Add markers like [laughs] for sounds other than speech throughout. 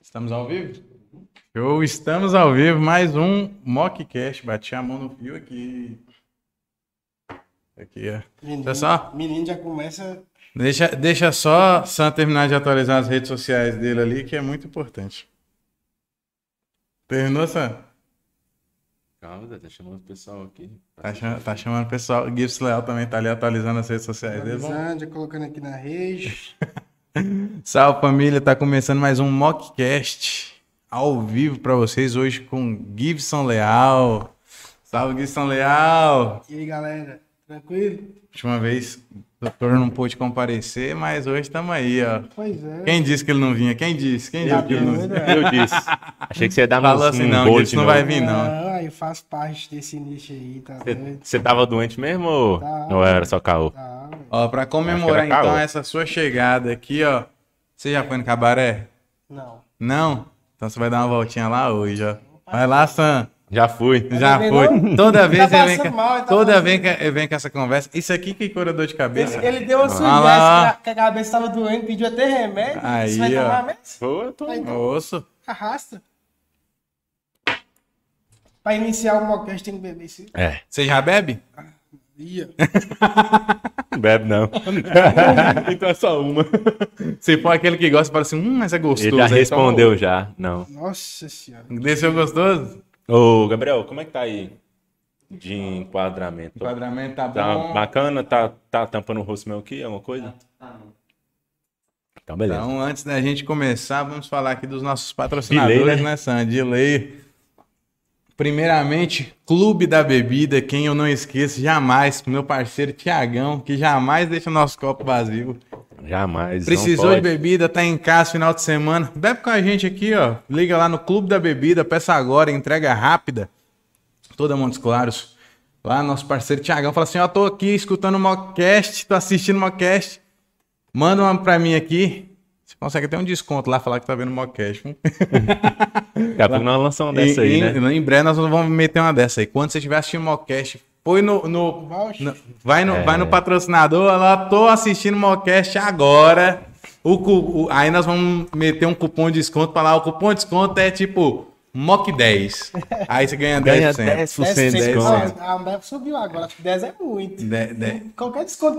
Estamos ao vivo? Show, estamos ao vivo. Mais um Mockcast. Bati a mão no fio aqui. Aqui, ó. Menino, Tá só? menino já começa. Deixa, deixa só Sam terminar de atualizar as redes sociais dele ali, que é muito importante. Terminou, Sam? Calma, Zé, tá chamando o pessoal aqui. Tá, cha- tá chamando o pessoal. O Gibbs Leal também tá ali atualizando as redes sociais dele. Vamos- analisando, já colocando aqui na rede. Salve família, tá começando mais um Mockcast ao vivo pra vocês hoje com Gibson Leal. Salve Gibson Leal! E aí, galera? Tranquilo? Última vez o doutor não pôde comparecer, mas hoje estamos aí, ó. Pois é. Quem disse que ele não vinha? Quem disse? Quem disse que ele não vinha? Eu disse. Achei que você ia dar Falou um, assim, um não, bolo Gibson de não novo. vai vir não. Ah, eu faço parte desse nicho aí, tá doido? Você tava doente mesmo ou Tá. não era só caô? Tá, velho. Ó, pra comemorar Acho que era então caô. essa sua chegada aqui, ó. Você já foi no cabaré? não. Não? Então você vai dar uma voltinha lá hoje, ó. Vai lá, Sam. Já fui. Já vendo, foi. não? Toda vez Tá ele vem, passando com- mal, ele tá toda passando- vez que ele vem com essa conversa. Isso aqui que cura dor de cabeça. Ele, ele deu uma sugestão lá. que a cabeça tava doendo, pediu até remédio. Aí, Você vai ó. tomar mesmo? Pô, eu tô... então. Osso. Arrasta. Pra iniciar o mockcast tem que beber isso. É, Você já bebe? Ia. não bebe [laughs] não. então é só uma. Se for aquele que gosta, fala assim, hum, mas é gostoso. Ele já aí toma respondeu já, não. Nossa senhora. outro. Desceu gostoso? Ô, Gabriel, como é que tá aí de enquadramento? Enquadramento Tá, tá Tá bom. bacana? Tá, tá tampando o rosto meu aqui? Alguma coisa? Então, beleza. Então, antes da gente começar, vamos falar aqui dos nossos patrocinadores, Delay, né, né? Sandy? Delay. Primeiramente, Clube da Bebida, quem eu não esqueço jamais, meu parceiro Tiagão, que jamais deixa o nosso copo vazio. Jamais. Precisou não de pode. bebida, tá em casa final de semana. Bebe com a gente aqui, ó. Liga lá no Clube da Bebida, peça agora, entrega rápida. Toda Montes Claros. Lá, nosso parceiro Tiagão fala assim: ó, tô aqui escutando o Mocast, tô assistindo o Mocast. Manda uma pra mim aqui. Você consegue até um desconto lá, falar que tá vendo o Mocast. viu? Daqui a pouco nós lançamos E- dessa aí, em, né? em breve nós vamos meter uma dessa aí. Quando você estiver assistindo o Mocast, põe no. no- Voucher. no- vai, no É. vai no patrocinador, lá, tô assistindo o Mocast agora. O, cu- o- aí nós vamos meter um cupom de desconto pra lá. O cupom de desconto é tipo MOC10. Aí você ganha 10%. Ganha 10% de 10%. desconto. Ah, A Ambev subiu agora, acho que 10 é muito. De- de- Qualquer desconto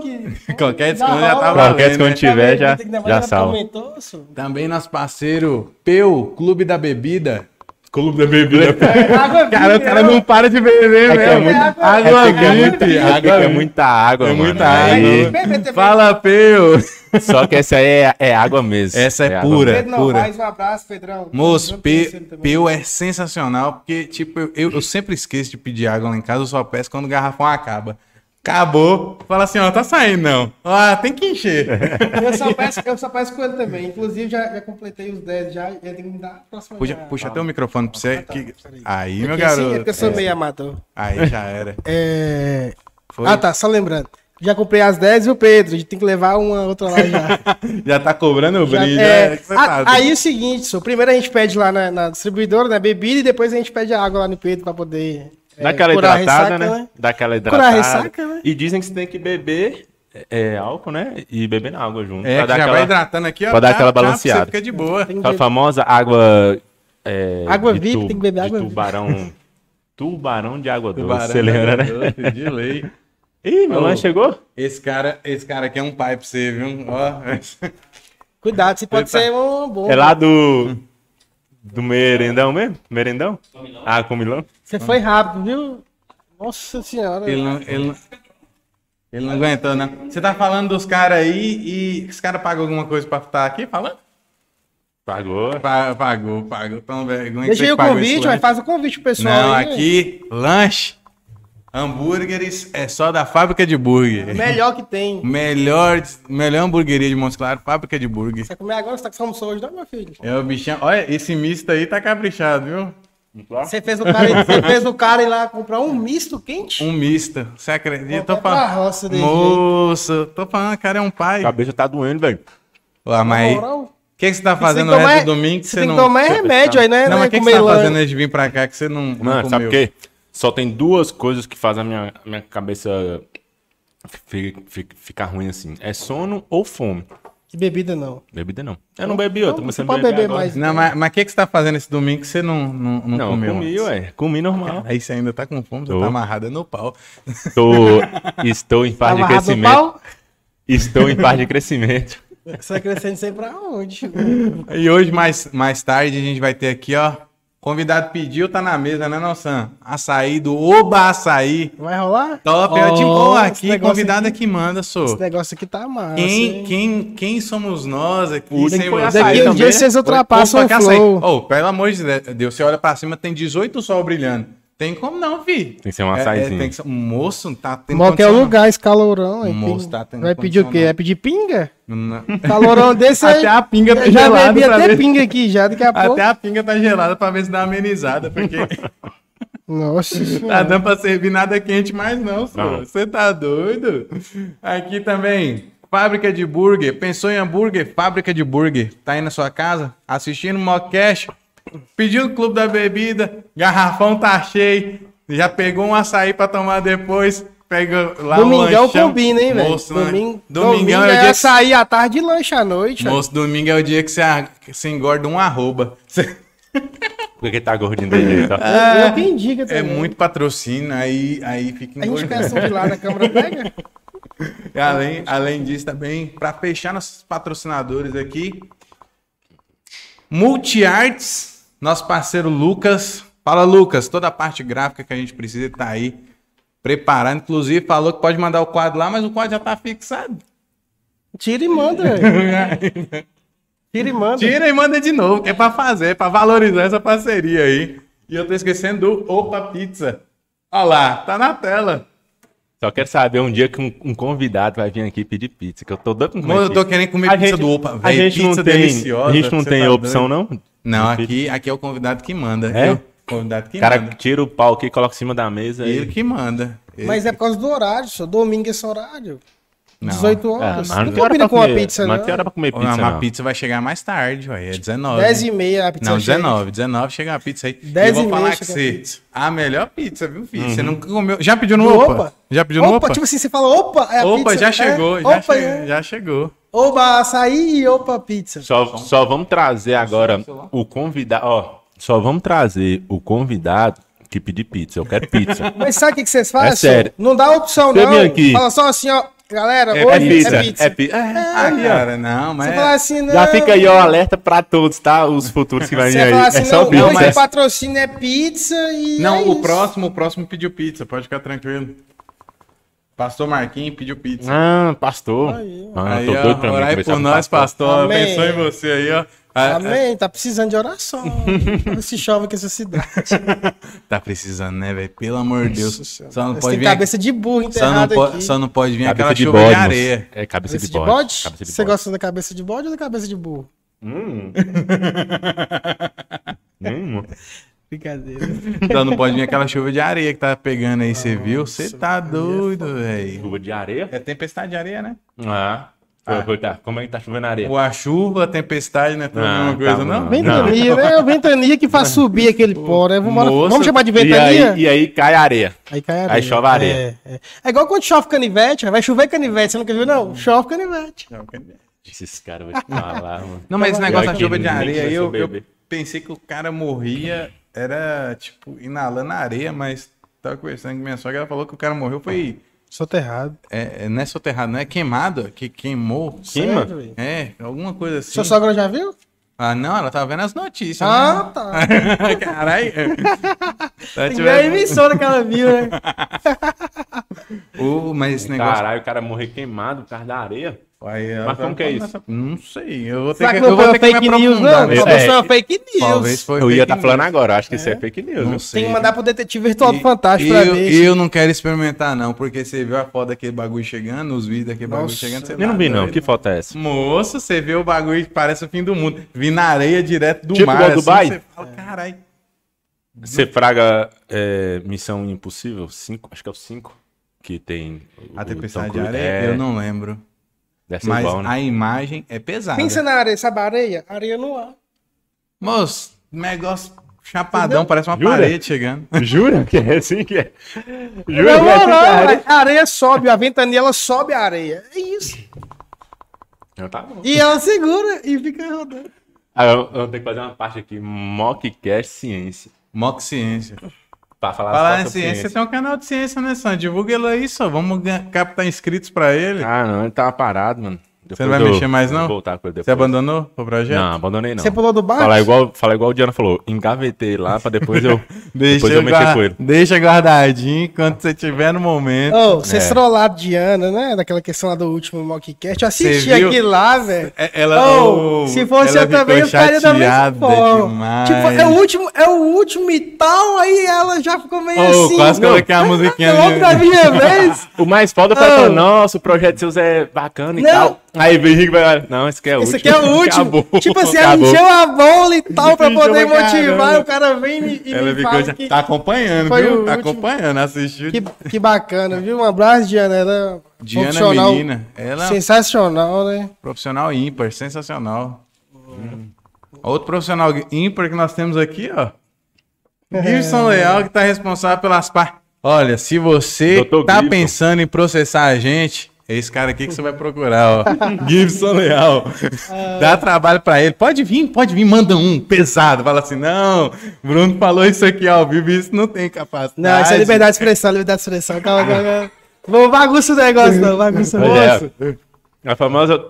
[laughs] que. Qualquer desconto já tá rola. valendo. Qualquer desconto né? que tiver, já, Tem que levar, já salva. Aumentou, senhor. Também nosso parceiro Peu, Clube da Bebida. Clube da [laughs] bebida. Água [laughs] viva, Cara, o cara não para de beber, É que é velho. muito- Água é porque é muito- né? VIP, é porque água é VIP. muita água, É mano. muita Aí- água. Fala, Peu! Só que essa aí é, é água mesmo. Essa é água pura. mesmo. Pedro pura. Novaes, um abraço, Pedrão. Moço, Vamos conhecer Pe- ele também. Peu é sensacional, porque, tipo, eu, eu- eu sempre esqueço de pedir água lá em casa, eu só peço quando o garrafão acaba. Acabou, fala assim, ó, tá saindo não. Ah, tem que encher. Eu só peço, eu só peço com ele também. Inclusive, já, já completei os 10 já. Já tem que me dar a próxima. Puxa, já. puxa até o microfone pra você. que- peraí. Aí, meu Porque assim, é garoto. porque eu sou meio amador. Aí já era. É. Foi. Ah, tá, só lembrando. Já comprei as 10 e o Pedro. A gente tem que levar uma outra lá [laughs] já. Já tá cobrando o Já- brinde. é, né? Você a- sabe. aí o seguinte, senhor, primeiro a gente pede lá na, na distribuidora, na bebida, e depois a gente pede a água lá no Pedro pra poder. é, Dá aquela curar a hidratada, ressaca, né? Dá aquela hidratada. Curar a ressaca, né? E dizem que você tem que beber é, álcool, né? E beber na água junto. É, pra que já dar vai aquela, hidratando aqui, ó. pra dar tchau, aquela tchau, balanceada. Você fica de boa. Tem que aquela beber. famosa água. é, Água de VIP, tem que beber de água VIP. [laughs] tubarão. Tubarão de água doce. Tubarão, você lembra, né? doce, de lei. [laughs] Ih, meu Ô. lanche chegou? Esse cara, esse cara aqui é um pai pra você, viu? Ó. Cuidado, se pode ser um bom. É lá do. Do merendão mesmo? Merendão? Ah, com Milão? Você foi rápido, viu? Nossa senhora. Ele não, ele não, ele não aguentou, né? Você tá falando dos caras aí e os caras pagam alguma coisa pra estar aqui falando? Pagou. Pa- Pagou, pagou. Tão vergonha que Deixa você aí que o pagou esse convite, mas lanche. faz o convite pro pessoal. Não, aí, né? aqui, lanche, hambúrgueres é só da fábrica de O burger. né? Melhor que tem. Melhor, melhor hamburgueria de Montes Claros, fábrica de burger. Você vai comer agora? Você tá com almoço hoje, não, meu filho? É o bichão. Olha, esse misto aí tá caprichado, viu? Você fez o [laughs] cara, você fez o cara ir lá comprar um misto quente? Um misto. Você acredita? Tô Vou até pra roça falando. desse Moço, tô falando, o cara é um pai. A cabeça tá doendo, velho. Ué, Tá mas. O Moral. que, que você tá Você tem fazendo no que resto tomar- é- do domingo que você você tem não. que tomar remédio aí, né? Não, Não mas o é que, que comer você tá lã. fazendo antes de vir pra cá que você não, não Mano, sabe o comeu? quê? Só tem duas coisas que fazem a minha, a minha cabeça fi- fi- ficar ruim assim. É sono ou fome. Que bebida não. Bebida não. Eu não bebi, eu Não, tô você começando a pode beber, beber agora. mais. Não, mas o que, que você tá fazendo esse domingo que você não, não, não, Não, comeu? comi, antes? ué. [laughs] Comi normal. Aí você ainda tá com fome, você Tô. tá amarrada no pau. Estou, estou em Tá par de amarrado no crescimento. Estou em par de crescimento. Você vai crescendo sempre aonde? E hoje, mais, mais tarde, a gente vai ter aqui, ó. Convidado pediu, tá na mesa, né, não, Sam? Açaí do Oba Açaí. Vai rolar? Top, Ó, é de boa esse aqui. negócio Convidado é que manda, Esse sou. negócio aqui tá massa. Quem, hein? quem, quem somos nós aqui? O último sem foi você? açaí Daqui uns também, dias né? vocês ultrapassam Opa, o que açaí. flow. Ô, pelo amor de Deus, você olha pra cima, tem 18 sol brilhando. Tem como não, fi. Tem que ser um É, é, açaizinho. tem que ser- Moço, tá tendo Mó que é o condição, lugar, esse calorão. aí, Moço, pin- tá tendo vai pedir o quê? condição, Vai pedir pinga? não. Não. [laughs] Calorão desse aí. Até a pinga tá Eu já gelada bebi pra até ver- pinga aqui, já daqui a pouco. Até a pinga tá gelada pra ver se dá uma amenizada, porque [laughs] Nossa tá senhora. dando pra servir nada quente mais não, senhor. Não. Você tá doido? Aqui também, fábrica de burger. Pensou em hambúrguer? Fábrica de burger. Tá aí na sua casa, assistindo o Mocash, pediu o clube da bebida, garrafão tá cheio, já pegou um açaí pra tomar depois, pega lá um Domingão lanchão. combina, hein, velho? Moço, né? Domingo, Domingão, domingo é o dia que sair à tarde e lanche à noite. ó. Moço, domingo é o dia que você, ar- que você engorda um arroba. Você- [laughs] Porque tá gordinho dele, tá? Eu- eu que indica É também. muito patrocínio, aí, aí fica A gente engordando. fica de lá na câmera [laughs] pega? Além, além disso, também, para fechar nossos patrocinadores aqui, Multiarts, nosso parceiro Lucas. Fala, Lucas, toda a parte gráfica que a gente precisa tá aí preparando. Inclusive, falou que pode mandar o quadro lá, mas o quadro já tá fixado. Tira e manda, velho. Tira e manda. Tira e manda de novo, que é para fazer, é para valorizar essa parceria aí. E eu tô esquecendo do Opa Pizza. Olha lá, tá na tela. Só quero saber um dia que um, um convidado vai vir aqui pedir pizza, que eu tô doido com Mano, eu tô querendo comer pizza do Opa, A velho. gente Pizza não tem, deliciosa. a gente não Você tem tá opção, não? Não, aqui, aqui é o convidado que manda. É? É? o convidado que O cara manda. tira o pau aqui, coloca em cima da mesa Ele e... que manda. Ele- Mas é por causa do horário, só. Domingo é esse horário. Não. 18 Ah, horas. mas não não tem hora combina pra com uma comer, pizza, né? mas não. não tem hora pra comer Não, mas pizza, a não. pizza vai chegar mais tarde, ué, é 19. 10 e né? meia a pizza Não, chega. 19, 19 chega a pizza aí. 10 eu vou e meia falar que chega você. a A melhor pizza, viu, filho? Uhum. Você nunca comeu. Já pediu no Do Opa? Opa? Já pediu no Opa? Opa, tipo assim, você fala, opa, é a Opa, pizza. já é, chegou. já, opa, che- é. já chegou. Oba, açaí e opa, é pizza. Só, só vamos trazer agora o convidado, ó, só vamos trazer o convidado que pedir pizza, eu [laughs] quero pizza. Mas sabe o que que vocês fazem? sério. Não dá opção, Você não. vem aqui. Fala só assim, ó. Galera, hoje é pizza. é pizza. É, Ah, aí, ó. cara, não, mas. Você fala assim, não. Já fica aí, ó, alerta pra todos, tá? Os futuros que vai Você vir aí. fala assim, é só não, hoje o pizza. patrocínio é pizza e. Não, é o isso. próximo, o próximo pediu pizza, pode ficar tranquilo. Pastor Marquinhos pediu pizza. Ah, pastor. Ah, aí, tô ó, doido pra mim orai conversar por com o nós, pastor. Amém. Pensou em você aí, ó. Ah, ah, Amém, tá precisando de oração. Se chove aqui essa cidade. Tá precisando, né, velho? Pelo amor de Nossa Deus. Senhora. Só não Você pode tem vir. cabeça de burro aqui- Só não, enterrado po... aqui. só não pode vir Cabeça aquela de chuva bode. de moço. areia. É, cabeça de Cabeça de bode. bode? Cabeça de Você bode. gosta da cabeça de bode ou da cabeça de burro? Hum. Hum. Brincadeira. [laughs] Só não pode vir aquela chuva de areia que tá pegando aí, você viu? é Você tá doido, velho. Chuva de areia? É tempestade de areia, né? Ah. Foi- foi- tá. Como é que tá chovendo areia? Ou a chuva, a tempestade, né? Não, é a Não, mesma coisa, tá não? [laughs] bom. Ventania, né? É o Ventania que faz subir aquele pó, né? Vamos, Moço, vamos chamar de E ventania? aí, e aí cai areia. Aí cai aí chove areia. É, é. É igual quando chove canivete, vai chover canivete, você nunca viu, Hum. não? Chove canivete. Esses caras vão [laughs] te falar, mano. Não, mas esse Pior negócio da que chuva de ninguém areia, vai eu, saber, eu velho. pensei que o cara morria, era, tipo, inalando areia, mas tava conversando com minha sogra, ela falou que o cara morreu, foi... Soterrado. É, é, não é soterrado, não é queimado, que queimou. Queima? Sério, velho? É, alguma coisa assim. Sua sogra já viu? Ah, não, ela tava vendo as notícias. né? Ah, tá. [laughs] Caralho. Tá Tem que ver a tivendo- emissora que ela viu, [laughs] né? Ô, mas esse negócio. Caralho, o cara morrer queimado por causa da areia. Aí ela Mas vai como que é falar, Não sei. Eu vou ter Será que, que eu não vou foi ter uma que um me fake news, aprofundar. não? nisso. Talvez É. foi uma fake news. né? Talvez foi. Eu ia fake estar news. falando agora, eu acho que isso é fake news. Não viu? sei. Tem que mandar pro detetive virtual do E- Fantástico pra eu, ver. eu não quero experimentar, não, porque você viu a foto daquele bagulho chegando, os vídeos daquele bagulho Nossa. chegando. Você Eu não tá vi, não. doido. Que foto é essa? Moço, você vê o bagulho que parece o fim do mundo. Vi na areia direto do Tipo mar. assim, igual Dubai? Você fala, caralho. Você fraga é, Missão Impossível 5, acho que é o 5, que tem. o- A o tempestade Tom de Cruise. areia? É, Eu não lembro. Deve ser Mas igual, né? a imagem é pesada. Pensa na areia, sabe a areia? Areia no ar. Moço, negócio chapadão, parece uma Jura? parede chegando. [laughs] Jura que é assim que é? Jura Não, que é não, assim que é? não, a areia sobe, a ventania ela sobe a areia. É isso. Então tá bom. E ela segura e fica rodando. Ah, eu, eu tenho que fazer uma parte aqui, Mockcast Ciência. Mock Ciência. Pra falar Falar em sobre ciência, tem um canal de ciência, né, Sam? Divulga ele aí só. Vamos ganhar- captar inscritos pra ele. Ah, não, ele tava parado, mano. Você não vai Depois eu- mexer mais, não? eu vou Voltar com ele depois. Você abandonou o projeto? Não, abandonei não. Você pulou do barco? Falar igual, falar igual o Diana falou, engavetei lá pra [laughs] depois eu, Deixa, depois eu guar- mexer com ele. deixa guardadinho quando você tiver no momento. Ô, você É. trollado de Ana, né? Daquela questão lá do último mockcast. Eu assisti Você viu? aquilo lá, velho. É- Ela, Ô, ô, Oh, se fosse ela eu também, eu ficou ficaria da mesma chateada forma. demais. Tipo, é o último, é o último e tal, aí ela já ficou meio Ô, assim. quase não, coloquei a [laughs] musiquinha não, ali. pra minha vez. O mais foda Ah. foi falar, nossa, o projeto seus é bacana e Não. tal. Aí vem o Henrique e vai, não, esse aqui é o Esse último. aqui é [laughs] o último. Acabou. Tipo assim, ela Acabou. encheu a bola e tal pra Encheu poder pra motivar. caramba. O cara vem e, e Ela me ficou fala já... que, Tá acompanhando, Foi o viu? Tá último. acompanhando, assistiu. que, que bacana, viu? Um abraço, Diana. Ela é Diana, profissional menina. Ela é sensacional, né? profissional ímpar, sensacional. Hum. Outro profissional ímpar que nós temos aqui, ó. Gibson [laughs] É. Leal, que tá responsável pelas partes. Olha, se você Dr. tá Gibson. pensando em processar a gente, é esse cara aqui que você vai [laughs] procurar, ó. Gibson Leal. Ah. Dá trabalho pra ele. Pode vir, pode vir, manda um pesado. Fala assim: não, Bruno falou isso aqui ao vivo, isso não tem capacidade. Ah, Não, isso é liberdade de expressão, liberdade de expressão. [laughs] Calma, calma, calma. Vou bagunça o negócio, não. Bagunça o Olha, é negócio. A famosa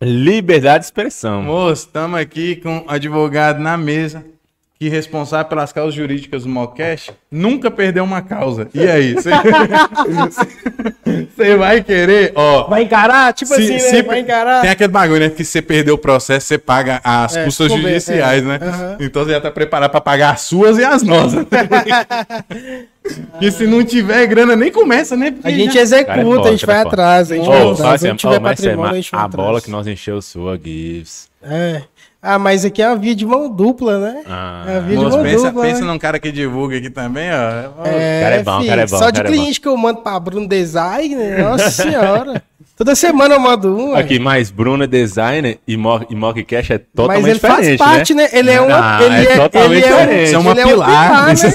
liberdade de expressão. Moço, estamos aqui com um advogado na mesa que é responsável pelas causas jurídicas do Mocast nunca perdeu uma causa. E aí? [laughs] Você vai querer, ó. Vai encarar? Tipo se- assim, né? se- Vai encarar. Tem aquele bagulho, né? Que se você perdeu o processo, você paga as É, custas convém, judiciais, é, né? aham. Então você já tá preparado pra pagar as suas e as nossas. [laughs] Porque se não tiver grana, nem começa, né? Porque A gente já- executa, Cara, é foda, a gente cara, vai é foda. atrás, a gente vai Ô, atrás. só assim, Se não tiver ô, mas Sam, patrimônio, a gente vai a bola atrás. que nós encheu sua, Gibbs. É. Ah, mas aqui é uma via de mão dupla, né? Ah. é uma via de Moço, mão pensa, dupla. pensa né? num cara que divulga aqui também, ó. Cara é bom, filho, cara é bom, Só de cara é bom. cliente que eu mando pra Bruno Design, né? nossa senhora. Toda semana eu mando um. ué. Aqui, mas Bruno é designer e, Mo e Mockcast é totalmente mas ele faz diferente, parte, né? Ele é um. Ah, ele é totalmente ele é um- diferente. ele Isso é uma pilar, né? isso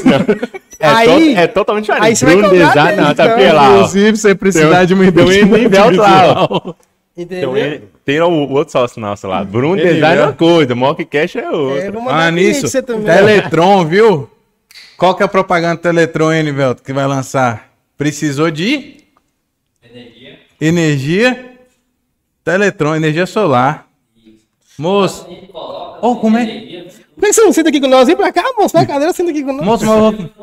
É, to- Aí- é totalmente diferente. aí você vai cobrar designer, dele, não, tá então. porque lá, ó, Inclusive, você precisar de uma Tem um Enivel lá, ó. Então, Entendeu? ele- tem o, o outro sócio nosso lá. Bruno Ele Design é mesmo. uma coisa, Mockcast é É, outra. vou mandar Ah, cliente nisso, você também. Teletron, viu? Qual que é a propaganda do Teletron, hein, Nivelto, que vai lançar? Precisou de? Energia. Energia. Teletron, energia solar. Moço. Ô, como é? Por que você não senta aqui com nós? Vem pra cá, moço. Hum. Vai cadeira, senta aqui com nós. Moço, mas... eu vou-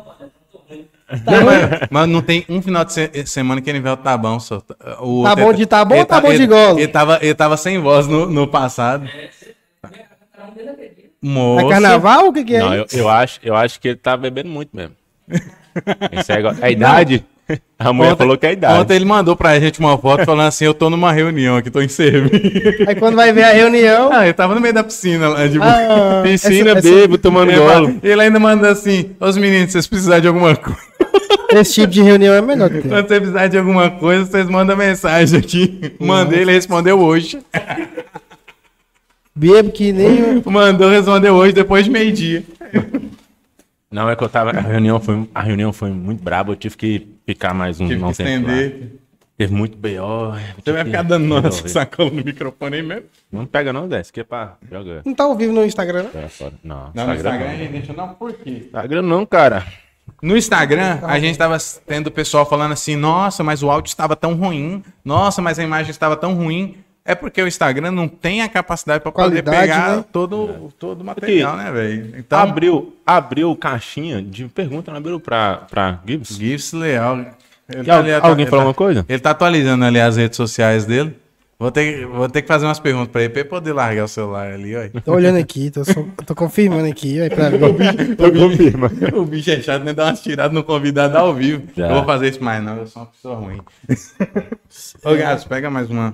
Tá Não, mas, mas não tem um final de se- semana que o Nivelto tá bom, só. O Tá outro bom é- de tá bom ou tá ele bom de ele- gola? Ele tava, ele tava sem voz no, no passado. Moço. É carnaval? O que, que é? Não, eu, eu acho, eu acho que ele tá bebendo muito mesmo. Isso é igual- a idade? [laughs] A mulher falou que é a idade. Ontem ele mandou pra gente uma foto falando assim: eu tô numa reunião aqui, tô em serviço. Aí quando vai ver a reunião. Ah, eu tava no meio da piscina lá de boa. ah, Piscina, essa- bebo, tomando Ele, golo. ele ainda manda assim: os meninos, vocês precisarem de alguma coisa. Esse tipo de reunião é melhor que ter. Quando vocês precisarem de alguma coisa, vocês mandam mensagem aqui. Mandei, ele respondeu hoje. Bebo que nem. o- Mandou, respondeu hoje, depois de meio-dia. Não, é que eu tava. A reunião foi, a reunião foi muito braba, eu tive que ficar mais um, Tive não que sei tempo lá. estender. Teve muito BO. Você vai ficar dando nó nota. nessa sacola no microfone aí mesmo? Não pega não, Zé. Isso aqui é pra. Joga. Não tá ao vivo no Instagram, né? joga fora. Não, Não, no é Instagram Instagram a não. gente deixa não, por quê? Instagram não, cara. No Instagram, a gente tava tendo o pessoal falando assim: nossa, mas o áudio estava tão ruim, nossa, mas a imagem estava tão ruim. É porque o Instagram não tem a capacidade para poder Qualidade, pegar né? todo, todo o material, né, velho? Então, Abriu, abriu caixinha de pergunta, não abriu pra, pra [laughs] Gibbs? GIFs leal. Ele tá E al- alguém falou ele alguma coisa? Ele tá atualizando ali as redes sociais dele. Vou ter, vou ter que fazer umas perguntas para ele, pra ele poder largar o celular ali, ó. Tô olhando aqui, tô, só- tô confirmando aqui. Aí pra ver. Eu confirmo. [laughs] O bicho é chato, né? Dá umas tiradas no convidado ao vivo. Já. Eu vou fazer isso mais, não. Eu sou uma pessoa ruim. [laughs] Ô, Gato, pega mais uma.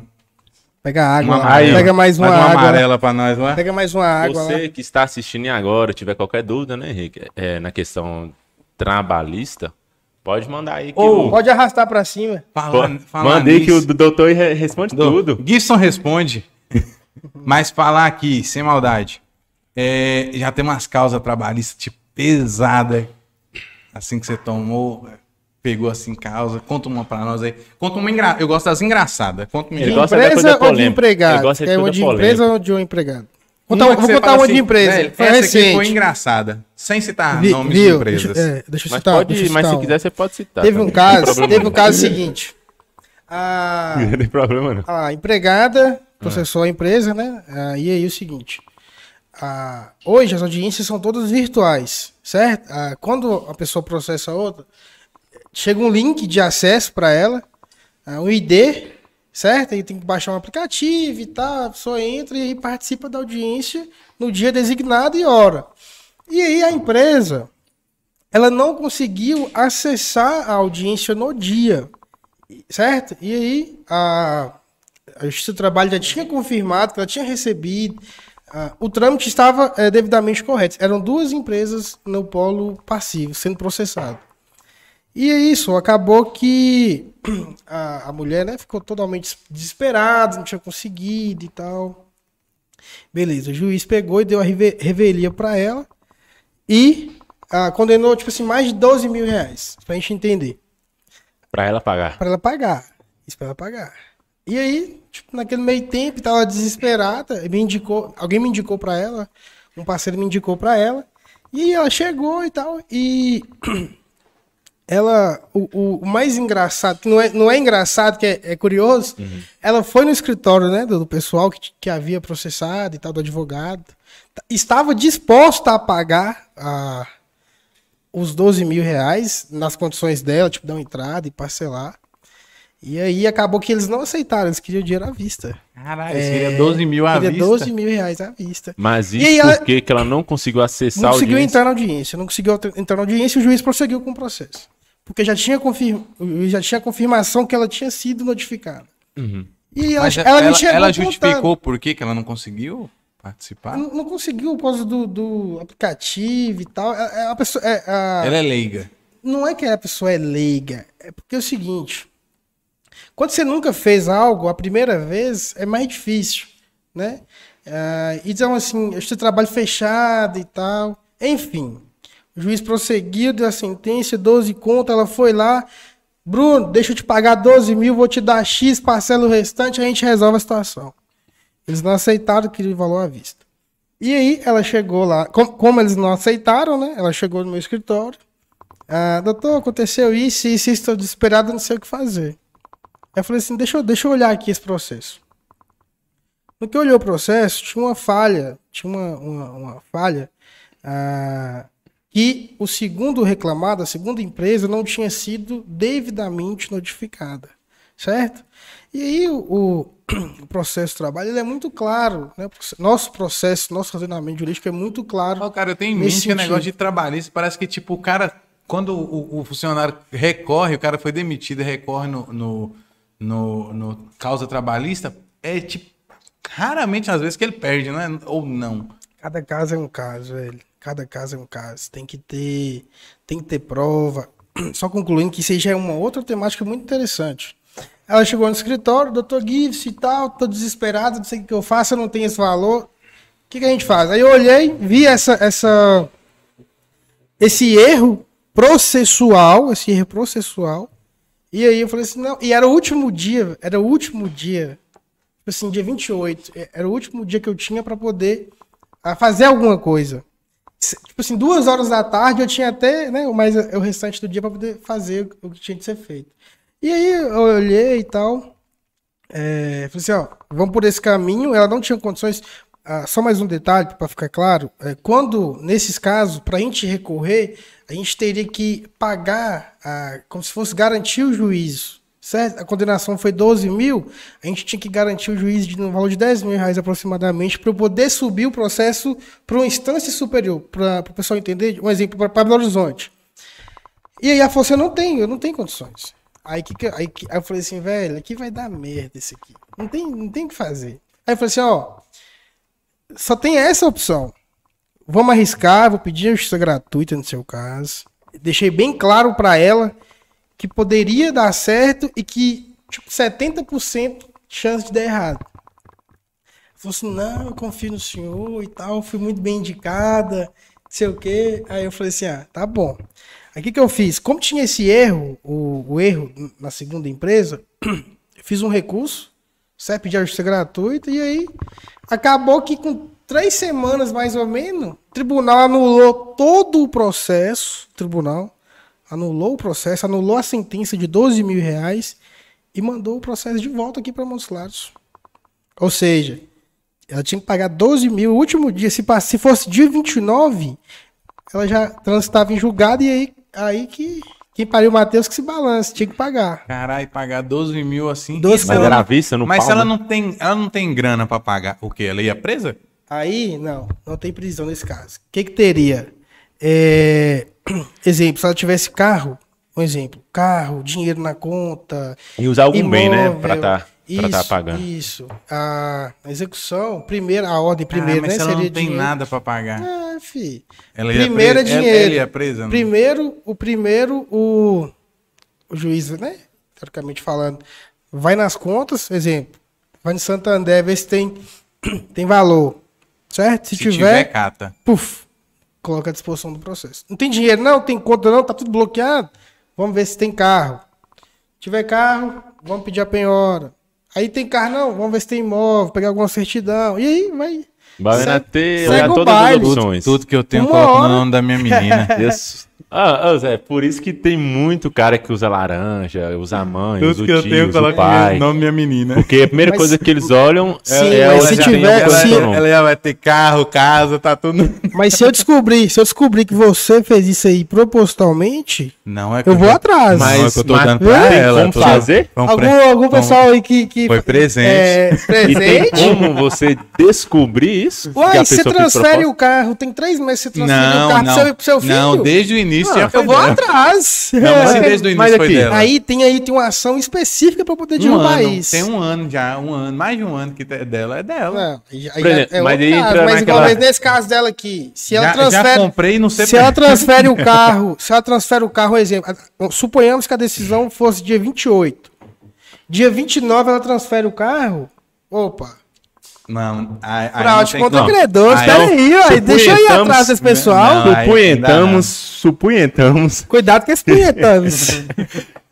Pega água. Uma lá. amarela. Pega mais uma, um Mais uma água. lá. amarela pra nós lá. Pega mais uma água. lá. Você que está assistindo agora, tiver qualquer dúvida, né, Henrique? É, na questão trabalhista, pode mandar aí que Ou- o... Pode arrastar pra cima. Fala, po- Manda aí que o doutor re- responde tudo. Gibson responde. Mas falar aqui, sem maldade. é, já tem umas causas trabalhistas tipo, pesada assim que você tomou. pegou assim causa? Conta uma pra nós aí. Conta uma engraçada. Eu gosto das engraçadas. Conta uma Ele De engraçada. gosta da empresa ou coisa de polêmica. Ele empregado? gosta de Quer uma coisa de empresa polêmica. ou de um empregado? Uma Contar, um- que vou você contar fala uma assim, de empresa. velho, Foi Essa aqui foi recente. engraçada. Sem citar Vi- nomes de viu? empresas. Deixa, é, deixa eu Mas, citar uma, pode, deixa eu mas citar se uma. quiser, você pode citar. Teve um também. caso, Não tem teve um problema caso seguinte. Ah, A, [laughs] não. Não tem problema, não. a empregada processou a empresa, né? Ah, e aí o seguinte. ah, hoje as audiências são todas virtuais, certo? Ah, quando a pessoa processa a outra, chega um link de acesso para ela, ah, um ID, certo? Aí tem que baixar um aplicativo e tal, a pessoa entra e aí participa da audiência no dia designado e hora. E aí a empresa, ela não conseguiu acessar a audiência no dia, certo? E aí a, a Justiça do Trabalho já tinha confirmado que ela tinha recebido. ah, o trâmite estava eh, devidamente correto. Eram duas empresas no polo passivo sendo processado. E é isso, acabou que [clears throat] a, a mulher né, ficou totalmente desesperada, não tinha conseguido e tal. Beleza, o juiz pegou e deu a reve- revelia pra ela e ah, condenou, tipo assim, mais de 12 mil reais, pra gente entender. Pra ela pagar. Pra ela pagar. Isso pra ela pagar. E aí, tipo, naquele meio tempo, tava desesperada, e me indicou, alguém me indicou pra ela, um parceiro me indicou pra ela, e ela chegou e tal, e [clears throat] ela, o, o- o mais engraçado, que não é, não é engraçado, que é, é curioso, ela foi no escritório, né, do, do pessoal que, t- que havia processado e tal, do advogado, t- estava disposta a pagar a os 12 mil reais nas condições dela, tipo, dar uma entrada e parcelar. E aí acabou que eles não aceitaram, eles queriam dinheiro à vista. Caralho, seria 12 mil à Queria vista. 12 mil reais à vista. Mas E isso aí ela- porque que ela não conseguiu acessar Não conseguiu o entrar na audiência, não conseguiu atra- entrar na audiência e o juiz prosseguiu com o processo. Porque já tinha, confirma, o juiz já tinha confirmação que ela tinha sido notificada. E ela, Uhum. Mas ela, me chegou ela contando. justificou por que que ela não conseguiu participar? Não, não conseguiu por causa do, do aplicativo e tal. É- é A, pessoa, é, a- Ela é leiga. não é que a pessoa é leiga, é porque é o seguinte, quando você nunca fez algo a primeira vez, é mais difícil, né? Ah, e então, assim, eu estou trabalho fechado e tal. Enfim, o juiz prosseguiu, deu a sentença, 12 contas, ela foi lá, Bruno, deixa eu te pagar 12 mil, vou te dar X, parcela o restante, a gente resolve a situação. Eles não aceitaram que o valor à vista. E aí, ela chegou lá, com- como eles não aceitaram, né? Ela chegou no meu escritório, ah, doutor, aconteceu isso, isso, isso, estou desesperado, não sei o que fazer. Aí eu falei assim, deixa eu, deixa eu olhar aqui esse processo. No que eu olhei o processo, tinha uma falha, tinha uma, uma, uma falha ah, que o segundo reclamado, a segunda empresa, não tinha sido devidamente notificada, certo? E aí o, o- [clears throat] o processo de trabalho ele é muito claro, né? nosso processo, nosso racionamento jurídico é muito claro. Ó, cara, eu tenho em Nesse mente que é sentido. negócio de trabalhista. Parece que, tipo, o cara, quando o, o funcionário recorre, o cara foi demitido e recorre no, no, no, no causa trabalhista, é tipo, raramente às vezes que ele perde, né? Ou não. Cada caso é um caso, velho. Cada caso é um caso. Tem que ter, tem que ter prova. [clears throat] Só concluindo que isso aí já é uma outra temática muito interessante. Ela chegou no escritório, doutor Gives e tal, tô desesperado, não sei o que eu faço, eu não tenho esse valor. O que, que a gente faz? Aí eu olhei, vi essa, essa, esse erro processual, esse erro processual. E aí eu falei assim, não, e era o último dia, era o último dia, tipo assim, dia 28, é- era o último dia que eu tinha para poder ah, fazer alguma coisa. Se- Tipo assim, duas horas da tarde eu tinha até, né, mais o restante do dia para poder fazer o que tinha de ser feito. E aí eu olhei e tal, é, falei assim, ó, vamos por esse caminho, ela não tinha condições, ah, só mais um detalhe para ficar claro, é, quando, nesses casos, para a gente recorrer, a gente teria que pagar, ah, como se fosse garantir o juízo, certo? A condenação foi 12 mil, a gente tinha que garantir o juízo de um valor de 10 mil reais aproximadamente para poder subir o processo para uma instância superior, para o pessoal entender, um exemplo, para Belo Horizonte. E aí ela falou assim, eu não tenho, eu não tenho condições. Aí, que, que- aí, que- aí eu falei assim, velho, aqui vai dar merda esse aqui. Não tem, não tem o que fazer. Aí eu falei assim, ó, só tem essa opção. Vamos arriscar, vou pedir a justiça gratuita no seu caso. Deixei bem claro pra ela que poderia dar certo e que, tipo, 70% chance de dar errado. Ela Falou assim, não, eu confio no senhor e tal, fui muito bem indicada sei o quê. Aí eu falei assim, ah, tá bom. Aí o que, que eu fiz? Como tinha esse erro, o, o erro na segunda empresa, [clears throat] eu fiz um recurso, CEP de ajuste gratuito, e aí acabou que com três semanas mais ou menos, o tribunal anulou todo o processo, o tribunal anulou o processo, anulou a sentença de 12 mil reais e mandou o processo de volta aqui para Montes Claros. Ou seja, ela tinha que pagar 12 mil. O último dia, se, pass- se fosse dia 29, ela já transitava em julgado e aí, aí que quem pariu o Matheus que se balance, tinha que pagar. Caralho, pagar 12 mil assim. 12 E se Mas Ela- era à vista no Mas se pau, ela né? não tem, ela não tem grana pra pagar, o quê? Ela ia presa? Aí, não, não tem prisão nesse caso. O que, que teria? É, [clears throat] Exemplo, se ela tivesse carro, um exemplo, carro, dinheiro na conta, E usar algum bem, né? imóvel. Pra tá, pra tá Isso, pagando. Isso. A execução, primeiro, a ordem primeiro, Ah, mas né? se ela não tem dinheiro. nada pra pagar. É, fi. Ela ia primeiro é presa- dinheiro. Ela ia presa? né? não? Primeiro, o primeiro, o, o juiz, né? Teoricamente falando, vai nas contas, exemplo, vai no Santander, vê se tem, [clears throat] tem valor. Certo? Se, Se tiver, tiver cata. puf, coloca à disposição do processo. Não tem dinheiro, não, tem conta, não, tá tudo bloqueado. Vamos ver se tem carro. Se tiver carro, vamos pedir a penhora. Aí tem carro, não, vamos ver se tem imóvel, pegar alguma certidão. E aí vai. Vai na Segue- telha, segue o todas as baile. opções. Tudo que eu tenho, eu Uma coloco hora. no nome da minha menina. [laughs] é. Isso. Ah, ô, Zé, por isso que tem muito cara que usa laranja, usa a mãe, usa o tio, usa o pai. nome da minha menina. Porque a primeira Mas- coisa que eles olham é, Sim, é mas onde se tem tiver- alguma ela, se- coisa não. ela já vai ter carro, casa, tá tudo. Mas se eu descobrir, se eu descobrir que você fez isso aí propositalmente, Não é eu vou eu- atrás. Mas, Mas- eu tô mas dando tem pra ela. como eu tô dando- fazer? Vamos algum, pre- vamos- algum pessoal aí que. que Foi presente. [laughs] É, E tem presente. como você descobrir isso? Uai, você fez transfere propósito? o carro, tem três meses que você transfere o Não, carro pro seu, não. pro seu filho. Não, desde o início Ah, já foi Eu vou dela. atrás. Não, mas se É. desde o Mas início foi aqui, dela. Aí tem aí tem uma ação específica para poder um derrubar ano, isso. tem um ano já, um ano, mais de um ano que é dela, é dela. Não, aí já- aí Por já exemplo, é mas outro aí caso, entra mas igual naquela- mas nesse caso dela aqui, se ela já, já transfere, comprei e não sei se ela transfere [laughs] o carro, se ela transfere o carro, exemplo, a- suponhamos que a decisão fosse dia 28. Dia 29 ela transfere o carro. Opa. Não, aí, aí não Fraude tem contra como. credores. Aí- é um Pera aí, ó, suponhamos- deixa eu ir atrás desse pessoal. Não, aí ainda não. Supunhetamos, supunhetamos Cuidado com esse [laughs] punhetamos.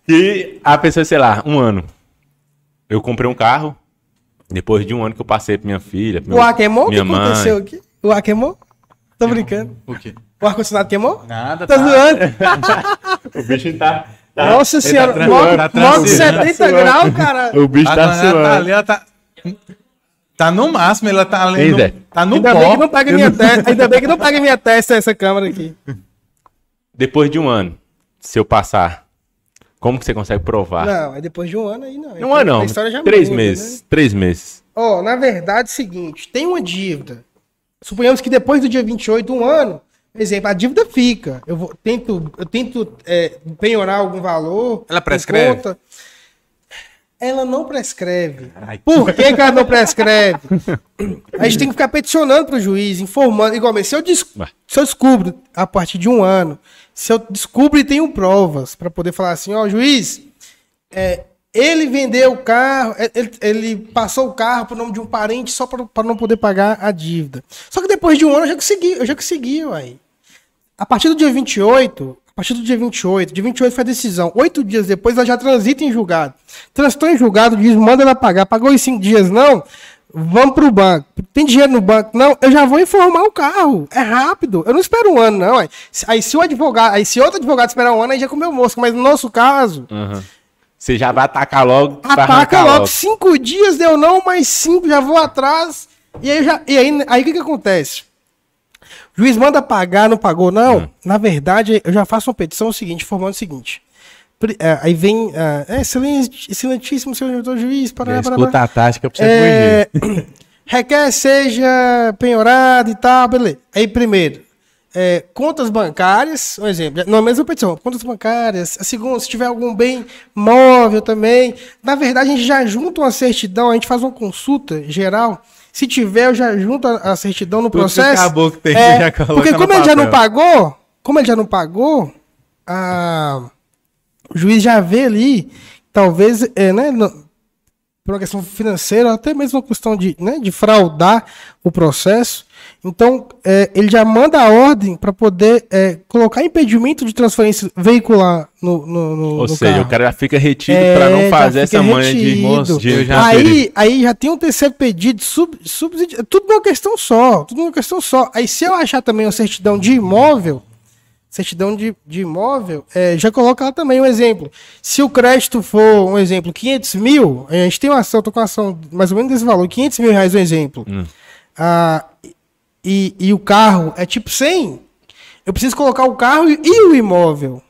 E a pessoa, sei lá, um ano. Eu comprei um carro. Depois de um ano que eu passei pra minha filha. pra o meu- ar queimou? O que minha mãe. aconteceu aqui? O ar queimou? Tô brincando. O quê? O ar-condicionado queimou? Nada, Tá zoando? O bicho tá. tá- Nossa tá senhora, tran- moto, tá moto tranquilo, né? 70 graus, cara. O bicho A tá Dona Ana tá suando. ali, ela tá. Tá no máximo, ela tá ali. Ei, no- Zé. tá no Ainda bem, que não pó. paga minha testa, ainda bem que não paga minha testa essa câmera aqui. Depois de um ano, se eu passar, como que você consegue provar? Não, é depois de um ano aí não. Não, é não. A história já Três muda, meses. né? Três meses. Ó, na verdade é o seguinte, tem uma dívida. Suponhamos que depois do dia 28, um ano, por exemplo, a dívida fica. Eu vou, tento, eu tento é, penhorar algum valor. Ela em prescreve? conta. Ela não prescreve. Caralho. Por que, que ela não prescreve? A gente tem que ficar peticionando para o juiz, informando. Igual, mas se eu, des- Ué. se eu descubro a partir de um ano, se eu descubro e tenho provas para poder falar assim, ó, juiz, é, ele vendeu o carro, é, ele, ele passou o carro pro nome de um parente só para não poder pagar a dívida. Só que depois de um ano eu já consegui, eu já consegui, uai. A partir do dia 28, a partir do dia 28, dia 28 foi a decisão. Oito dias depois ela já transita em julgado. Transitou em julgado, diz, manda ela pagar. Pagou em cinco dias, não? Vamos pro banco. Tem dinheiro no banco? Não, eu já vou informar o carro. É rápido. Eu não espero um ano, não. ué. Se- Aí se o advogado, aí se outro advogado esperar um ano, aí já comeu mosca. Mas no nosso caso, Aham. Você já vai atacar logo. pra ataca arrancar é logo. Cinco dias deu não, mais cinco, já vou atrás. E aí, já, e aí, aí o que, que acontece? O juiz manda pagar, não pagou, não. Na verdade, eu já faço uma petição é o seguinte, informando o seguinte. Pri- é, aí vem. ah, é, excelente- excelentíssimo senhor diretor juiz, parará, parará, parará. Escuta a tática pra você É, [clears throat] requer seja penhorado e tal, beleza. Aí, primeiro, é, contas bancárias, um exemplo, não é a mesma petição, contas bancárias. A segunda, se tiver algum bem móvel também. Na verdade, a gente já junta uma certidão, a gente faz uma consulta geral. Se tiver, eu já junto a, a certidão no Tudo que processo. acabou que tem, É, você já coloca Porque no como ele já não papel. pagou, como ele já não pagou, a- o juiz já vê ali, talvez, é, né, no- por uma questão financeira, até mesmo uma questão de, né, de fraudar o processo. Então, é, ele já manda a ordem para poder é, colocar impedimento de transferência veicular no, no, no, Ou no seja, carro. o cara já fica retido É, pra não já fazer fica essa manha de retido. moço. de- Eu já aí, aí já tem um terceiro pedido, sub, subsidi- tudo numa questão só, tudo numa questão só. Aí se eu achar também uma certidão de imóvel, certidão de, de imóvel, é, já coloca lá também um exemplo. Se o crédito for, um exemplo, 500 mil, a gente tem uma ação, eu tô com uma ação mais ou menos desse valor, 500 mil reais, um exemplo. Ah, e, e o carro é tipo 100, eu preciso colocar o carro e, e o imóvel.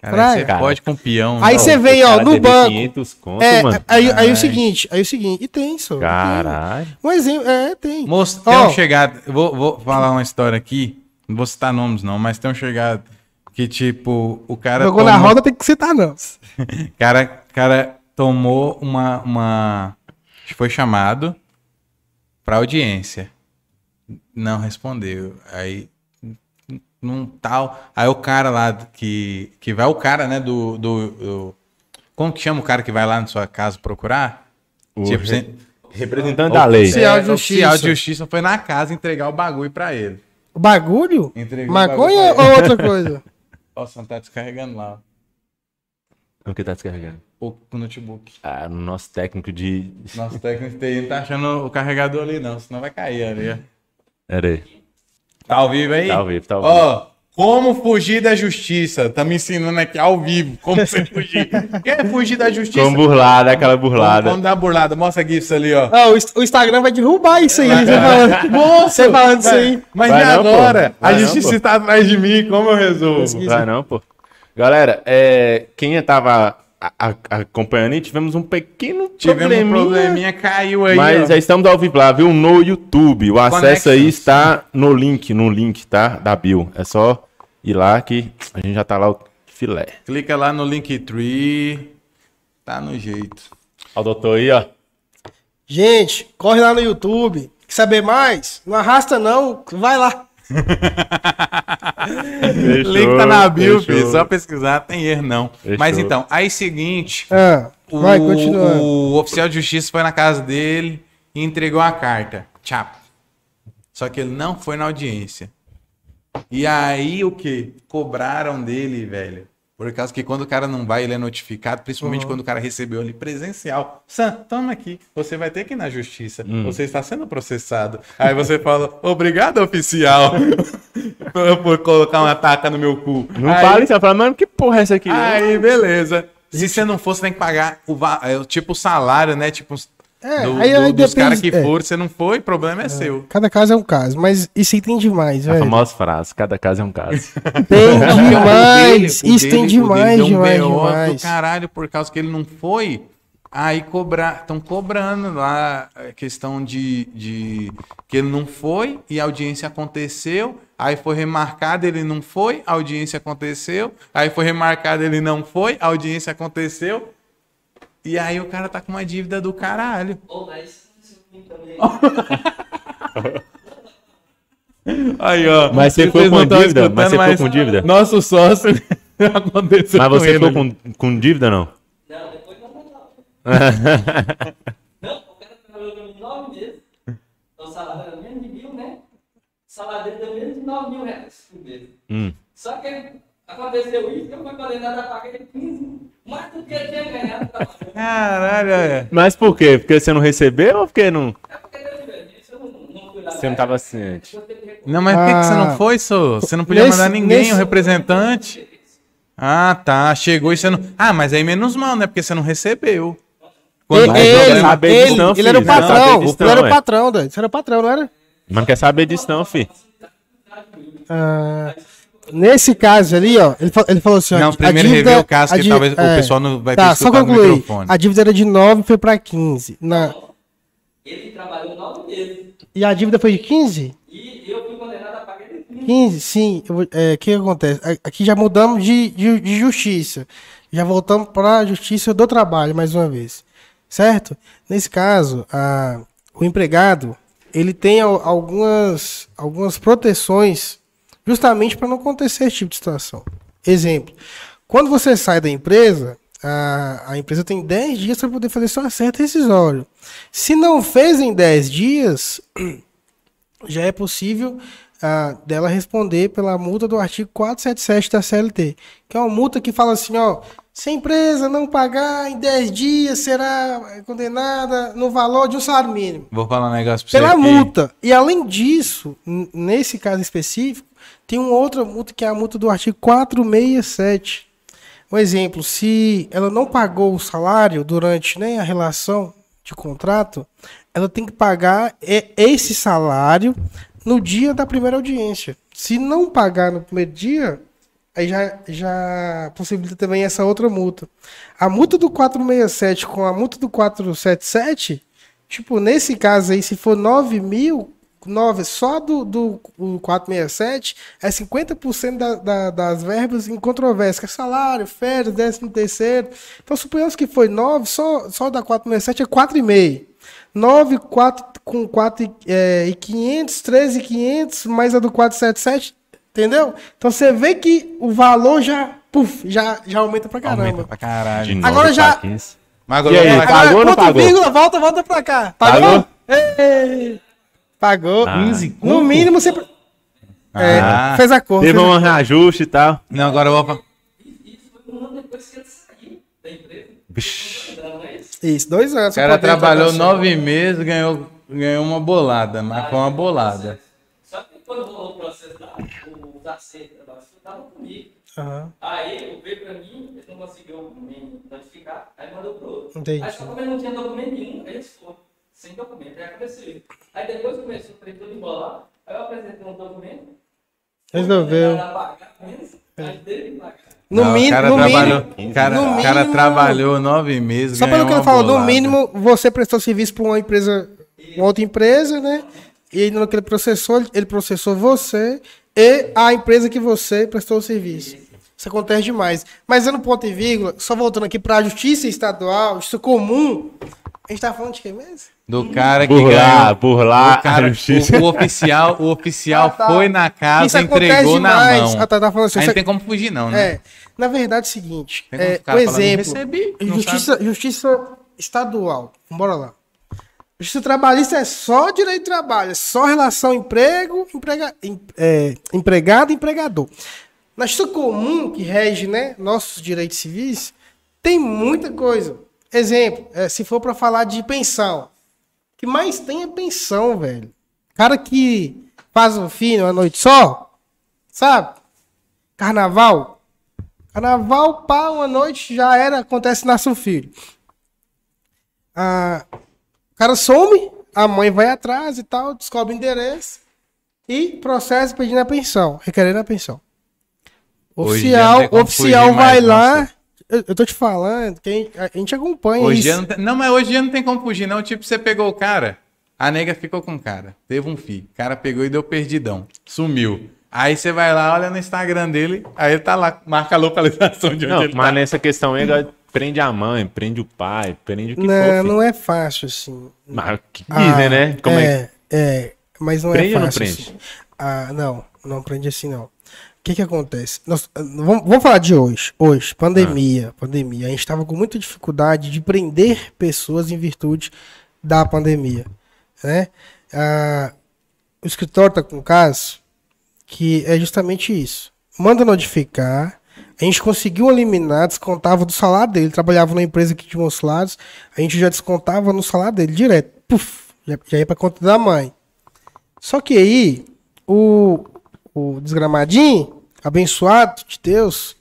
Cara, aí você Cara. pode com peão. Aí né? você vem, O ó, cara no deve banco. 500 conto, É, mano. aí, aí o seguinte, aí o seguinte, e tem isso. Caralho. Um exemplo, é, tem. Moço, tem Ó, um chegado. eu Vou, vou falar uma história aqui. Não vou citar nomes, não, mas tem um chegado que, tipo, o cara. jogou na tomou- roda, tem que citar não. [laughs] cara, cara tomou uma, uma. Foi chamado pra audiência. Não respondeu. Aí. Num tal. Aí o cara lá que. Que vai o cara, né? Do. do, do- como que chama o cara que vai lá na sua casa procurar? O Tipo, re- sem- Representante da lei. Oficial de é, oficial justiça. de justiça foi na casa entregar o bagulho pra ele. O Bagulho? Entregou Maconha o bagulho. ou outra coisa? Nossa, não tá descarregando lá. O que tá descarregando? O o notebook. Ah, no nosso técnico de. Nosso técnico de TI não tá achando o carregador ali, não. Senão vai cair ali. ó. Pera aí. Tá ao vivo aí? Tá ao vivo, tá ao vivo. Ó, como fugir da justiça. Tá me ensinando aqui ao vivo como você fugir. Quer fugir da justiça? Como burlada, um aquela Como- burlada. como dar burlada. Mostra a GIFs ali, ó. [laughs] Ah, o, Inst- o Instagram vai derrubar isso aí. Você [laughs] falando, É. você falando isso aí. Mas Vai e não, pô. agora? a Vai não, justiça pô. tá atrás de mim. Como eu resolvo? Vai não, pô. Galera, é, quem estava acompanhando aí, tivemos um pequeno Tivemos um probleminha, probleminha, caiu aí. mas ó. já estamos ao vivo lá, viu? No YouTube. O acesso aí Connections. está no link, no link, tá? Da Bill. É só ir lá que a gente já tá lá o filé. Clica lá no Linktree. Tá no jeito. Ó o doutor aí, ó. Gente, corre lá no YouTube. Quer saber mais? Não arrasta não, vai lá. O Link tá na bio, fechou. filho. Só pesquisar, tem erro não. Fechou. Mas então, aí seguinte, Ah, o, [laughs] vai, continua. o oficial de justiça foi na casa dele e entregou a carta. Tchau. Só que ele não foi na audiência. E aí o que? Cobraram dele, velho. Por causa que quando o cara não vai, ele é notificado, Uhum. principalmente quando o cara recebeu ali presencial. Sam, toma aqui. Você vai ter que ir na justiça. Você está sendo processado. Aí você fala, obrigado, oficial, [laughs] por- por colocar uma taca no meu cu. Não Aí- fala isso, ela fala, mano, que porra é essa aqui? Aí, beleza. né? Se você não for, você tem que pagar o va- é, o tipo o salário, né? Tipo, os- É, do- aí- do- aí dos caras que depende- é. foram, você não foi, o problema é, seu. Cada caso é um caso, mas isso aí tem demais, A velho. famosa frase, cada caso é um caso. [laughs] [laughs] Tem Mas demais, isso tem um demais, demais, um do demais. caralho, por causa que ele não foi. Aí cobrar, estão cobrando lá a questão de, de que ele não foi e a audiência aconteceu. Aí foi remarcado, ele não foi, a audiência aconteceu. Aí foi remarcado, ele não foi, a audiência aconteceu. E aí o cara tá com uma dívida do caralho. Pô, mas isso não também. Aí, ó. Mas você ficou Vocês não com tão dívida? Mas você escutando, ficou com dívida? Nosso sócio [laughs] aconteceu Mas você com ficou ele. com, com dívida, não? Não, depois não vai lá. Não, o cara trabalhou pra mim nove meses. Então, O salário era menos de mil, né? O salário dele deu menos de nove mil reais por mês. Hum. Só que aconteceu isso, eu fui condenado a pagar ele 15, mais do que eu tinha ganhado. trabalhando. Caralho, é. Mas por quê? Porque você não recebeu ou porque não... É porque deu diferença, eu não, não fui lá. Você não tava ciente? Não, mas por que, que você Ah, não foi, Sô? Você não podia nesse- mandar ninguém, nesse- o representante. Ah, tá. Chegou e você não. Ah, mas aí menos mal, né? Porque você não recebeu. Ele, Quando né, Mas não quer saber ele, disso não, ele era o filho. Não quer saber patrão. disso ele era não, o é. patrão, doido. Você era o patrão, não era? Mas não quer saber disso não, fi. Ah, nesse caso ali, ó, ele, fa- ele falou assim: ó, Não, a primeiro dívida- rever o caso, a que di- talvez o pessoal não vai ter tá, só escutado no concluir. microfone. A dívida era de 9, foi pra 15. Na- Ele trabalhou nove meses e a dívida foi de 15? e eu fui condenado a pagar ele 15. 15, sim. eu vou- é, O que acontece? A- Aqui já mudamos de, de, de justiça. Já voltamos para a justiça do trabalho, mais uma vez. Certo? Nesse caso, a- o empregado ele tem al- algumas, algumas proteções justamente para não acontecer esse tipo de situação. Exemplo: quando você sai da empresa, a, a empresa tem 10 dias para poder fazer seu acerto rescisório. Se não fez em 10 dias, já é possível ah, dela responder pela multa do artigo 477 da CLT, que é uma multa que fala assim, ó, se a empresa não pagar em 10 dias será condenada no valor de um salário mínimo. Vou falar um negócio pra você. Pela aqui. multa. E além disso, n- nesse caso específico, tem uma outra multa que é a multa do artigo 467. Um exemplo, se ela não pagou o salário durante né, a relação de contrato, ela tem que pagar é, esse salário no dia da primeira audiência. Se não pagar no primeiro dia, aí já, já possibilita também essa outra multa. A multa do 467 com a multa do 477 Tipo, nesse caso aí, se for 9 mil, 9 só do, do, o 467, é 50% da, da, das verbas em controvérsia, que é salário, férias, 13 terceiro. Então, suponhamos que foi 9, só, só da 467 é 4,5. 9 4, com 4 é, e 500, 13 e 500, mais a do 477, entendeu? Então, você vê que o valor já, puf, já, já aumenta pra caramba. Aumenta pra caralho. De nove Agora já- pra 15. Mas agora E aí, eu vou falar pagou ou não ponto pagou? vírgula, volta, volta pra cá. Pagou? Pagou? Ei, pagou. Ah. 15 No mínimo você. É, Ah. fez a cor. Teve fez a- um reajuste e tal. Não, agora eu vou falar. Isso foi um ano depois que ele saiu da empresa. Não é isso? Isso, dois O anos. cara pra poder trabalhou entrar na nove meses, ganhou, ganhou uma bolada, mas foi uma bolada. Só que quando rolou o processo lá, os acertos da Basf estavam comigo. sua. Aham. Aí ele veio pra mim, eles não conseguiu me notificar, aí mandou pro outro. Entendi. Aí só como eu não tinha documento nenhum, aí eles foram, sem documento, aí aconteceu isso. Aí depois começou, falei, tudo embolado, aí eu apresentei um documento. Resolveu. É. Era pagar menos, aí dele pagar. No, Não, o mínimo, cara no trabalhou, mínimo. o cara, no o cara mínimo- trabalhou nove meses. Só pelo ganhou que ele uma falou, no bolada. mínimo você prestou serviço para uma empresa, uma outra empresa, né? E aí, no que ele processou, ele- ele processou você e a empresa que você prestou o serviço. Isso acontece demais. Mas eu no ponto e vírgula, só voltando aqui para a justiça estadual, justiça comum, a gente tá falando de quem mesmo? Do cara que Burlar, ganhou. burlar o, cara, a justiça. o, o oficial, o oficial Ah, tá. foi na Isso casa, acontece entregou na demais. mão. Ah, tá, tá falando assim, Aí isso não é- tem como fugir, não, né? É, na verdade é o seguinte, Tem como é, ficar o falando, exemplo, "Recebi", não justiça, justiça estadual, bora lá. Justiça trabalhista é só direito de trabalho, é só relação emprego, emprega, em- é, empregado e empregador. Na justiça comum, que rege né, nossos direitos civis, tem muita coisa. Exemplo, é, se for para falar de pensão, o que mais tem é pensão, velho. Cara que faz um filho uma noite só, sabe? Carnaval. Carnaval, pá, uma noite já era, acontece, nasce um filho. Ah, o cara some, a mãe vai atrás e tal, descobre o endereço e processa pedindo a pensão, requerendo a pensão. Hoje em dia não Oficial, tem como oficial fugir vai mais, lá. não, Eu, eu tô te falando, que a gente- a gente acompanha Hoje é um em é isso. dia não, tem- não, mas hoje em dia não tem como fugir, não. Tipo, você pegou o cara, a nega ficou com o cara, teve um filho. O cara pegou e deu perdidão, sumiu. Aí você vai lá, olha no Instagram dele, aí ele tá lá, marca a localização de onde Não, ele mas tá. nessa questão aí, agora prende a mãe, prende o pai, prende o que for. Não, filho. não é fácil assim. Mas o que Ah, dizem, né? Como é, é, é, mas não Prende é ou não fácil. prende? assim. Ah, não, não prende assim não. O que que acontece? Nós, ah, vamos, vamos falar de hoje. Hoje, pandemia, Ah. pandemia. A gente estava com muita dificuldade de prender pessoas em virtude da pandemia, né? Ah, o escritório está com um caso que é justamente isso. Manda notificar. A gente conseguiu eliminar, descontava do salário dele. Trabalhava numa empresa aqui de Monslados, a gente já descontava no salário dele direto. Puf, já, já ia pra conta da mãe. Só que aí, o, o desgramadinho, abençoado de Deus,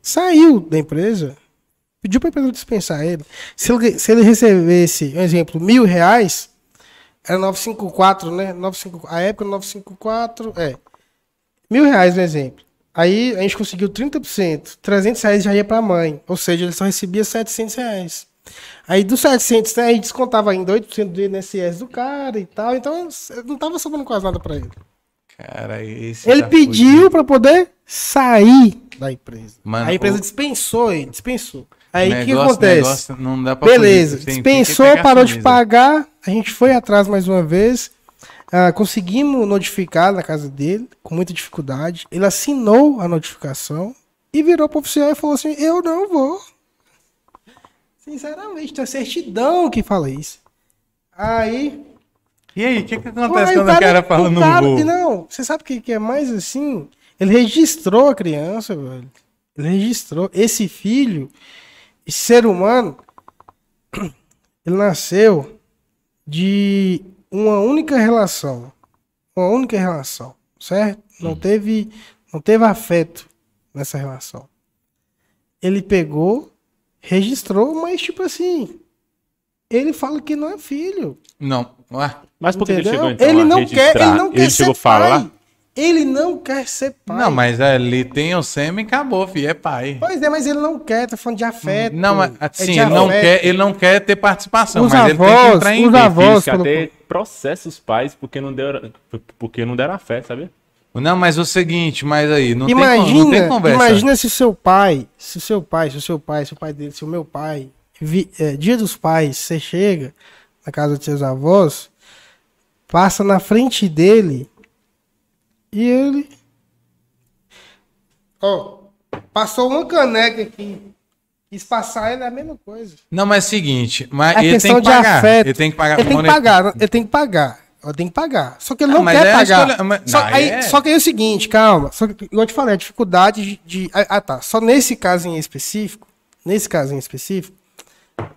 saiu da empresa, pediu pra empresa dispensar ele. Se ele, se ele recebesse, um exemplo, mil reais, era 954, né? 954, a época 954, é. Mil reais, no exemplo. Aí a gente conseguiu 30%. 300 reais já ia pra mãe. Ou seja, ele só recebia 700 reais. Aí dos 700, né, a gente descontava ainda 8% do INSS do cara e tal. Então não tava sobrando quase nada pra ele. Cara, esse Ele tá fudido. pediu pra poder sair da empresa. Mano, a empresa o- dispensou ele, dispensou. Aí o que Negócio- acontece? negócio não dá pra Beleza, fugir, tem- tem que dispensou, pegar parou essa de mesa. pagar, a gente foi atrás mais uma vez, ah, conseguimos notificar na casa dele, com muita dificuldade, ele assinou a notificação e virou pro oficial e falou assim, eu não vou. Sinceramente, tem certidão que fala isso. Aí, E aí, o que, que Pô, aí acontece o quando o cara fala o não tá cara é vou? que não, você sabe o que, que é mais assim? Ele registrou a criança, velho. Ele registrou. Esse filho, esse ser humano, [clears throat] ele nasceu de uma única relação. Uma única relação, certo? Hum. Não teve, não teve afeto nessa relação. Ele pegou, registrou, mas tipo assim, ele fala que não é filho. Não. é? Ué, Mas por que ele Entendeu? chegou então ele a não registrar? quer, ele não quer ser chegou a pai. falar? Ele não quer ser pai. não, mas ali tem o sêmen e acabou, filho. É pai. Pois é, mas ele não quer, tá falando de afeto. Não, mas É assim, de ele, não afeto. quer, ele não quer ter participação, Os mas ele tem que avós, entrar em. os Tem avós. filhos que colocou- até processa os pais porque não deram, porque não deram a fé, sabe? Não, mas o seguinte, mas aí, não, tem, con- não imagina, tem conversa. imagina se seu pai, se seu pai, se o seu pai, se o pai dele, se o meu pai, vi- é, dia dos pais, você chega na casa dos seus avós, passa na frente dele e ele, ó, passou uma caneca aqui, quis passar ele é a mesma coisa. Não, mas é o seguinte, mas É ele tem questão que de pagar. afeto. Ele tem que pagar. Ele tem que Mone- pagar, ele tem que pagar. Ele tem que pagar. Só que ele Ah, não, mas quer é a pagar. escolha- mas- só, não, aí aí, é- só que aí é o seguinte, calma. Só que, igual eu te falei, a dificuldade de. de- ah, ah, tá. Só nesse caso em específico. Nesse caso em específico.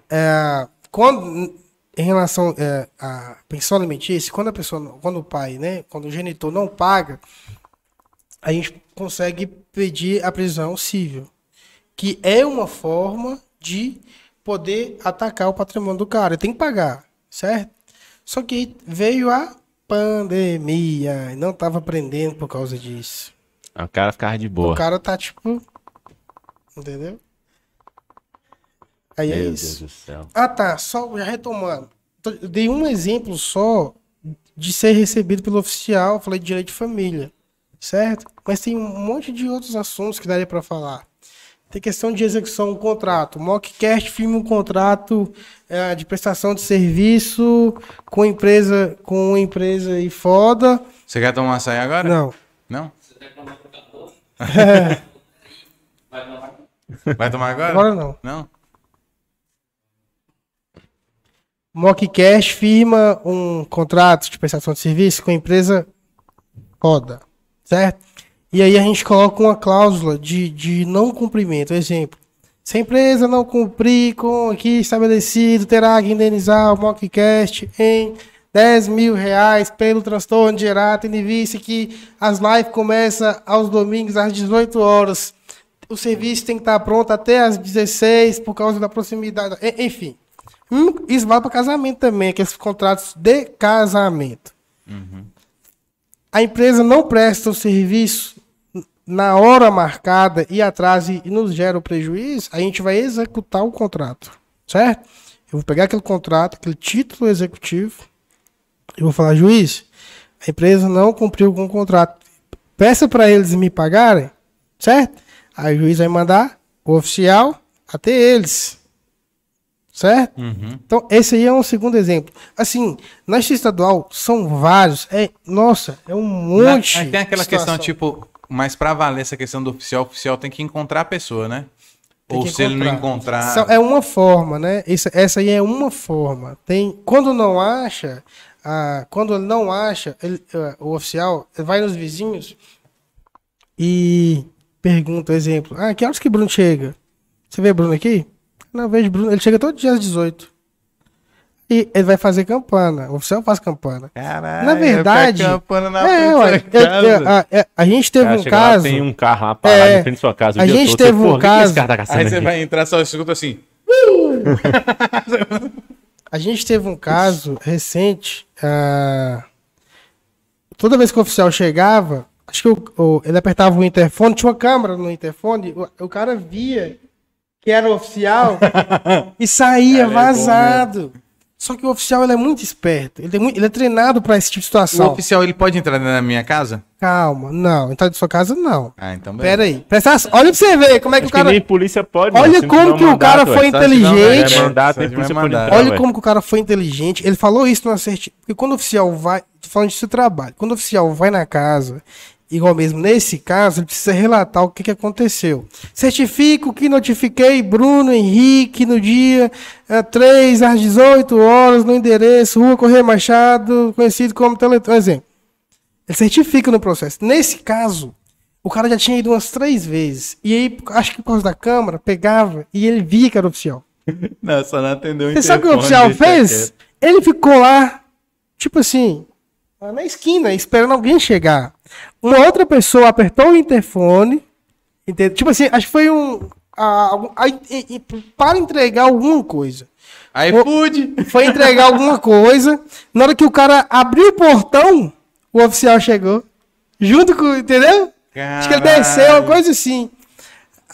é, quando. Em relação é, à pensão alimentícia, quando a pessoa. não- Quando o pai, né? Quando o genitor não paga, a gente consegue pedir a prisão civil que é uma forma de poder atacar o patrimônio do cara. Ele tem que pagar, certo? Só que veio a pandemia e não tava aprendendo por causa disso. Ah, O cara ficava de O boa. cara tá tipo. Entendeu? Aí Meu é Deus isso. do céu. Ah, tá. Só já retomando. Tô- Eu dei um exemplo só de ser recebido pelo oficial. Falei de direito de família, certo? Mas tem um monte de outros assuntos que daria para falar. Tem questão de execução do contrato. Mockcast firma um contrato eh, de prestação de serviço com empresa com uma empresa aí foda. Você quer tomar açaí agora? Não. Não? Você tá reclamando do calor? Vai tomar Vai tomar agora? Agora não. Não? Mockcast firma um contrato de prestação de serviço com a empresa foda, certo? E aí a gente coloca uma cláusula de, de não cumprimento. Exemplo, se a empresa não cumprir com o aqui estabelecido, terá que indenizar o Mockcast em 10 mil reais pelo transtorno gerado, tendo em vista que as lives começam aos domingos às 18 horas. O serviço tem que estar pronto até às 16 por causa da proximidade. E- Enfim. Hum, Isso vale para casamento também, aqueles contratos de casamento. A empresa não presta o serviço na hora marcada e atrasa e nos gera o prejuízo, a gente vai executar o contrato, certo? Eu vou pegar aquele contrato, aquele título executivo, eu vou falar, juiz, a empresa não cumpriu com o contrato. Peça para eles me pagarem, certo? Aí o juiz vai mandar o oficial até eles, certo? Uhum. Então, esse aí é um segundo exemplo. Assim, na justiça estadual, são vários. É, nossa, é um monte. Aí tem aquela de situação. questão, tipo, mas pra valer essa questão do oficial, o oficial tem que encontrar a pessoa, né? Tem Ou que se ele não encontrar. encontrar. São- É uma forma, né? Isso- essa aí é uma forma. Tem, quando não acha, ah, quando ele não acha, ele, ah, o oficial vai nos vizinhos e pergunta, exemplo, ah, que horas que Bruno chega? Você vê Bruno aqui? Não, vejo Bruno. Ele chega todo dia às 18. E ele vai fazer campana. O oficial faz campana. Caralho, Na verdade, vai ficar acampando na é, frente ué, da eu- casa. eu- a, é, a gente teve Cara, um chega lá, caso. tem um carro lá parado É. em frente à sua casa. o A dia gente todo, teve um "Porra, o que que caso- Esse cara tá caçando Aí você aqui?" vai entrar só escuta assim. A gente teve um caso recente. ah, toda vez que o oficial chegava, acho que o- o- ele apertava o interfone, tinha uma câmera no interfone, o, o cara via que era o [laughs] oficial e saía Cara, é bom vazado. Só que o oficial ele é muito esperto, ele, tem muito- ele é treinado para esse tipo de O situação. oficial, ele pode entrar na minha casa? Calma, não, entrar de sua casa não. Ah, então Pera aí, presta atenção, olha pra você ver como é que Acho o cara. que nem polícia pode. Olha mano, se não como tiver um que o cara mandato, foi velho. Só se tiver um mandato, inteligente. É mandato, só se tem tiver polícia mandato. policial. Olha ué. como que o cara foi inteligente. Ele falou isso na certidão. Porque quando o oficial vai. Tô falando disso do trabalho. Quando o oficial vai na casa Igual mesmo, nesse caso, ele precisa relatar o que, que aconteceu. Certifico que notifiquei Bruno Henrique no dia eh, 3 às 18 horas, no endereço Rua Correia Machado, conhecido como Teleton. Exemplo. Ele certifica no processo. Nesse caso, o cara já tinha ido umas três vezes. E aí, acho que por causa da câmera, pegava e ele via que era oficial. Não, só não atendeu Você sabe o que o oficial é fez? Ele ficou lá, tipo assim, lá na esquina, esperando alguém chegar. Uma outra pessoa apertou o interfone, entende? tipo assim, acho que foi um. a- algum- a- e- e- para entregar alguma coisa. Aí O- pude. Foi entregar alguma coisa. Na hora que o cara abriu o portão, o oficial chegou. Junto com. Entendeu? Acho que ele Caralho. desceu, uma coisa assim.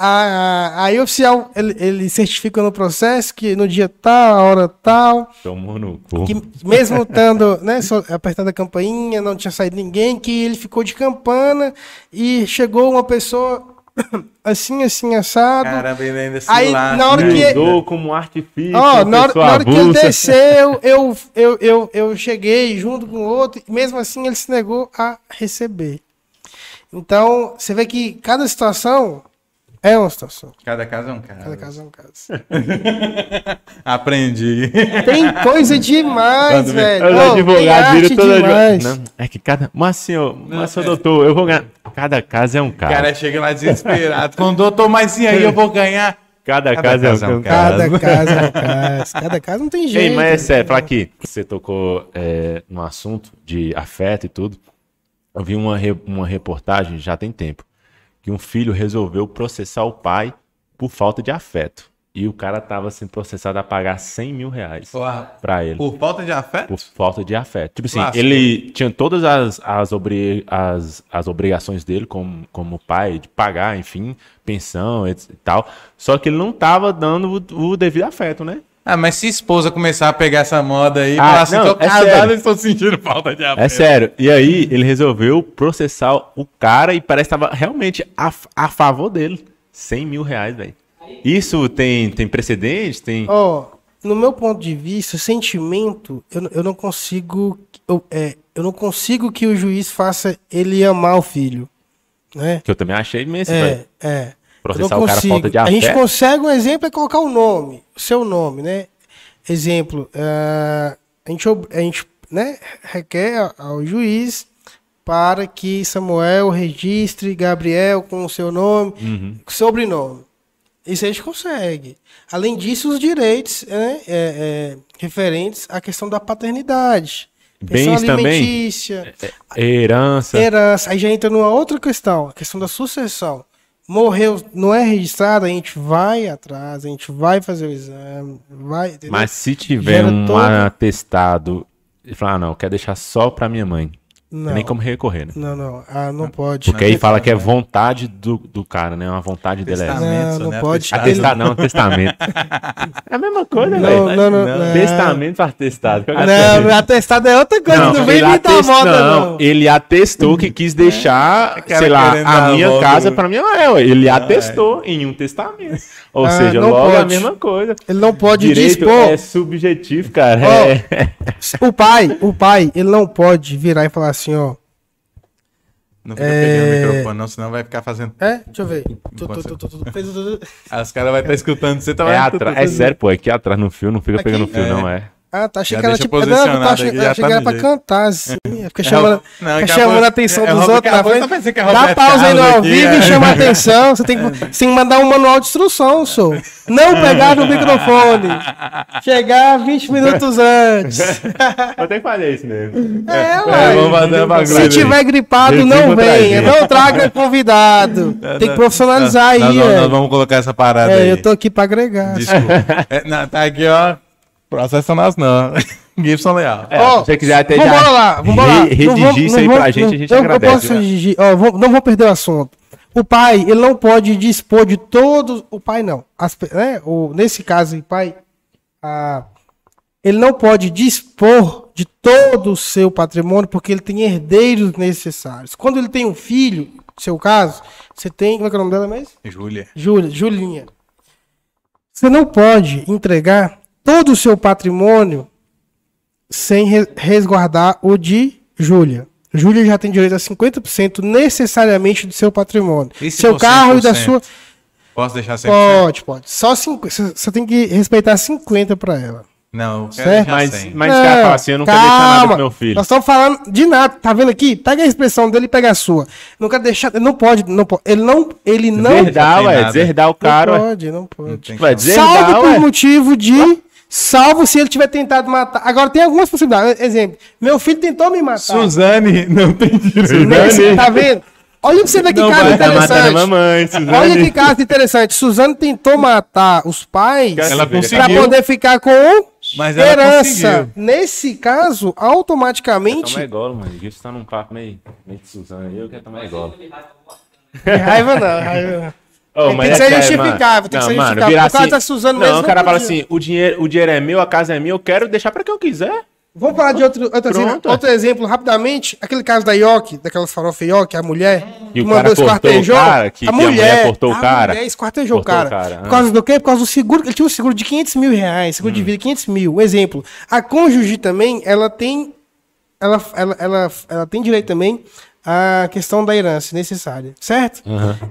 A- a- Aí o oficial ele, ele certifica no processo que no dia tal, a hora tal, Tomou no cu. que mesmo estando, né, só apertando a campainha, não tinha saído ninguém, que ele ficou de campana e chegou uma pessoa [coughs] assim, assim, assado. Caramba, ele ainda se Aí, lasca, na hora né? que- Usou como um artifício, Ó, na hora, pessoa na hora que ele avulsa. desceu, eu, eu, eu, eu cheguei junto com o outro, e mesmo assim ele se negou a receber. Então, você vê que cada situação é uma situação. Cada caso é um Cada caso. caso é um caso. Aprendi. Tem coisa demais, Quando vem- velho. Os Ô, tem advogados arte viram toda demais. Não, É que cada. Mas senhor, mas senhor doutor, eu vou ganhar. Cada caso é um O caso. cara chega lá desesperado. Quando eu tô mais e aí eu vou ganhar. cada, cada caso, caso é um caso. Cada caso é um caso. Cada caso não tem Ei, jeito. mas é sério, fala aqui. Você tocou é, no assunto de afeto e tudo. Eu vi uma, re- uma reportagem, já tem tempo, que um filho resolveu processar o pai por falta de afeto. E o cara tava sendo processado a pagar 100 mil reais Porra, pra ele. Por falta de afeto? Por falta de afeto. Tipo assim, Lasca. ele tinha todas as, as, obri- as, as obrigações dele como, como pai, de pagar, enfim, pensão etc, e tal. Só que ele não tava dando o, o devido afeto, né? Ah, mas se esposa começar a pegar essa moda aí, Ah, falar assim, não, tô é casado sério. e estou sentindo falta de afeto. É sério. E aí ele resolveu processar o cara e parece que tava realmente a, a favor dele. 100 mil reais, velho. Isso tem, tem precedente? Tem. Ó, no meu ponto de vista, sentimento, eu, eu não consigo. Eu, é, eu não consigo que o juiz faça ele amar o filho. Né? Que eu também achei assim, mesmo. É, é. Processar Eu não o cara por falta de A gente afeto? consegue um exemplo é colocar o nome, o seu nome, né? Exemplo, ah, a gente, ob- a gente né, requer a- ao juiz para que Samuel registre Gabriel com o seu nome, Uhum. sobrenome. Isso a gente consegue. Além disso, os direitos né, é, é, referentes à questão da paternidade. Pensão Bens também? É. alimentícia. Herança. Herança. né? Aí já entra numa outra questão, a questão da sucessão. Morreu, não é registrado, a gente vai atrás, a gente vai fazer o exame, vai. entendeu? Mas se tiver Gera um todo- atestado e falar, ah, não, eu quero deixar só pra minha mãe. Não não, tem nem como recorrer, né? não, não, ah, não pode. Porque aí fala que é vontade do, do cara, né? Uma vontade dele. É. Testamento, Não, não pode. Atestado. Atestado não, [laughs] testamento. É a mesma coisa, Não, velho. não, não, não. Testamento pra atestado. Qual que é a Não, atestado é outra coisa, não, vem ele imitar a atest- moda, não. É. ele atestou que quis deixar, cara sei lá, querendo dar a a minha volta casa no- pra minha mãe. ué. Ele atestou em um testamento. Ou é. Ah, seja, não logo é a pode. mesma coisa. Ele não pode Direito dispor. é subjetivo, cara. Ó, Então É. O pai, o pai, ele não pode virar e falar assim, ó. Não fica pegando o microfone, não, senão vai ficar fazendo. É? Deixa eu ver. Tu, Enquanto tu, tu, tu, tu, tu, tu, tu. Ah, os caras vão estar escutando você, tá É, vai- atra- é sério, pô, aqui atrás no fio, não fica Aqui? pegando fio, [laughs] não, é. Ah, tá. Achei Já que era deixa tipo. Não, eu posicionado tô achando, aqui, eu já achei tá que era no pra jeito. cantar, assim. Fica chamando, Não, fica acabou- chamando a atenção é, dos Roberto outros na Carlos, tá frente. pensando que é Dá Roberto pausa aí no Carlos ao aqui, vivo é. e chama a atenção. Você tem [laughs] que, você tem que mandar um manual de instrução, sou. Não pegar no microfone. Chegar 20 minutos antes. Vou ter que fazer isso mesmo. É, É, vamos ué. fazer uma bagulho. Se tiver gripado, Desliga não o traje. venha. Não traga [laughs] convidado. Tem que profissionalizar aí, Nós, vamos- ué. nós vamos colocar essa parada aí. É, eu tô aqui pra agregar. Desculpa. É, não, tá aqui, ó. Processo nós não. [laughs] Gibson Leal. É, Ó, se você quiser até vambora já lá, vambora lá. re- Não redigir isso não aí pra não- gente, a gente eu, agradece, Eu posso né? redigir, ó, vou- não vou perder o assunto. O pai, ele não pode dispor de todos. O pai não. As pe- né, o- nesse caso, o pai. ah, ele não pode dispor de todo o seu patrimônio porque ele tem herdeiros necessários. Quando ele tem um filho, seu caso, você tem. Como é que é o nome dela mesmo? Júlia. Júlia, Julinha. Você não pode entregar todo o seu patrimônio sem re- resguardar o de Júlia. Júlia já tem direito a 50% necessariamente do seu patrimônio. E se seu for carro e da 100%? sua. Posso deixar sempre? Pode, pode. Só 50. Você tem que respeitar 50 para ela. Não, eu quero Certo. deixar Mas, 100. mas cara, fala assim, eu não quero deixar nada pro calma. meu filho. Nós estamos falando de nada, tá vendo aqui? Pega a expressão dele e pega a sua. Não quero deixar, não pode, não pode. Ele não, ele não, não Deserdar, Não tem ué. nada. Deserdar o cara, ué. pode, não Não pode. tem Vai como. dizer Salvo Deserdar, por ué. motivo de salvo se ele tiver tentado matar. Agora tem algumas possibilidades. Ah, Exemplo, meu filho tentou me matar. Suzane [laughs] não tem direito. Nesse, tá vendo? Olha pra você ver que Não cara vai Tá matando a interessante. mamãe, Olha que Suzane. caso interessante. Suzano tentou matar os pais Ela pra conseguiu. poder ficar com Mas ela herança. conseguiu. Nesse caso, Tomar automaticamente. igual, é mano. Isso tá num papo meio, meio de Suzane. Eu quero tomar é igual. Raiva não, raiva não. Ô, Tem mas que ser é sério, justificável, tem que mano. ser Não, mano, justificável. virar O cara tá se usando não, mesmo, o cara não fala podia. assim, o dinheiro, o dinheiro é meu, a casa é minha, eu quero deixar pra quem eu quiser. Vamos falar de outro, outro, exemplo, Pronto, é. outro exemplo rapidamente. Aquele caso da York, daquela farofa York, a mulher E o cara cortou o cara, que- que a mulher cortou o cara. mulher esquartejou o Cortou cara. o cara, ah. Por causa do quê? Por causa do seguro. Ele tinha um seguro de 500 mil reais, seguro Hum. de vida 500 mil. Um exemplo. A cônjuge também, ela tem, ela, ela, ela, ela tem direito também à questão da herança necessária, certo?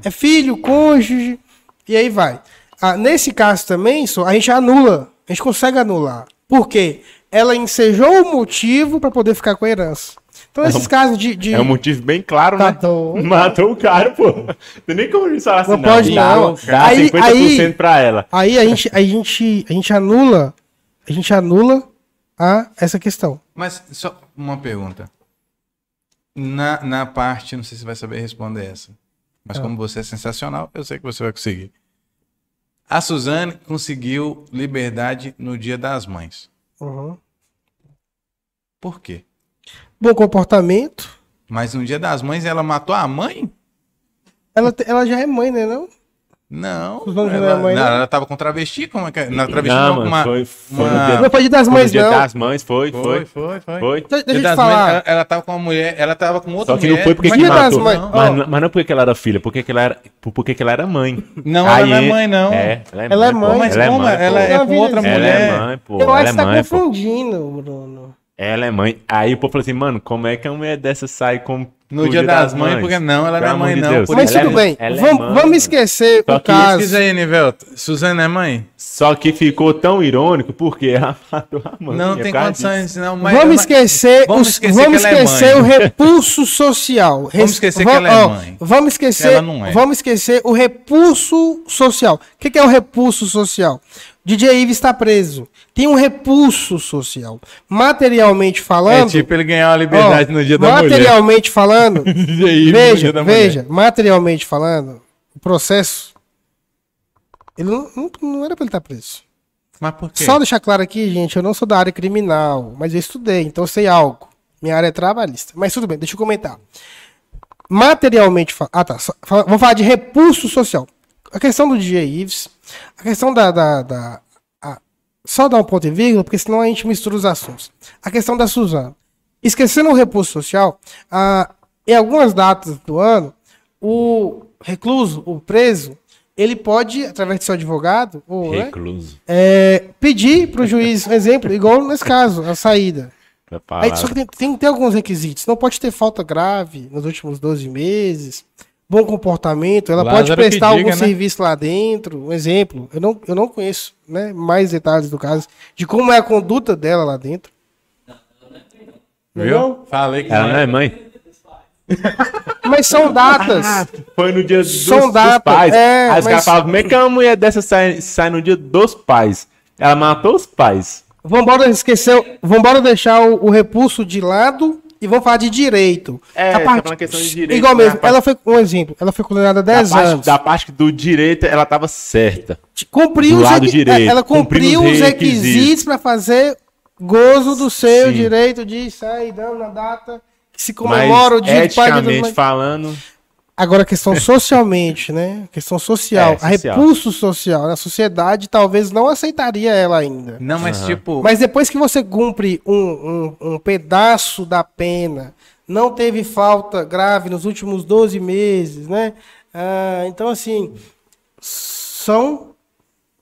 É filho, cônjuge, e aí vai. Ah, nesse caso também, só, a gente anula. A gente consegue anular. Por quê? Ela ensejou o motivo para poder ficar com a herança. Então, nesses casos de. de- É um motivo bem claro, Tá né? doido. Matou o cara, pô. Não tem nem como eles falar assim, Não pode dá- não. Dá Aí- 50% aí- pra ela. Aí a gente, a, gente, a gente anula. A gente anula a, essa questão. Mas só uma pergunta. Na, na parte, não sei se você vai saber responder essa. Mas Ah. como você é sensacional, eu sei que você vai conseguir. A Suzane conseguiu liberdade no Dia das Mães. Uhum. Por quê? Bom comportamento. Mas no Dia das Mães ela matou a mãe? Ela, te- ela já é mãe, né? Não? Não. Suzane não é Ela, mãe, não, não? ela tava com travesti? Como é que é? Na travesti Não, não, mano, com uma- foi, foi uma- no dia, Não foi de das foi no mães, dia não. Então, das mães, foi, foi, foi, foi. foi. Deixa, Dia deixa eu te das Mães, falar. ela, ela tava com uma mulher, ela tava com outra Só que não mulher, foi porque mas que Dia das matou. Mães, Mas, ó. não- mas não porque que ela era filha, porque que ela era, por- porque que ela era mãe. Não, ela não é Aí- mãe, não. É, ela é mãe. Ela é pô, mãe. Mas ela é como? mãe, ela pô. é com outra Ela é mulher. Ela é mãe, pô. eu acho Ela que é você tá mãe, pô. confundindo, Bruno. Ela é mãe. Aí o povo falou assim, mano, como é que a mulher dessa sai com. No com o Dia das Mães? Porque não, ela não é Pelo amor mãe, de não, Deus. por Mas isso- Ela tudo é- bem. ela é Vamos, mãe, vamos mano. esquecer Só o que caso. Pesquisa aí, Nivelto. Suzane é mãe? Só que ficou tão irônico porque ela [laughs] matou a mãe. Não é tem por causa disso. condições, não. Mas, vamos mas- esquecer, é vamos os- esquecer vamos que ela é esquecer mãe. o repulso social. Res- esquecer va- que ela é ó, mãe. Vamos esquecer, Ela não é. vamos esquecer o repulso social. O que, que é o repulso social? DJ Ives está preso. Tem um repulso social. Materialmente É falando, tipo ele ganhar a ó, liberdade no dia da mulher. [laughs] materialmente falando, Ele no veja, dia da mulher. veja, materialmente falando, o processo ele não, não, não era para ele estar preso. Mas por quê? Só deixar claro aqui, gente, eu não sou da área criminal, mas eu estudei, então eu sei algo. Minha área é trabalhista. Mas tudo bem, deixa eu comentar. Materialmente, fa- ah tá, só- fa- vou falar de repulso social. A questão do DJ Ives, a questão da. da, da- a- só dar um ponto e vírgula, porque senão a gente mistura os assuntos. A questão da Suzana. Esquecendo o repulso social, ah, em algumas datas do ano, o recluso, o preso, ele pode, através de seu advogado, ou, né, Recluso. é, pedir para o juiz, [laughs] um exemplo, igual nesse caso, a saída. Pra Aí, palavra. só que tem, tem que ter alguns requisitos. Não pode ter falta grave nos últimos 12 meses, bom comportamento, ela Lázaro pode prestar que algum diga, né? serviço lá dentro, um exemplo. Eu não, eu não conheço né, mais detalhes do caso, de como é a conduta dela lá dentro. Viu? Falei que Ela não é mãe? Mas são datas. Ah. Ah, Foi no dia dos, São dos data, pais. é, Aí os mas- caras falavam, como é que uma mulher dessa sai, sai no dia dos pais? Ela matou os pais. Vambora esquecer, vambora deixar o, o repulso de lado e vamos falar de direito. É, A tá parte- falando questão de direito, Igual né? mesmo, A parte- ela foi, um exemplo, ela foi condenada a 10 da, parte, anos. da parte do direito, ela tava certa. cumpriu os Do lado requi- direito, é, ela cumpriu cumpriu os os requisitos requisitos. para fazer gozo do seu Sim. direito de sair dando na data que se comemora o Mas, dia do pai e eticamente da mãe. falando, Agora, a [laughs] questão socialmente, né? Questão social, É, a social. repulso social. A sociedade talvez não aceitaria ela ainda. Não, mas tipo... Mas depois que você cumpre um, um, um pedaço da pena, não teve falta grave nos últimos 12 meses, né? Ah, então, assim, são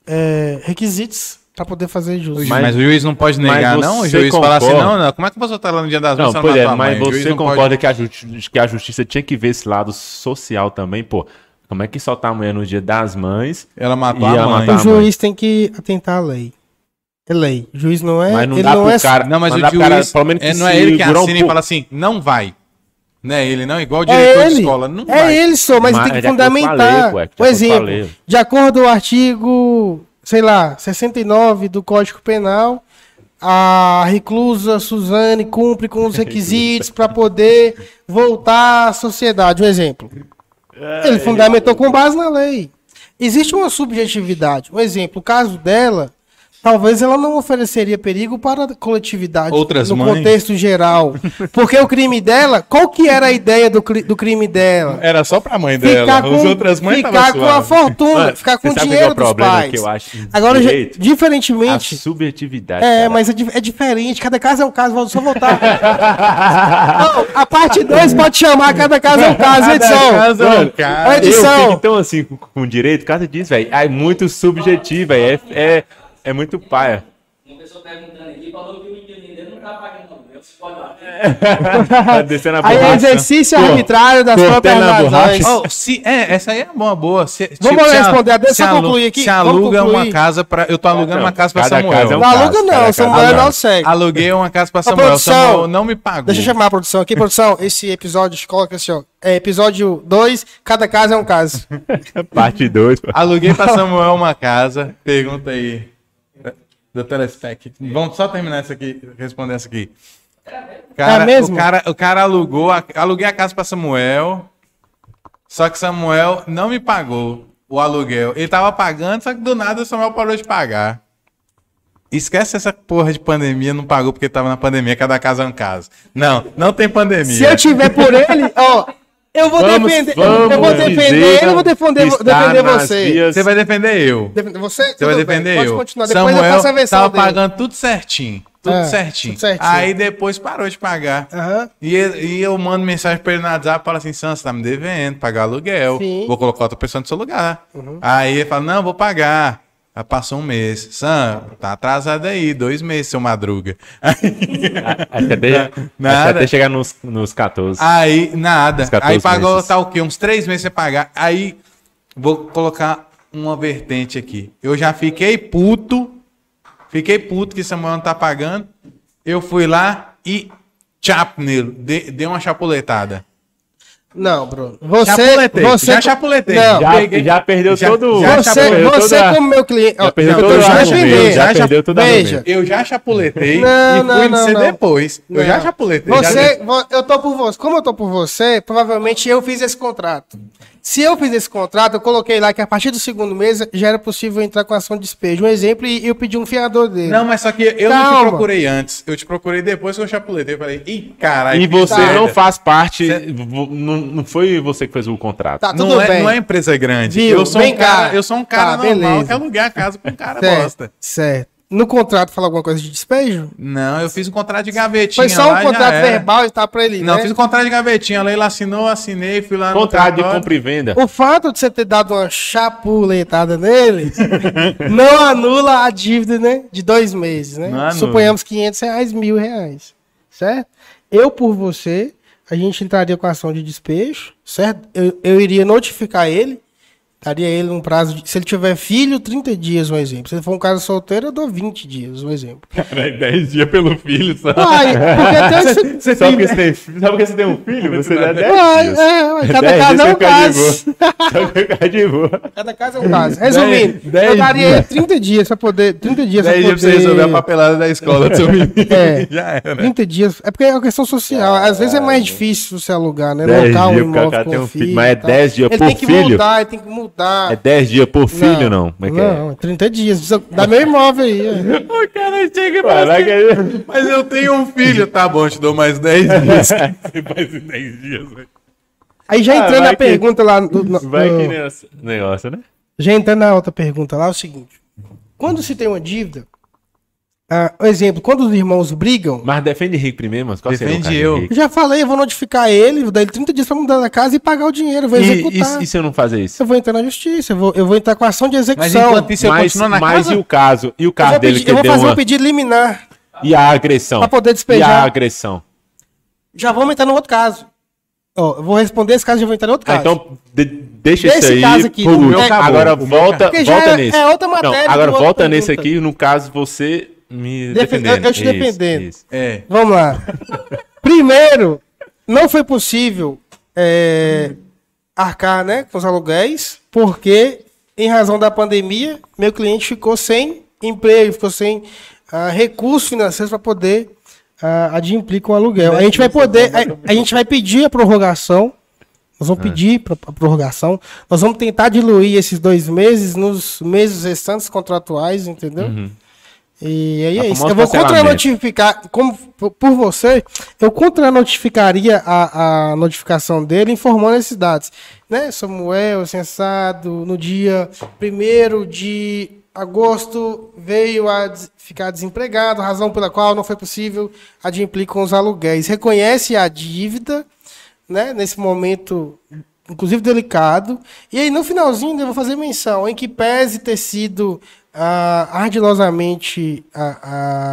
é, requisitos Pra poder fazer justo. Mas, Mas- o juiz não pode mas negar, não? O você juiz fala assim, concorda? não, não, como é que você tá lá no dia das Não, mães? pois na é, tua mas mãe? O juiz você não concorda pode- que, a justi- que a justiça tinha que ver esse lado social também, pô. Como é que só tá amanhã no dia das mães? Ela matou E a ela mãe. matar- o tá, juiz tem que atentar à lei. É lei. Juiz não é. Mas não ele dá não pro é. cara. Não, mas dá o pro juiz, cara, pelo menos é, que não é ele que segurar um assina e pouco. fala assim, não vai. Não é ele, não. Igual o diretor É de ele. escola, não é vai. ele só, mas, tem Mas de que acordo com a fundamentar. lei, ué, de Por acordo com a exemplo, lei. de acordo ao artigo, sei lá, 69 do Código Penal, a reclusa Suzane cumpre [laughs] com os requisitos para poder voltar à sociedade. Um exemplo. É, Ele fundamentou com base na lei. Existe uma subjetividade. Um exemplo, o caso dela, talvez ela não ofereceria perigo para a coletividade Outras no mães. contexto geral. Porque o crime dela, qual que era a ideia do, cri- do crime dela? Era só pra mãe Ficar dela. As com, outras mães ficar tava com a suave. fortuna, Mano, ficar com o você sabe dinheiro qual é o dos problema pais. que eu acho em Agora, já- direito? assim, A diferentemente, subjetividade. é, cara. mas é, di- é diferente. Cada caso é um caso. Vamos só voltar. Não, a parte 2 pode chamar cada caso é um caso, edição. caso é um Mano, caso. Edição. Eu fico tão assim com, com direito, cada diz, velho. É muito subjetivo, velho. É, é, é muito paia. Uma pessoa perguntando aqui, falou que o inquilino não tá pagando aluguel, se pode bater. [laughs] Tá descendo a Aí é borracha. exercício Pô, arbitrário das cortando próprias a razões. borracha. Oh, se, é, essa aí é uma boa. Se, tipo, Vamos se a- responder, deixa se eu alu- concluir aqui, Se vamos aluga concluir. Tá uma casa pra. Eu tô alugando Não, uma casa pra cada Samuel. casa é um Não aluga não, Cara, Samuel cara, não segue. Aluguei uma casa pra Ô, Samuel. Tá, produção, Samuel não me pagou. Deixa eu chamar a produção aqui, produção. Esse episódio, coloca assim, ó. É episódio 2, cada caso é um caso. Parte 2. Aluguei pra Samuel uma casa. Pergunta aí. Do Telespec. Vamos só terminar isso aqui, responder essa aqui. Cara, É mesmo? O cara, o cara alugou, a, aluguei a casa pra Samuel. Só que Samuel não me pagou o aluguel. Ele tava pagando, só que do nada o Samuel parou de pagar. Esquece essa porra de pandemia, não pagou porque tava na pandemia, cada casa é um caso. Não, não tem pandemia. Se eu tiver por ele, ó, eu vou Vamos- defender, vamos eu vou defender dizer ele, eu vou defender, que está defender nas você. vias- Você vai defender eu. Defender você? Você vai Tudo bem, defender eu. Pode continuar, depois Samuel eu faço a tá versão tava dele. pagando tudo certinho. Tudo, É, certinho. tudo certinho. Aí depois parou de pagar. Aham. E, ele- e eu mando mensagem pra ele no WhatsApp, falo assim, Sam, você tá me devendo, pagar aluguel. Sim. Uhum. Vou colocar outra pessoa no seu lugar. Aí ele fala, não, vou pagar. Aí passou um mês. Sam, tá atrasado aí, dois meses, seu madruga. [laughs] Acho que até, acho que Nada. até chegar nos, nos 14. Aí, nada. Uns 14 Aí pagou meses. tá o quê? Uns três meses sem pagar. Aí, vou colocar uma vertente aqui. Eu já fiquei puto. Fiquei puto que Samuel não tá pagando. Eu fui lá e chap nele. De, dei uma chapuletada. Não, Bruno. Você, Chapuletei, você já chapuletei. Não. já, peguei- já perdeu já- todo já já Você, perdeu você toda- como meu cliente. ó, Já perdeu eu tô todo o já argumento, defendendo. já perdeu todo o Veja, argumento. Eu já chapuletei Não, e fui não, não, ser não. depois. Não. Eu já chapuletei. já Você, vo- eu tô por você. Como eu tô por você, provavelmente eu fiz esse contrato. Se eu fiz esse contrato, eu coloquei lá que a partir do segundo mês já era possível entrar com ação de despejo. Um exemplo, e eu pedi um fiador dele. Não, mas só que eu não te Calma. procurei antes. Eu te procurei depois que eu chapuletei. Eu falei, ih, caralho. E que você merda." não faz parte. Cê- vo- Não, não foi você que fez o contrato. Tá, tudo não, é, bem. não é empresa grande. Viu? Eu sou, Vem um cara, cá. eu sou um cara Tá, normal beleza. que aluguei a casa [laughs] pra um cara bosta. certo, certo. No contrato fala alguma coisa de despejo? Não, eu fiz um contrato de gavetinha. Foi só lá, um já contrato era. verbal e tá pra ele. Não, né? eu fiz um contrato de gavetinha. A Leila assinou, eu assinei, fui lá Contrato de cartório. compra e venda. O fato de você ter dado uma chapuletada nele não anula a dívida, né? De dois meses, né? Não anula. Suponhamos 500 reais, mil reais, certo? Eu por você, a gente entraria com ação de despejo, certo? Eu, eu iria notificar ele, daria ele um prazo de... Se ele tiver filho, 30 dias, um exemplo. Se ele for um cara solteiro, eu dou 20 dias, um exemplo. [laughs] Cara, 10 dias pelo filho, só. Uai, [laughs] porque tem... Só porque você tem, só porque você tem um filho, você dá 10 Uai, dias. é, uai, cada 10 caso é um dias caso. você fica [laughs] de boa. Só fica de boa. Cada caso é um caso. Resumindo, dez eu daria 30 dias pra poder. 30 dias pra Daí poder. pra você resolver a papelada da escola do [laughs] seu menino. É. [laughs] Né? Já era. 30 dias. É porque é uma questão social. Às vezes é mais difícil você alugar, né? 10 Locar um Ah, dias, o imóvel cara tem com um um filho, filho. mas é e tal. 10 dias Ele por tem que filho? mudar, ele tem que mudar. É 10 dias por filho ou não? Como é que é? Não, é 30 dias. Precisa dar meu imóvel aí. ó. O cara chega e fala assim, Caraca, ele- mas eu tenho um filho. Tá bom, te dou mais É. 10 dias. [laughs] você faz em 10 dias, velho. Aí já Ah, entrando vai na que- pergunta lá. do- no- Vai no- que nesse negócio, né? Já entrando na outra pergunta lá, é o seguinte. Quando se tem uma dívida, Ah, exemplo, quando os irmãos brigam, Mas defende Henrique primeiro, mano. Qual seria o Defende caso de eu. Henrique? eu já falei, eu vou notificar ele, vou dar ele 30 dias pra mudar da casa e pagar o dinheiro, eu vou E, executar. e- e se eu não fazer isso? Eu vou entrar na justiça, eu vou, eu vou entrar com ação de Mas execução. enquanto isso, eu mas continuo na mas casa? e o caso? E o eu caso vou, dele pedir- que eu vou deu fazer uma... um pedido liminar E a agressão? pra poder E a despejar. agressão? Já vamos entrar no outro caso. Ó, eu vou responder esse caso e já vou entrar no outro Ah, caso. então de- deixa Esse isso aí. caso aqui, pro o meu último. acabou, agora o meu volta, Porque já volta é- nesse. é outra matéria do agora outro volta pergunta. nesse aqui, no caso você me Defe- defendendo. eu- eu te defendendo. É. Vamos lá. Primeiro, não foi possível é, arcar né, com os aluguéis, porque, em razão da pandemia, meu cliente ficou sem emprego, ficou sem ah, recursos financeiros para poder ah, adimplir com o aluguel. A gente vai poder, a, a gente vai pedir a prorrogação. Nós vamos pedir pro- a prorrogação. Nós vamos tentar diluir esses dois meses nos meses restantes contratuais, entendeu? E aí A é isso. famosa Eu vou cancelamento. contra-notificar, como por- por você, eu contra-notificaria a, a notificação dele informando esses dados. Né? Samuel, sensado, no dia 1 de agosto veio a des- ficar desempregado, razão pela qual não foi possível adimplir com os aluguéis. Reconhece a dívida, né, nesse momento, inclusive delicado. E aí, no finalzinho, ainda eu vou fazer menção, em que pese ter sido ah, ardilosamente ah,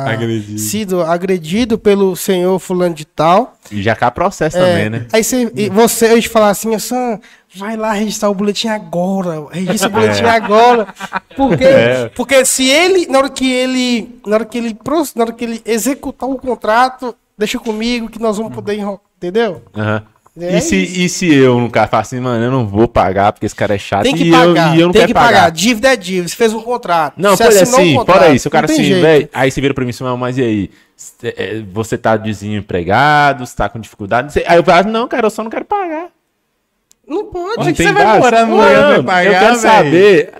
ah, Agredido. sido agredido pelo senhor fulano de tal. E já cá É. processo também, né? Aí você, e você eu te falar assim, Sam, vai lá registrar o boletim agora, [laughs] registra o boletim agora. Porque, É. porque se ele, na hora que ele, na hora que ele, pro- na hora que ele executar o contrato, deixa comigo que nós vamos Hum. poder enrolar, entendeu? Aham. É e, se, isso. e se eu no caso falar assim, mano, eu não vou pagar porque esse cara é chato Tem que e, pagar, eu, e eu não tem quero que pagar. pagar. Dívida é dívida, você fez um contrato. Não, você foi assinou um assim, contrato, fora isso. O cara não tem assim, jeito. velho. Aí você vira pra mim assim, "Não, mas e aí? Cê- é, Você tá desempregado, você tá com dificuldade. Cê- Aí eu falo, "Ah, não, cara, eu só não quero pagar. Não pode. Onde você tem vai base? morar Não, no- vai Mano, pagar, eu quero véi. saber.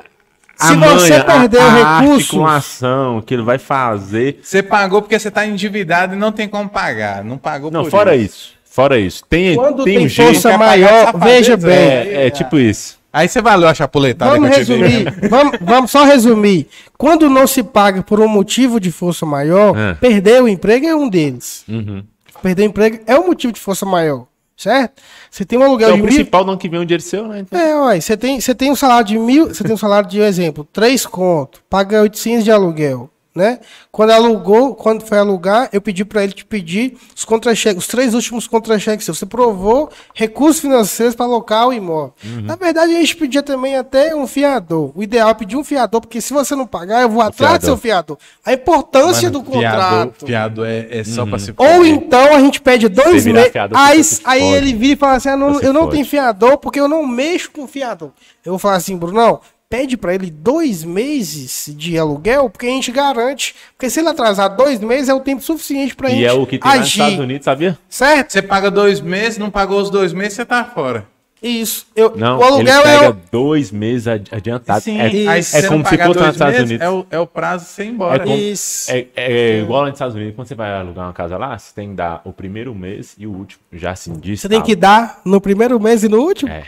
Se você perder o recursos- articulação que ele vai fazer. Você pagou porque você tá endividado e não tem como pagar. Não pagou Não, por fora isso. Fora isso. Tem, Quando tem, um tem jeito. força quer pagar maior, safadeza, veja é. bem. É, é tipo isso. Aí você valeu a chapuletada Vamos que eu te dei. né? resumir. vamos, vamos só resumir. Quando não se paga por um motivo de força maior, É. perder o emprego é um deles. Uhum. Perder o emprego é um motivo de força maior, certo? Você tem um aluguel Então, o de mil... principal não que vem é o dinheiro seu, né? Então, É, ué, você tem, você tem um salário de mil, você tem um salário de, exemplo, três conto, paga 800 de aluguel, né? Quando alugou, quando foi alugar, eu pedi pra ele te pedir os contra-cheques, os três últimos contra-cheques seus. Você provou recursos financeiros pra alocar o imóvel. Na verdade, a gente pedia também até um fiador. O ideal é pedir um fiador, porque se você não pagar, eu vou atrás do seu fiador. A importância do Fiado, contrato. fiado é, é só Uhum. pra se Ou então a gente pede dois Você virar meses. fiador, Aí, você se aí fode. ele vira e fala assim: ah, não, Você eu não fode. tenho fiador porque eu não mexo com fiador. Eu vou falar assim, Brunão, pede pra ele dois meses de aluguel porque a gente garante. Porque se ele atrasar dois meses é o tempo suficiente pra gente E é o que tem lá nos agir. Estados Unidos, sabia? Certo? Você paga dois meses, não pagou os dois meses, você tá fora. Isso. Eu, Não, o aluguel ele é pega o. dois meses adi- adiantado. é, aí é se você como não se pagar fosse nos dois Estados meses, Unidos. É o, é o prazo de você ir embora. É como- Isso. É, é igual lá nos Estados Unidos, quando você vai alugar uma casa lá, você tem que dar o primeiro mês e o último. Já assim diz. Você tem que dar no primeiro mês e no último? É.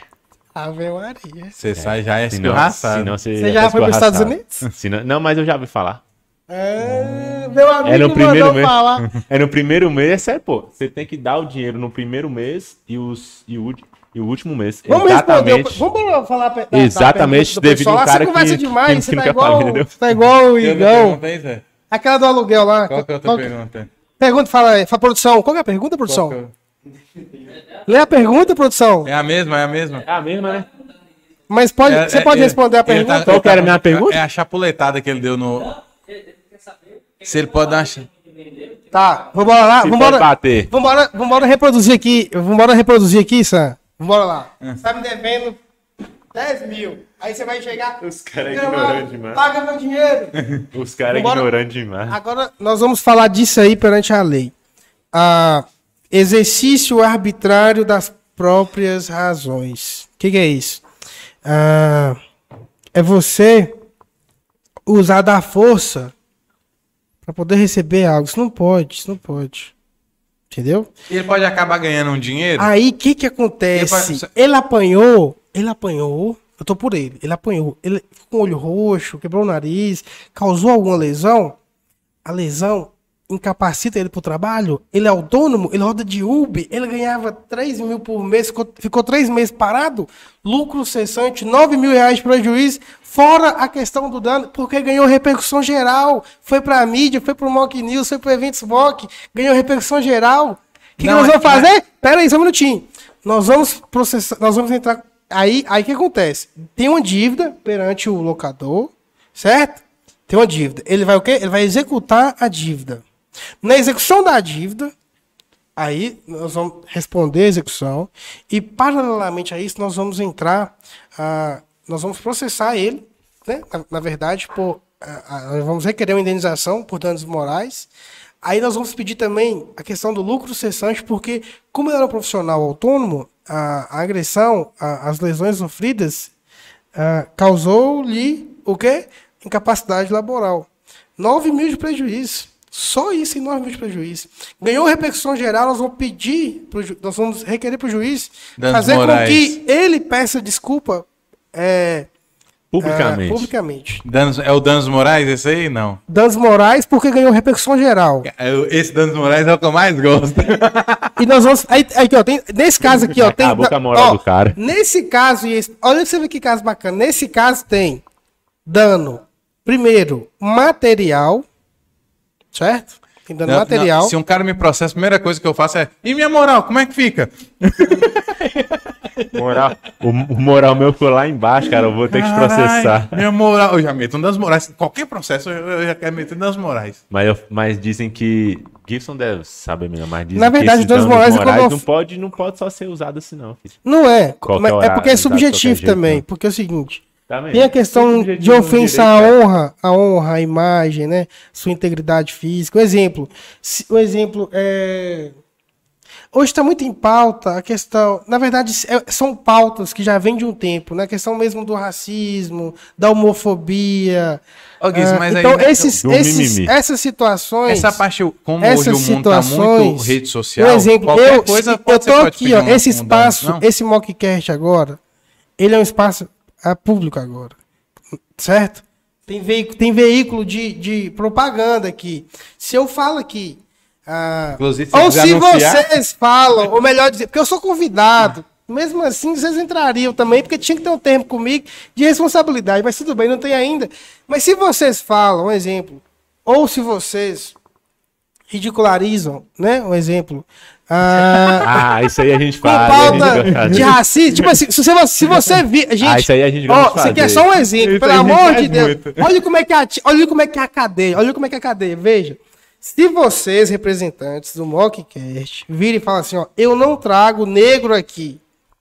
Ave Maria. Você sai já é Se não, se escorraçado. não você, Você já tá foi pros Estados escorraçado. [laughs] Unidos? Se não, não, mas eu já ouvi [laughs] falar. É, meu amigo É no primeiro mandou mês. falar. É no primeiro mês, é, pô. Você tem que dar o dinheiro no primeiro mês e, os, e, o, ulti- e o último mês. Vamos responder. exatamente. Vamos falar pe- da- da Exatamente, pergunta do devido pessoal. ao Ah, cara você conversa que- demais, que você não tá quer falar, igual, entendeu? você tá igual o Tem outra Igão. pergunta aí, Zé? Aquela do aluguel lá. Qual que é a outra Qual- pergunta? Pergunta, fala aí. Fala, produção. Qual que é a pergunta, Qual produção? que é? Lê a pergunta, produção. É a mesma, é a mesma. É a mesma, né? Mas pode, É- você é- pode ele- responder a ele tá- pergunta? Qual que era a minha é- pergunta? É a chapuletada que ele deu no. Se ele pode dar uma. cha- Tá, vambora lá. Se Vambora, pode bater. vambora, vambora reproduzir aqui. Vambora reproduzir aqui, Sam. Vambora lá. É. Você tá me devendo 10 mil. Aí você vai chegar. Os cara é "Meu irmão, ignorante demais." Paga [laughs] meu dinheiro. Os caras Vambora. ignorantes demais. Agora nós vamos falar disso aí perante a lei. Ah, exercício arbitrário das próprias razões. O que, que é isso? Ah, é você usar da força para poder receber algo. Isso não pode, isso não pode. Entendeu? Ele pode acabar ganhando um dinheiro? Aí o que que Ele faz- acontece? Ele apanhou, ele apanhou, eu tô por ele, ele apanhou, ele ficou com o olho roxo, quebrou o nariz, causou alguma lesão. a lesão incapacita ele pro trabalho, ele é autônomo, ele roda de Uber, ele ganhava 3 mil por mês, ficou, ficou 3 meses parado, lucro cessante, 9 mil reais de prejuízo, fora a questão do dano, porque ganhou repercussão geral, foi pra mídia, foi pro Mock News, foi pro Eventos Mock, ganhou repercussão geral. O que, que Não, nós vamos mas- fazer? Pera aí, só um minutinho. Nós vamos processar, nós vamos entrar. Aí, aí o que acontece? Tem uma dívida perante o locador, certo? Tem uma dívida. Ele vai o quê? Ele vai executar a dívida. Na execução da dívida, aí nós vamos responder a execução e paralelamente a isso nós vamos entrar, ah, nós vamos processar ele, né? Na, na verdade, por ah, ah, nós vamos requerer uma indenização por danos morais. Aí nós vamos pedir também a questão do lucro cessante, porque como ele era um profissional autônomo, a, a agressão, a- as lesões sofridas ah, causou-lhe o quê? Incapacidade laboral. 9 mil de prejuízo. Só isso em 9 mil de prejuízo. Ganhou repercussão geral, nós vamos pedir, pro ju- nós vamos requerer para o juiz Danos fazer morais. com que ele peça desculpa é, Publicamente. ah, publicamente. Danos, é o Danos Moraes esse aí? Não. Danos morais porque ganhou repercussão geral. É o- Esse Danos Moraes é o que eu mais gosto. E nós vamos. Aí, aí, aqui, ó, tem- nesse caso aqui, ó. Tem, Acabou com [laughs] a moral ó, do cara. Nesse caso, e esse- olha pra você ver que caso bacana. Nesse caso tem dano, primeiro, material, certo? Tem dano Não, material. não, se um cara me processa, a primeira coisa que eu faço é. E minha moral, como é que fica? Moral, o, o moral meu ficou lá embaixo, cara. Eu vou ter que te processar. Carai, Minha moral. Eu já meto um Danos Moraes. Qualquer processo eu- eu já quero meter Danos Moraes. Mas, eu- mas dizem que. Gibson deve saber melhor, mas dizem Na verdade, que esses danos danos morais é morais como- não, pode, não pode só ser usado assim, não. filho. Não é. Qualquer mas é horário, porque é tá? subjetivo Qualquer jeito, também. né? Porque é o seguinte. Tá mesmo. Tem a questão Subjetivo de ofensa direito, à é. honra, à honra, à imagem, né? Sua integridade física. Um exemplo. se- Um exemplo é. Hoje está muito em pauta a questão. Na verdade, é- são pautas que já vêm de um tempo, né? A questão mesmo do racismo, da homofobia. Ô, Guiz, Ah, mas aí- é então, esses, Do esses, mimimi. essas situações. Essa parte, como hoje Essas o mundo tá muito situações, rede social, um exemplo, qualquer eu, coisa coisa pode, eu você tô pode aqui, pedir ó, um- esse um dano, espaço, é- não? esse mockcast agora, ele é um espaço ah, público agora, certo? Tem, veicu- tem veículo de, de propaganda aqui. Se eu falo aqui, ah, Inclusive, se ou quiser se anunciar- vocês falam, ou melhor dizer, porque eu sou convidado, mesmo assim vocês entrariam também, porque tinha que ter um termo comigo de responsabilidade, mas tudo bem, não tem ainda. Mas se vocês falam, um exemplo, ou se vocês ridicularizam, né? Um exemplo. ah, Ah, isso aí a gente com faz. a gente pauta gosta de de- racismo. Tipo assim, se você, se você vir. Gente, Ah, isso aí a gente gosta ó, de isso aqui é fazer. só um exemplo, Isso pelo a gente amor faz de Deus. muito. Olha como, é que é a, ti- olha como é que é a cadeia. Olha como é que é a cadeia. Veja. Se vocês, representantes do Mockcast, virem e falam assim, ó, eu não trago negro aqui.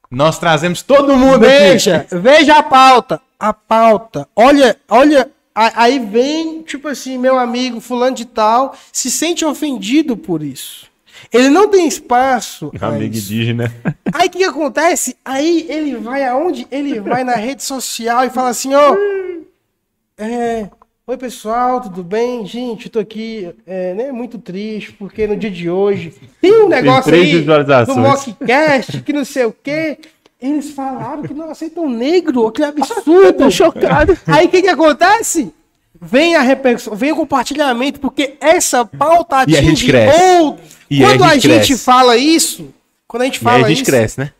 Nós trazemos todo mundo Veja, aqui. veja a pauta. A pauta. Olha, olha. a- Aí vem, tipo assim, meu amigo fulano de tal, se sente ofendido por isso. Ele não tem espaço. a Amigo isso. indígena. Aí o que, que acontece? Aí ele vai aonde? Ele vai na rede social e fala assim, ó. é, Oi pessoal, tudo bem? Gente, eu tô aqui é, né, muito triste, porque no dia de hoje tem um negócio três aí do visualizações. mockcast, que não sei o quê. Eles falaram que não aceitam negro, que é absurdo. tô chocado. Aí o que, que acontece? Vem a repercussão, vem o compartilhamento, porque essa pauta E a gente cresce. ou E a quando a gente gente, cresce. fala isso, quando a gente E aí fala a gente isso, cresce, né?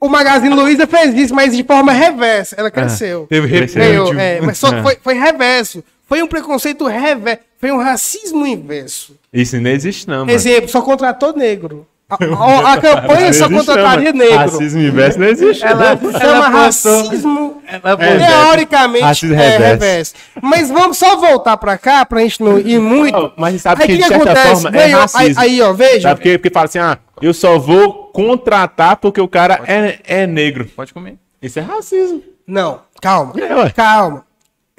o Magazine Luiza fez isso, mas de forma reversa. Ah, Ela cresceu. Teve Cresceu. repúdio. Ganhou, é, mas só Ah, que foi, foi reverso. Foi um preconceito reverso. Foi um racismo inverso. Isso não existe, não, mano. Exemplo, só contratou negro. [laughs] A, a- a campanha só contrataria negro. negro. Racismo inverso não existe. Ela chama não. botou- racismo botou- teoricamente Racismo é, reverso. reverso. Mas vamos só voltar pra cá, pra gente não ir muito. Não, mas sabe Aí que, o de certa forma é Ganhou- aí, racismo. aí, ó, veja. Sabe por quê? Porque fala assim, ah, eu só vou contratar porque o cara é, é negro. Pode comer. Isso é racismo. Não, calma. É, ué. Calma.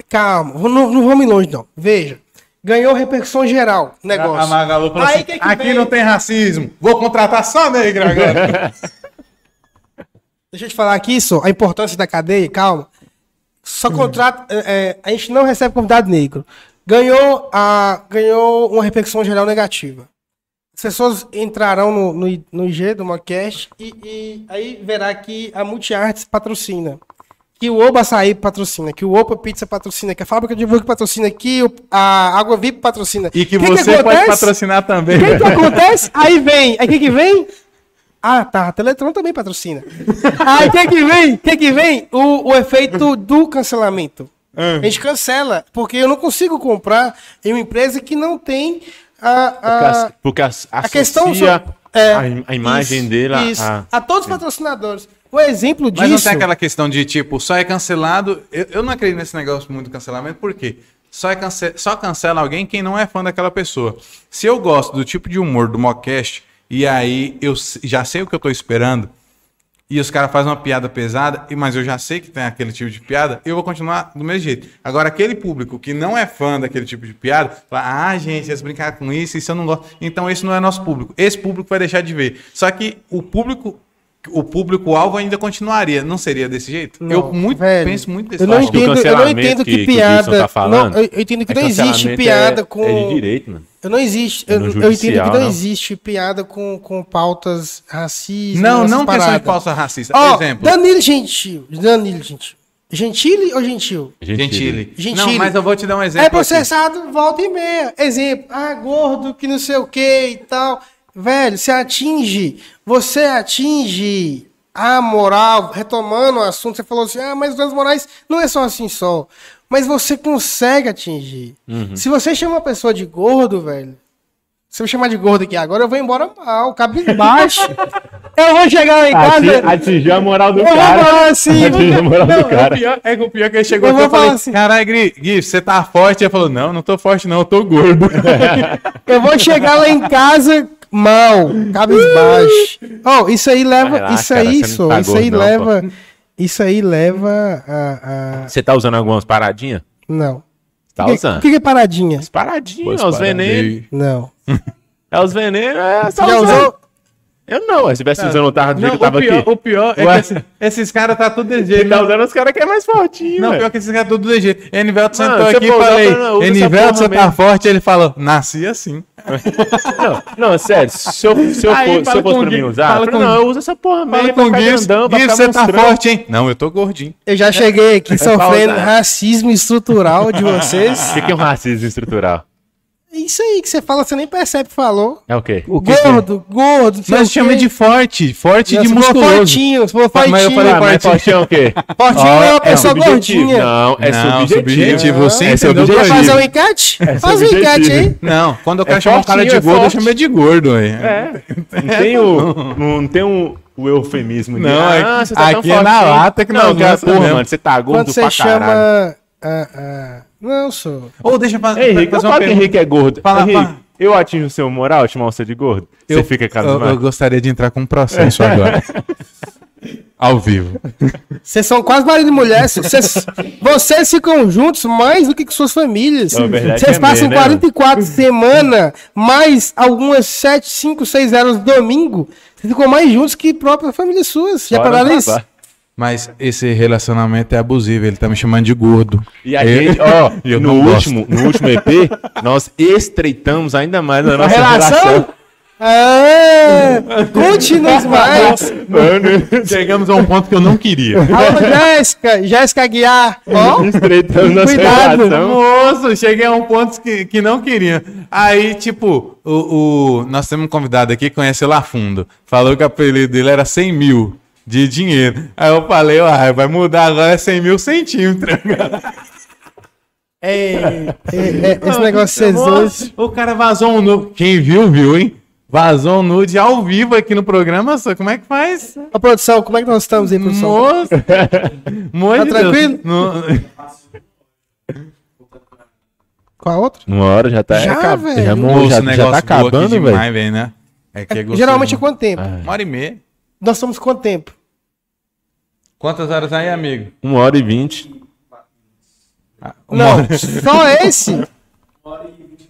Calma. Vou- Não, não vamos ir longe, não. Veja. Ganhou repercussão geral o negócio. A Magalu falou Aí assim, que é que aqui vem? não tem racismo, vou contratar só negro [laughs] agora. Deixa eu te falar aqui, só a importância da cadeia, calma. Só Hum. contrata. é, é, a gente não recebe convidado negro. Ganhou, a, ganhou uma repercussão geral negativa. As pessoas entrarão no, no, I- no IG do Mocast e, e aí verá que a Multiartes patrocina. Que que o Oba Açaí patrocina, que o Opa Pizza patrocina, que a Fábrica de Burger patrocina, que o- a Água VIP patrocina. E que O você pode acontece? patrocinar também, O que, que velho. acontece? Aí vem, aí o que que vem? Ah, tá, a Teletron também patrocina. Aí o que que vem? O que que vem? O, o efeito do cancelamento. Ah. A gente cancela, porque eu não consigo comprar em uma empresa que não tem Porque a, a, as- porque as- Ah, a questão associa sobre- é, a, im- a imagem isso, dele a- isso. a- a todos os patrocinadores. O exemplo disso. Mas não tá tem aquela questão de, tipo, só é cancelado. Eu, eu não acredito nesse negócio muito do cancelamento, por quê? Só, é cance- só cancela alguém quem não é fã daquela pessoa. Se eu gosto do tipo de humor do Mocast, e aí eu s- já sei o que eu tô esperando, e os caras fazem uma piada pesada, e- mas eu já sei que tem aquele tipo de piada, eu vou continuar do mesmo jeito. Agora, aquele público que não é fã daquele tipo de piada, fala, ah, gente, eles brincaram com isso, isso eu não gosto. Então, esse não é nosso público. Esse público vai deixar de ver. Só que o público, o público-alvo ainda continuaria. Não seria desse jeito? eu muito, velho, penso muito desse eu não jeito. Acho que o entendo, eu não cancelamento entendo que, que- que o piada. Gibson tá falando não, eu, eu entendo que é não existe cancelamento piada é- com. É de direito, mano. É Eu não existe. Eu, No eu entendo que judicial, não, não. existe piada com, com pautas racistas. Não, essas não questão de paradas. falsa racista. Ó, Por exemplo, Danilo Gentil. Danilo Gentil. Gentile ou Gentil? Gentili. Gentili. Não, mas eu vou te dar um exemplo. É aqui. processado volta e meia. Exemplo, ah, gordo, que não sei o que e tal. Velho, você atinge, você atinge a moral, retomando o assunto, você falou assim, ah, mas os danos morais não é só assim só. Mas você consegue atingir. Uhum. Se você chama uma pessoa de gordo, velho, se eu chamar de gordo aqui agora, eu vou embora mal, cabisbaixo. eu vou chegar lá em casa, Atingiu a moral do eu vou [laughs] falar assim, Atingiu a moral do O cara. pior- é que o pior é que ele chegou Eu aqui vou eu falei, falar assim. caralho, Gui, Gui, você tá forte? Ele falou, não, não tô forte não, eu tô [laughs] gordo. Eu vou chegar lá em casa mal, cabisbaixo. Oh, isso aí leva, Vai lá, isso cara, aí, você não só, tá isso gordo aí não, leva, isso aí leva a, a- Você tá usando algumas paradinhas? não. O Tá que- usando. O que que é paradinha? As paradinhas, Pois é os para, venenos. meio- Não. É os venenos, é só Já usando. usou? Eu não, se tivesse usando o tarro do jeito Não, que eu o, tava pior, aqui. o pior é Ué. que esse- esses caras tá tudo desse jeito. Ele tá Não, usando os caras que é mais fortinho, não, velho. pior que esses caras tudo desse jeito. Enivelto Mano, sentou Ah, você aqui e for usar, falei, não, usa essa Enivelto, você porra tá mesmo." forte? Ele falou, nasci assim. Não, não, sério, se eu, se eu, Aí, for- se fala com eu fosse pra o Gui, mim usar, fala eu falei, com- não, eu uso essa porra Fala mesmo, com o pra ficar Gibbs, grandão, pra Gibbs, ficar você tá monstrão. forte, hein? Não, eu tô gordinho. Eu já cheguei aqui sofrendo É pausar. racismo estrutural de vocês. É O que que é um racismo estrutural? Isso aí que você fala, você nem percebe que falou. É o quê? O gordo, gordo, não sei Mas o chama quê. de forte, forte Não, de você falou musculoso. Fortinho, você falou Mas eu fortinho. falei Ah, mas forte. fortinho é o quê? Fortinho é uma Ó, é pessoa Subjetivo. gordinha. Não, é Não, subjetivo. subjetivo, você é entendeu um Quer subjetivo. É fazer uma enquete? Faz uma subjetivo. enquete aí. Não, quando eu É quero chamar o cara de fortinho, é gordo, eu forte. chamei de gordo. Hein? É. Não tem o, não tem o, o eufemismo de, Não, ah, aqui- você tá tão aqui é na forte, hein?" lata que nós Não, cara, gasta porra, mesmo. mano, você tá gordo Quando você pra chama. caralho. ah, ah, não, sou. Ou deixa eu fa- Ei, Henrique, não fazer uma fala que pergunta. Henrique é gordo. Fala, Henrique, fala. eu atingo o seu moral, chamar você de gordo? você fica eu, eu casado. gostaria de entrar com um [laughs] processo agora. Ao vivo. Vocês são quase marido e mulher. [laughs] Vocês, vocês ficam juntos mais do que com suas famílias. É verdade Vocês é passam meio, né, 44 semanas, mais algumas 7, 5, 6 horas domingo. Vocês ficam mais juntos que própria família suas. Já pararam isso? Mas esse relacionamento é abusivo, ele tá me chamando de gordo. E a Eu- gente, ó, [laughs] eu no, não gosto. último, no último EP, [laughs] nós estreitamos ainda mais a A nossa relação. relação? É, [laughs] Conte-nos mais. Chegamos a um ponto que eu não [laughs] queria. Alô, Jéssica, Jéssica Aguiar. Ó, estreitamos nossa Cuidado, relação. Moço, cheguei a um ponto que, que não queria. Aí, tipo, o, o- nós temos um convidado aqui que conhece lá fundo. Falou que o apelido dele era 100 mil de dinheiro. Aí eu falei, ah, vai mudar agora é 100 mil centímetros. é, é, é, esse negócio de vocês dois. Nossa, O cara vazou um nude. Quem viu, viu, hein? Vazou um nude ao vivo aqui no programa, só como é que faz? Ô, produção, como é que nós estamos aí, produção? [laughs] Moço! Moço Tá de Deus. tranquilo? No- Qual a outra? Uma hora já tá. Já, acab- velho. já, Moço, já, já tá boa aqui acabando, velho. demais, velho, né? É que é gostoso, Geralmente é né? quanto tempo? Uma hora e meia. Nós estamos quanto tempo? Quantas horas aí, amigo? Ah, Uma hora e vinte. Um Não, só esse.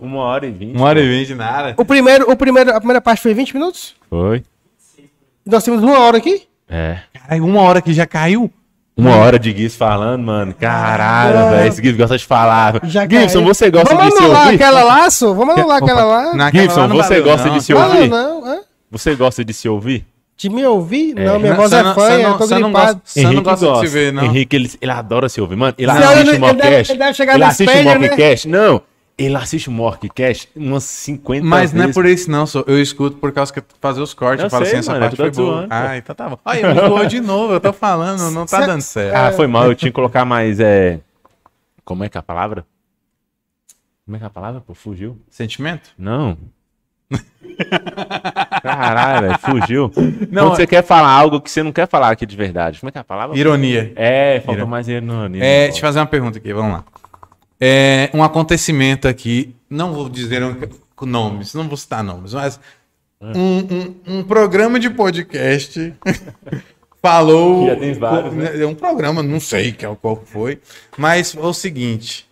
Uma hora e vinte. Uma hora e vinte, nada. O primeiro, o primeiro, a primeira parte foi 20 minutos? Foi. Nós temos uma hora aqui? É. Caralho, uma hora que já caiu? Uma hora de Gibbs falando, mano. Caralho, velho. Esse Gibbs gosta de falar. É. Já Gibson, caiu. você gosta Vamos de se anular ouvir? aquela lá, só? Vamos anular aquela lá? Naquela Gibson, lá né? não você valeu, gosta não. de se Não, ouvir? não, hã? Você gosta de se ouvir? De me ouvir? É. Não, minha Não, voz cê é não- fanha, cê eu não- tô cê não gripado. gosta- Você não gosta de se ver, não? Henrique, ele, ele adora se ouvir. Mano, ele Você olha assiste no- o ele deve- Morcast. ele deve chegar Ele no assiste o espelho, né? Morcast. Não, ele assiste o Morcast umas 50 Mas não é vezes. por isso, não. só- Eu escuto por causa que eu fazer os cortes. Eu, Eu falo sei, assim, mano, essa parte eu foi tô boa. zoando, pô. Ah, então tá bom. Aí, me zoou de novo. Eu tô falando, não tá Cê- dando certo. Ah, foi mal. Eu tinha que colocar mais. É... Como é que é a palavra? Como é que é a palavra? Pô, fugiu. Sentimento? [laughs] Não. Caralho, velho, fugiu. Não, é Quando você quer falar algo que você não quer falar aqui de verdade. Como é que é a palavra? Ironia. É, falta Iro- mais ironia. É, deixa eu fazer uma pergunta aqui, vamos lá. É, um acontecimento aqui, não vou dizer um- nomes, não vou citar nomes, mas É. um, um- um programa de podcast [laughs] falou. Já tem vários, né? É um programa, não sei que é- qual foi, mas foi o seguinte: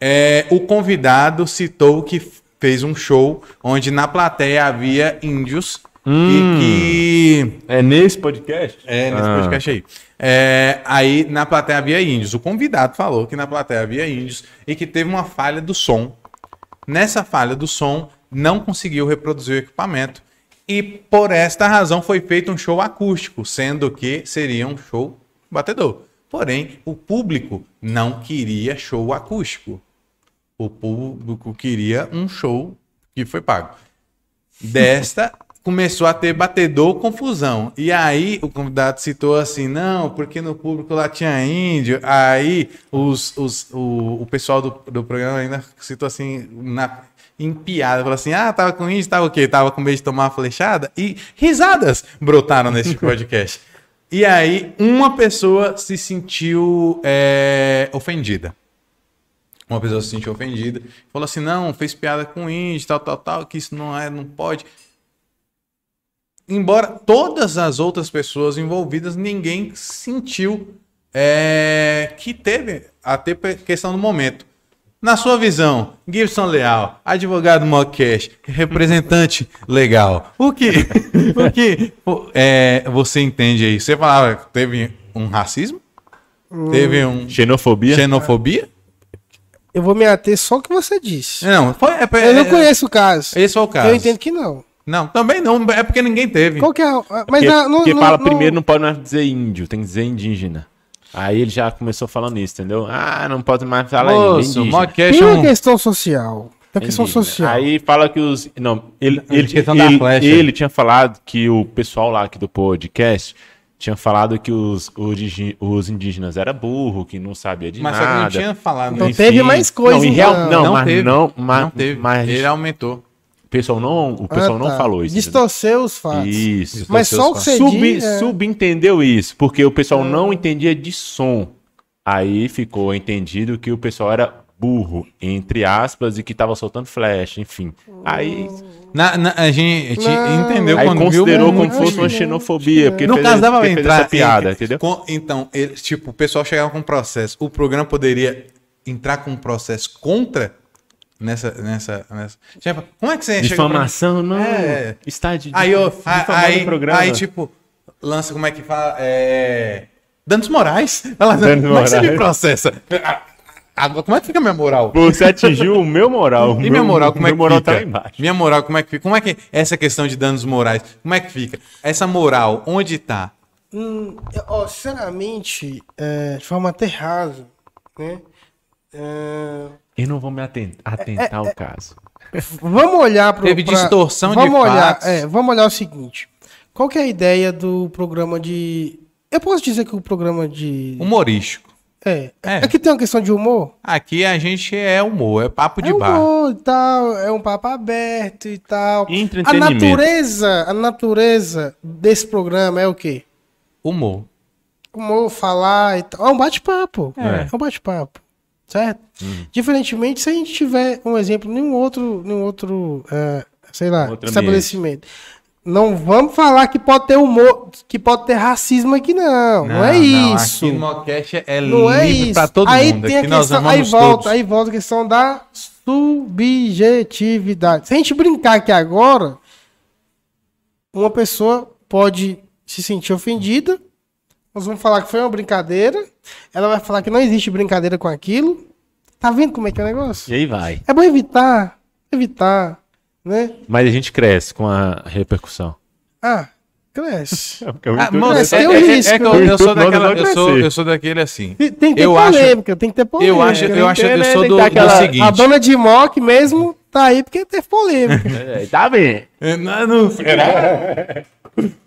é, o convidado citou que fez um show onde na plateia havia índios Hum. e que. É nesse podcast? É, nesse Ah. podcast aí. É, aí na plateia havia índios. O convidado falou que na plateia havia índios e que teve uma falha do som. Nessa falha do som, não conseguiu reproduzir o equipamento. E por esta razão foi feito um show acústico, sendo que seria um show batedor. Porém, o público não queria show acústico. O público queria um show que foi pago. Desta, começou a ter batedor confusão. E aí o convidado citou assim: não, porque no público lá tinha índio. Aí os, os, o, o pessoal do, do programa ainda citou assim, na, em piada: falou assim, ah, tava com índio, tava o quê? Tava com medo de tomar uma flechada? E risadas brotaram nesse podcast. E aí, uma pessoa se sentiu é, ofendida. Uma pessoa se sentiu ofendida, falou assim: não, fez piada com índio, tal, tal, tal, que isso não é, não pode. Embora todas as outras pessoas envolvidas, ninguém sentiu é, que teve a ter pe- questão do momento. Na sua visão, Gibson Leal, advogado Mocash, representante legal, o que, [laughs] o que o- é, você entende aí? Você falava que teve um racismo? Teve um Xenofobia? xenofobia? Eu vou me ater só ao que você disse. Não, foi, é, Eu não é- conheço o caso. Esse foi o caso. Eu entendo que não. Não, também não. É porque ninguém teve. Qual que é a- Mas Porque, na- no- porque no- fala no- primeiro, não pode mais dizer índio, tem que dizer indígena. Aí ele já começou falando isso, entendeu? Ah, não pode mais é? falar Moço, indígena. Mocast Tem é uma um... questão social. Tem uma questão Indígena. social. Aí fala que os. Não, ele, ele, questão da ele, flecha. ele tinha falado que o pessoal lá aqui do podcast tinha falado que os, origi- os indígenas era burro, que não sabia de Mas só que nada. não tinha falado. Então né? teve mais coisa, Não, em então. real, não, Não mas teve. não, mas, não teve. mas Ele é um aumentou. o pessoal não, o Ah, pessoal não tá. falou isso. entendeu? Distorceu os fatos. Isso. Mas só o que você Sub- diz, é. Subentendeu isso, porque o pessoal não entendia de som. Aí ficou entendido que o pessoal era burro, entre aspas, e que tava soltando flash, enfim. Aí, Na, na- a gente Não. entendeu aí quando viu. considerou como muito fosse uma difícil. xenofobia, porque No fez, caso dava pra porque fez essa entrar. piada, em- entendeu? com- então, ele- tipo, o pessoal chegava com um processo. O programa poderia entrar com um processo contra nessa. nessa, nessa. Tipo, como é que você chega pra- Difamação, não. É. Está de Aí, eu, a- difamando aí, o programa. aí, tipo, lança como é que fala? É... Danos morais. Ela, Danos como é que você morais. me processa? Ah, Agora, como é que fica a minha moral? Você atingiu o meu [laughs] moral. E minha moral, como é que meu moral fica? tá lá embaixo. Minha moral, como é que fica? Como é que essa questão de danos morais, como é que fica? Essa moral, onde tá? Hum, eu- ó, sinceramente, é, de forma até rasa, né? É, Eu não vou me atent- atentar ao caso. vamos olhar para Teve distorção de vamos olhar, fatos. é, vamos olhar o seguinte. Qual que é a ideia do programa de? Eu posso dizer que o programa de Humorístico. é, É. é. que tem uma questão de humor. Aqui a gente é humor, é papo de é bar. humor e tal, é um papo aberto e tal. A Entretenimento. natureza, a natureza desse programa é o quê? Humor. como falar e tal. É um bate-papo. É, Hum. um bate-papo. Certo? Diferentemente, se a gente tiver um exemplo, nenhum outro, nenhum outro eh, sei lá, Outro estabelecimento. Não vamos falar que pode ter humor, que pode ter racismo aqui, não. Não, é isso. Aqui no Mocast é Não é livre isso. pra todo aí mundo. Tem Aqui a nós questão, aí amamos volta, todos. aí volta a questão da subjetividade. Se a gente brincar aqui agora, uma pessoa pode se sentir ofendida. Nós vamos falar que foi uma brincadeira. Ela vai falar que não existe brincadeira com aquilo. Tá vendo como é que é o negócio? E aí vai. É bom evitar, evitar, né? Mas a gente cresce com a repercussão. Ah, cresce. Porque o Ah, intuito mano, mas dessa- é, tem o é- é risco, que eu, né? eu sou Tudo nós daquela, vai eu sou, crescer. eu sou daquele assim. Tem tem que ter Eu acho- polêmica, tem que ter polêmica. né? Eu acho, eu acho, eu sou Tem do, que dar do aquela- A seguinte. dona de Mock mesmo tá aí porque teve polêmica. É, Tá bem. [laughs] É, Não, não, tá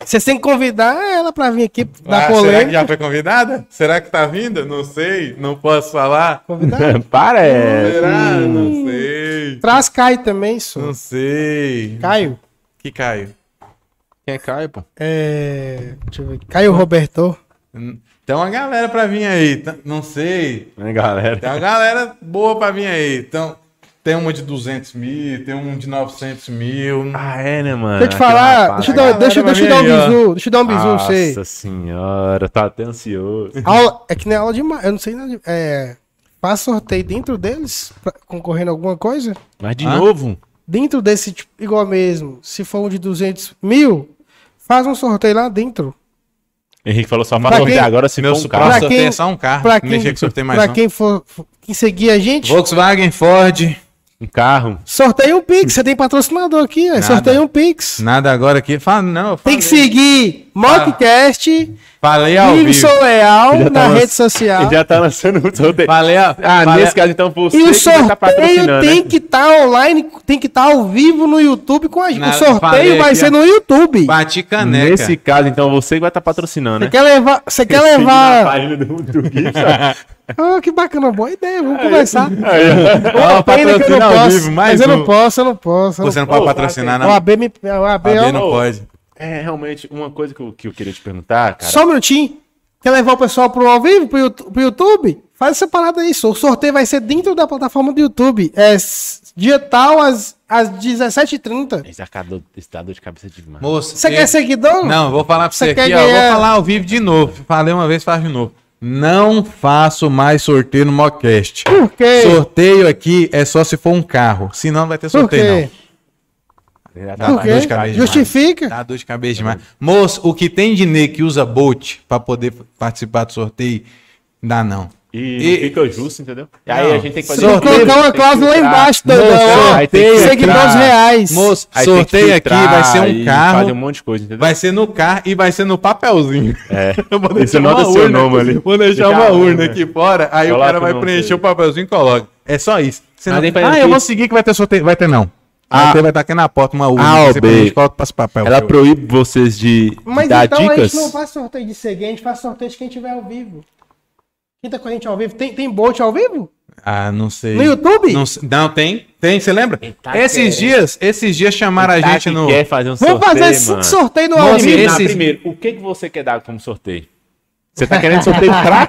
Você tem que convidar ela pra vir aqui dar Ah, será que polêmica. já foi convidada? Será que tá vinda? Não sei, não posso falar. Convidar? Parece. Hum, Será? Hum. Não sei. Traz Caio também, só. Não sei. Caio. Que Caio? Quem é Caio, pô? É... Deixa eu ver. Caio Roberto. Hum, Tem uma galera pra vir aí. tá- Não sei. Né, Tem galera? uma galera boa pra vir aí. Então, tem uma de 200 mil, tem um de 900 mil. Ah, é, né, mano? Deixa eu te Aquela falar. rapaz- Deixa eu dar, Galera, deixa, vai deixa eu vir dar um aí, ó. bisu. Deixa eu dar um bisu pra você. Nossa senhora, tá até ansioso. Aula, é que nem aula de. ma- Eu não sei. nada de- É, faz sorteio dentro deles, pra- concorrendo a alguma coisa? Mas de Hã? novo, Dentro desse, tipo, igual mesmo. Se for um de 200 mil, faz um sorteio lá dentro. Henrique falou só Pra pra sorteio quem- agora se Meu for próximo um carro. pra sorteio quem- é só um carro. Pra Não quem, deixei que sorteio mais um. pra não. quem for quem seguir a gente, Volkswagen, Ford. Um carro. sorteia um Pix. Você tem patrocinador aqui, ó. Nada. sorteia um Pix. Nada agora aqui. Fala, não. eu Tem que falei. seguir Mockcast, Falei Ah. ao Vivo vivo. Sou Leal Já tá na lan- rede social. Ele já tá lançando um sorteio. Falei ao... Ah, falei- nesse caso, então, você E o que sorteio tá patrocinando, tem né? que estar online, tem que estar ao vivo no YouTube com a gente. Nada, O falei sorteio vai aqui, ser ó. no YouTube. Bati caneca. Nesse caso, então, você que vai estar patrocinando, Você né? quer levar. Você quer Segue na levar. página do, do Gui, [laughs] sabe? Ah, que bacana, boa ideia. Vamos conversar. Aí, ó. Uma pena que eu não patrocina ao posso. vivo, mais mas eu um. não posso, eu não posso. Eu Você não... não pode Ô, patrocinar, O não. AB me. O AB, AB ó. não pode. É, realmente, uma coisa que eu, que eu queria te perguntar, cara. Só um minutinho. Quer levar o pessoal pro ao vivo, pro Youtu- pro YouTube? Faz essa parada aí, só. O sorteio vai ser dentro da plataforma do YouTube. É s- dia tal às, às É 17h30. Esse acabou, esse dá dor é de cabeça demais. Moço, Você eu- quer seguidor? Não, vou falar pra Você você, quer aqui, ó. Vou ganhar- falar ao vivo de novo. Falei uma vez, faço de novo. Não faço mais sorteio no Mockcast. Por quê? Sorteio aqui é só se for um carro. Senão não vai ter Por sorteio, quê? não. Já tá Dá Por dor de quê? cabeça demais. Tá, Justifica. Dá dor de cabeça demais. Moço, o que tem de Ney que usa Bolt pra poder participar do sorteio, dá não. E, E- não fica justo, entendeu? E aí Não. a gente tem que fazer. Tem que colocar uma cláusula lá embaixo, doidão. Moço, ó. aí tem que Seguidores entrar. reais. Moço, sorteio aqui vai ser um Fazer um carro. monte de coisa, entendeu? Vai ser no carro e vai ser no papelzinho. É. [laughs] Eu vou Você deixar nota uma seu urna, nome ali. Vou deixar Fica uma a urna urna. aqui fora, aí Coloca o cara vai o nome preencher dele. o papelzinho e coloca. É só isso. Você Mas não- aí pra Ah, ele eu que- vou seguir que vai ter sorteio. Vai ter não. Ah. Vai ter, vai estar aqui na porta uma urna. Ah, que o você B. preenche, coloca passa papel. Ela proíbe vocês de Mas dar então a dicas. gente não faz sorteio de seguir, a gente faz sorteio de quem tiver ao vivo. Quem tá com a gente ao vivo? Tem, tem Bolt ao vivo? Ah, não sei. No YouTube? Não, sei- não, tem. Tem, você lembra? tá esses querendo. dias, esses dias chamaram a Tá gente que no... Quer fazer um Vamos fazer sorteio, cinco mano. sorteios no ao Nossa, vivo. Primeiro, esses- primeiro, o que, que você quer dar como sorteio? Você tá querendo sorteio [laughs] pra,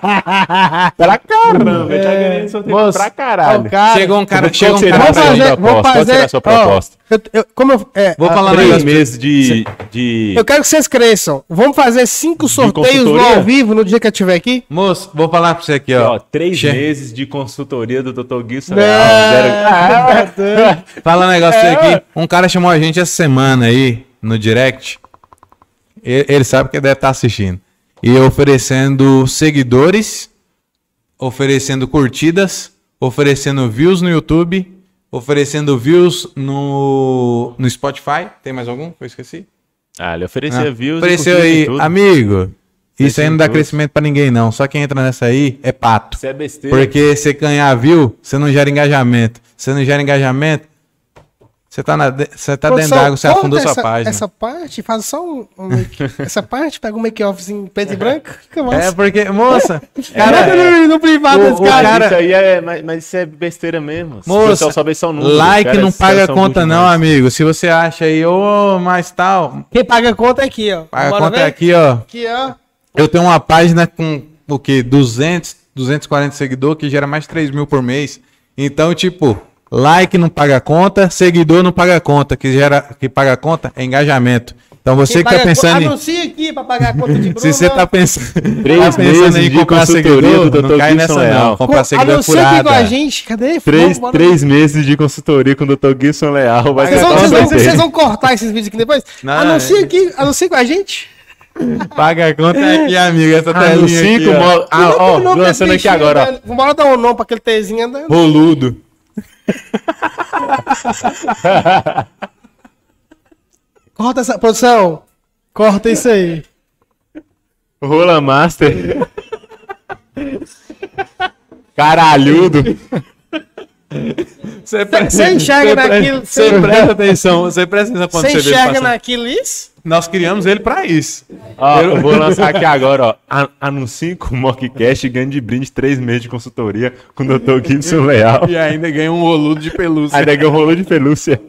pra caramba. Ele tá querendo sorteio É. Moço, pra caralho. ó, o cara- Chegou um cara, Qual chegou um será? cara... Vamos Vou pra gente fazer, a vou proposta. Qual fazer. será a sua proposta? ó, eu, eu- como eu, é, Vou ah, falar três negócio pra- Três meses de... de... Eu quero que vocês cresçam. Vamos fazer cinco sorteios no consultoria? ao vivo no dia que eu estiver aqui? Moço, vou falar pra você aqui, ó. Ó, três Che- meses de consultoria do Dr. Gui Sal. Ah, Fala um negócio É. aqui. Um cara chamou a gente essa semana aí, no direct. E- Ele, sabe que deve estar assistindo. E oferecendo seguidores, oferecendo curtidas, oferecendo views no YouTube, oferecendo views no, no Spotify. Tem mais algum que eu esqueci? Ah, ele oferecia Ah, views. e Ofereceu curtidas e aí. tudo. Amigo, isso Ofereceu aí não dá tudo. crescimento pra ninguém não. Só quem entra nessa aí é pato. Isso é besteira. Porque você ganhar view, você não gera engajamento. Você não gera engajamento, você tá, na de- você tá dentro Produção, d'água, você corta afundou essa, sua página. É Essa parte, faz só um. um [laughs] make- essa parte, pega um make-off em preto e branco. Fica É massa. porque, [laughs] moça, [laughs] Caraca, cara, é no- no privado o- esse o cara. cara- Isso aí é, mas, mas isso é besteira mesmo. Os Moça, pessoal só vê só número, like cara, não esses caras paga são conta burros não, demais. amigo. Se você acha aí, ô, mas tal, Quem paga a conta é aqui, ó. paga Bora conta ver? aqui, ó. Aqui, ó. Eu tenho uma página com o quê? 200, 240 seguidores que gera mais de 3 mil por mês. Então, tipo, like não paga conta, seguidor não paga conta. Que, gera, que paga conta é engajamento. Então você Quem que tá paga a pensando co- em. Anuncia aqui pra pagar a conta de Bruna. [laughs] Se você tá pensando, [laughs] Três tá pensando meses em de comprar consultoria seguidor, do não Dr. cai Gibson nessa não. Leal. Comprar seguidor é Anuncia aqui com a furada. gente. Cadê? Três, Vamos, bora. três meses de consultoria com o Dr. Gibson Leal. Vai Vocês ser vão, só um vocês vão- besteira. vocês vão cortar esses vídeos aqui depois? Não, anuncia é. aqui, anuncia com a gente. Paga a conta é aqui, amigo. Ah, Essa telinha Anuncie aqui, com ó. mo- Ah, Vamos dar ó, um nome pra esse lançando aqui bichinho agora. ó. andando. Vamos dar um nome pra aquele Tzinho andando. Roludo. Corta essa. Produção, Corta isso aí. Rola Master. [laughs] Caralhudo. Você você enxerga naquilo, Você você- presta atenção. Você presta atenção quando Você você, vê ele enxerga passando. naquilo isso? Nós criamos ele pra isso. Ó, eu vou lançar aqui agora, ó. A- Anuncie com o Mockcast e ganhe de brinde três meses de consultoria com o Dr. Gibson Leal. E ainda ganha um oludo de pelúcia. Aí daí eu rolou de pelúcia.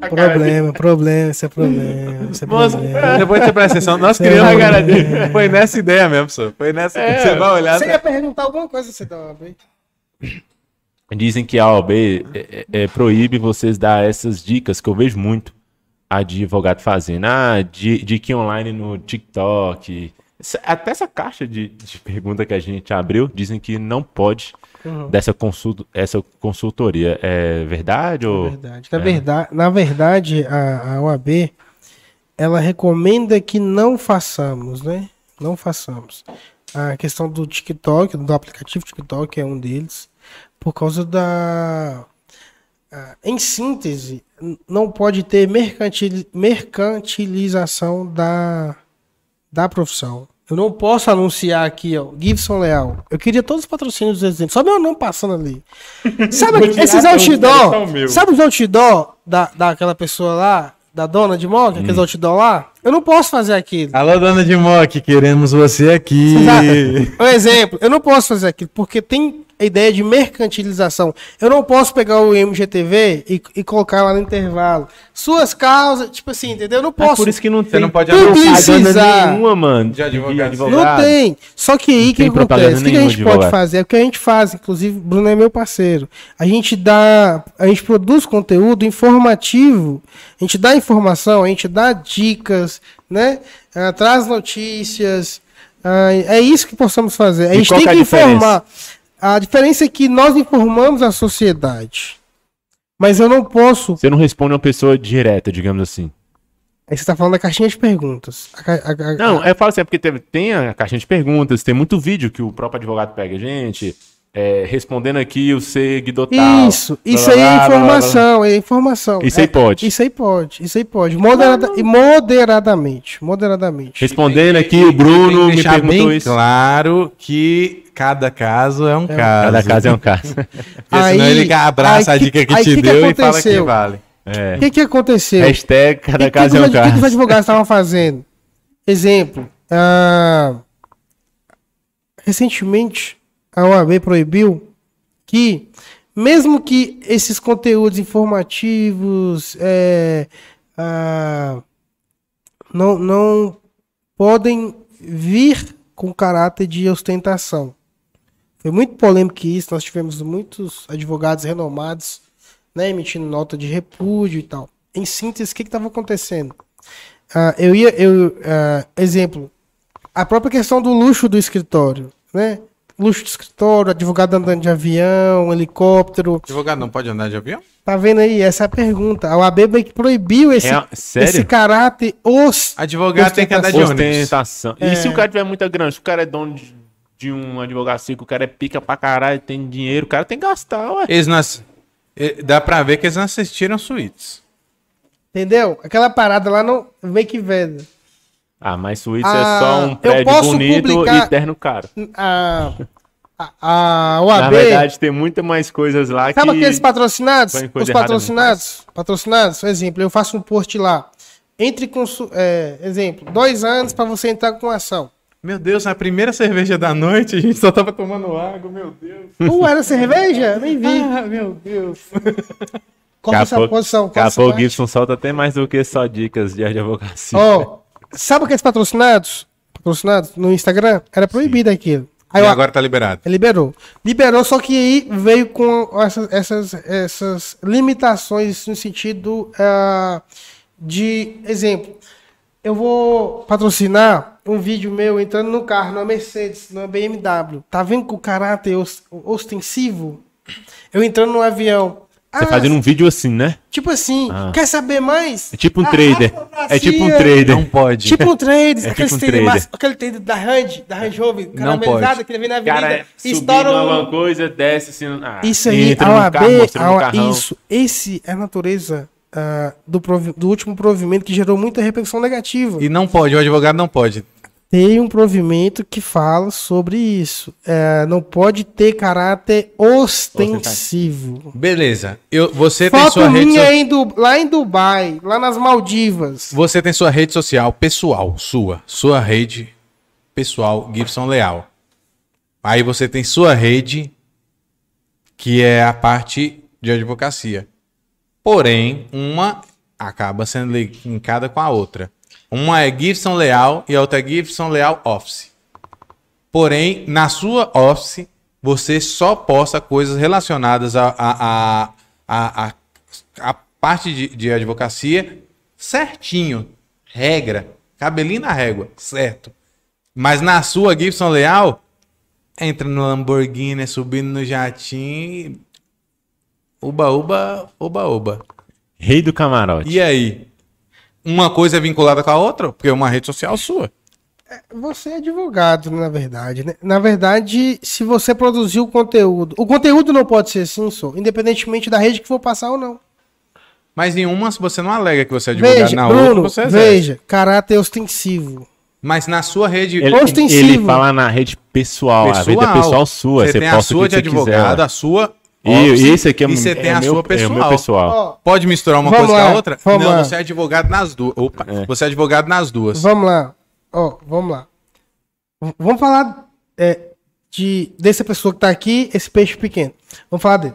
Problema, problema, isso é problema. Isso é Nossa, problema. depois você presta atenção. Nós Sei criamos lá, a cara dele. Foi nessa ideia mesmo, senhor. Foi nessa. Você vai olhar. né? Você ia perguntar alguma coisa você tá, da OAB? Dizem que a OAB é- é- é, proíbe vocês dar essas dicas que eu vejo muito advogado fazendo. Ah, di- dica online no TikTok. Essa- Até essa caixa de, de pergunta que a gente abriu, dizem que não pode dessa consulta, essa consultoria. É verdade ou Verdade. Na verdade, na verdade a, a OAB ela recomenda que não façamos, né? Não façamos. A questão do TikTok, do aplicativo TikTok é um deles, por causa da. ah, Em síntese, n- não pode ter mercantil- mercantilização da, da profissão. Eu não posso anunciar aqui, ó, Gibson Leal. Eu queria todos os patrocínios dos exemplos, só meu nome passando [laughs] ali. Sabe Vou tirar esses todos, outdoor? só o meu. Sabe os outdoor da, daquela pessoa lá, da dona de moca, Hum. aqueles outdoor lá? Eu não posso fazer aquilo. Alô, dona de Mock, queremos você aqui. Exato. Um exemplo, eu não posso fazer aquilo, porque tem a ideia de mercantilização. Eu não posso pegar o MGTV e, e colocar lá no intervalo. Suas causas, tipo assim, entendeu? Eu não posso. É por isso que não Você tem não pode Tudo anunciar. isso. precisa- nenhuma, mano. De advogado. Não tem. Só que aí Não o que tem propaganda acontece? O que a nenhuma gente de pode voar. fazer? É o que a gente faz, inclusive, o Bruno é meu parceiro. A gente dá, a gente produz conteúdo informativo, a gente dá informação, a gente dá dicas, né? Ah, traz notícias. Ah, é isso que possamos fazer. A E gente qual tem que é que a diferença? informar. A diferença é que nós informamos a sociedade. Mas eu não posso Você não responde uma pessoa direta, digamos assim. Aí você tá falando da caixinha de perguntas. A ca- a- a- Não, eu falo assim, é porque teve- tem a caixinha de perguntas, tem muito vídeo que o próprio advogado pega, gente, é, respondendo aqui o seguidor tal. Isso, blá, isso blá, aí é blá, blá, blá, blá. informação, é informação. Isso aí É, pode. Isso aí pode, isso aí pode. Moderada, e moderadamente, moderadamente. Respondendo Tem que- aqui, o tem que Bruno me deixar perguntou bem isso. Claro que cada caso é um caso. Cada caso é [laughs] um caso. Porque senão Aí- ele abraça aí a dica que, aí te que que deu e fala que aconteceu? vale. O que que aconteceu? Hashtag O que, cada que, caso os é um ad- que que os caso. advogados estavam fazendo? Exemplo, ah, recentemente a OAB proibiu que, mesmo que esses conteúdos informativos eh, ah, não, não podem vir com caráter de ostentação. Foi muito polêmico isso, nós tivemos muitos advogados renomados né, emitindo nota de repúdio e tal. Em síntese, o que estava acontecendo? Ah, eu ia, eu, ah, exemplo, a própria questão do luxo do escritório, né? Luxo de escritório, advogado andando de avião, helicóptero. Advogado não pode andar de avião? Tá vendo aí? Essa é a pergunta. A OAB meio que proibiu esse, É, sério? esse caráter os Advogado tem que andar de ônibus. Ostentação. É. E se o cara tiver muita grana, se o cara é dono de, de um advogacia, que o cara é pica pra caralho, tem dinheiro, o cara tem que gastar, ué. Eles nas... eh, Dá pra ver que eles não assistiram suítes. Entendeu? Aquela parada lá não meio que veda. Ah, mas suíte Ah, é só um eu prédio posso bonito publicar- e terno caro. A, a, a Na OAB. verdade, tem muita mais coisas lá Sabe que... aqueles patrocinados? põe coisa Os errada, né? patrocinados? Patrocinados, por exemplo, eu faço um post lá. Entre consu... é, exemplo, dois anos para você entrar com [laughs] ação. Meu Deus, na primeira cerveja da noite a gente só tava tomando água, meu Deus. Uh, era cerveja? Nem vi. Ah, meu Deus. Corta Capô- essa posição. corta essa Capô parte. Gibson solta até mais do que só dicas de advocacia. Ó, sabe aqueles patrocinados? Patrocinados no Instagram? Era proibido aquilo. Aí e eu- agora tá liberado. Liberou. Liberou, só que aí veio com essas, essas, essas limitações no sentido ah, de. Exemplo, eu vou patrocinar um vídeo meu entrando no carro, numa Mercedes, numa BMW. Tá vendo com o caráter os- ostensivo? Eu entrando no avião. Ah, Você fazendo um vídeo assim, né? Tipo assim, Ah. quer saber mais? É tipo um Ah, trader. É tipo um advocacia. trader. pode. Tipo um trader, É aquele, tipo um trader trader. massa- aquele trader da Range, da Range Rover, pode. caramelizado, que ele vem na O avenida, cara subindo estoura um, alguma coisa, desce assim. ah, Isso aí, entra a no OAB, carro, mostrando a no OAB, carrão. isso, esse é a natureza, a ah, do, provi- do último provimento que gerou muita repercussão negativa. E não pode, o advogado não pode. Tem um provimento que fala sobre isso. É, não pode ter caráter ostensivo. Beleza. Eu, você tem Foto sua rede minha so- em Du- lá em Dubai, lá nas Maldivas. Você tem sua rede social pessoal, sua. Sua rede pessoal, Gibson Leal. Aí você tem sua rede, que é a parte de advocacia. Porém, uma acaba sendo linkada com a outra. Uma é Gibson Leal e a outra é Gibson Leal Office. Porém, na sua Office, você só posta coisas relacionadas à a, a, a, a, a parte de, de advocacia certinho. Regra. Cabelinho na régua. Certo. Mas na sua Gibson Leal, entra no Lamborghini, subindo no jatinho. Uba, uba, oba, oba. Rei do camarote. E aí? Uma coisa é vinculada com a outra, porque é uma rede social sua. Você é advogado, na verdade. né? Na verdade, se você produzir o conteúdo. O conteúdo não pode ser assim, só, independentemente da rede que for passar ou não. Mas em uma você não alega que você é advogado, veja, na outra Bruno, você exerce. veja, caráter ostensivo. Mas na sua rede é Ele, Ostensivo. ele fala na rede pessoal, a pessoal, vida é pessoal sua. Você, você tem a posta o sua que de você advogado, quiser. a sua office, E, esse aqui é, e você é tem o a meu- sua pessoal. É o meu pessoal. Ó, Pode misturar uma Vamos coisa com lá, a outra? vamos não, lá. você é advogado nas duas. Opa, É. você é advogado nas duas. vamos lá. Ó, vamos lá. V- Vamos falar é, de, dessa pessoa que tá aqui, esse peixe pequeno. Vamos falar dele.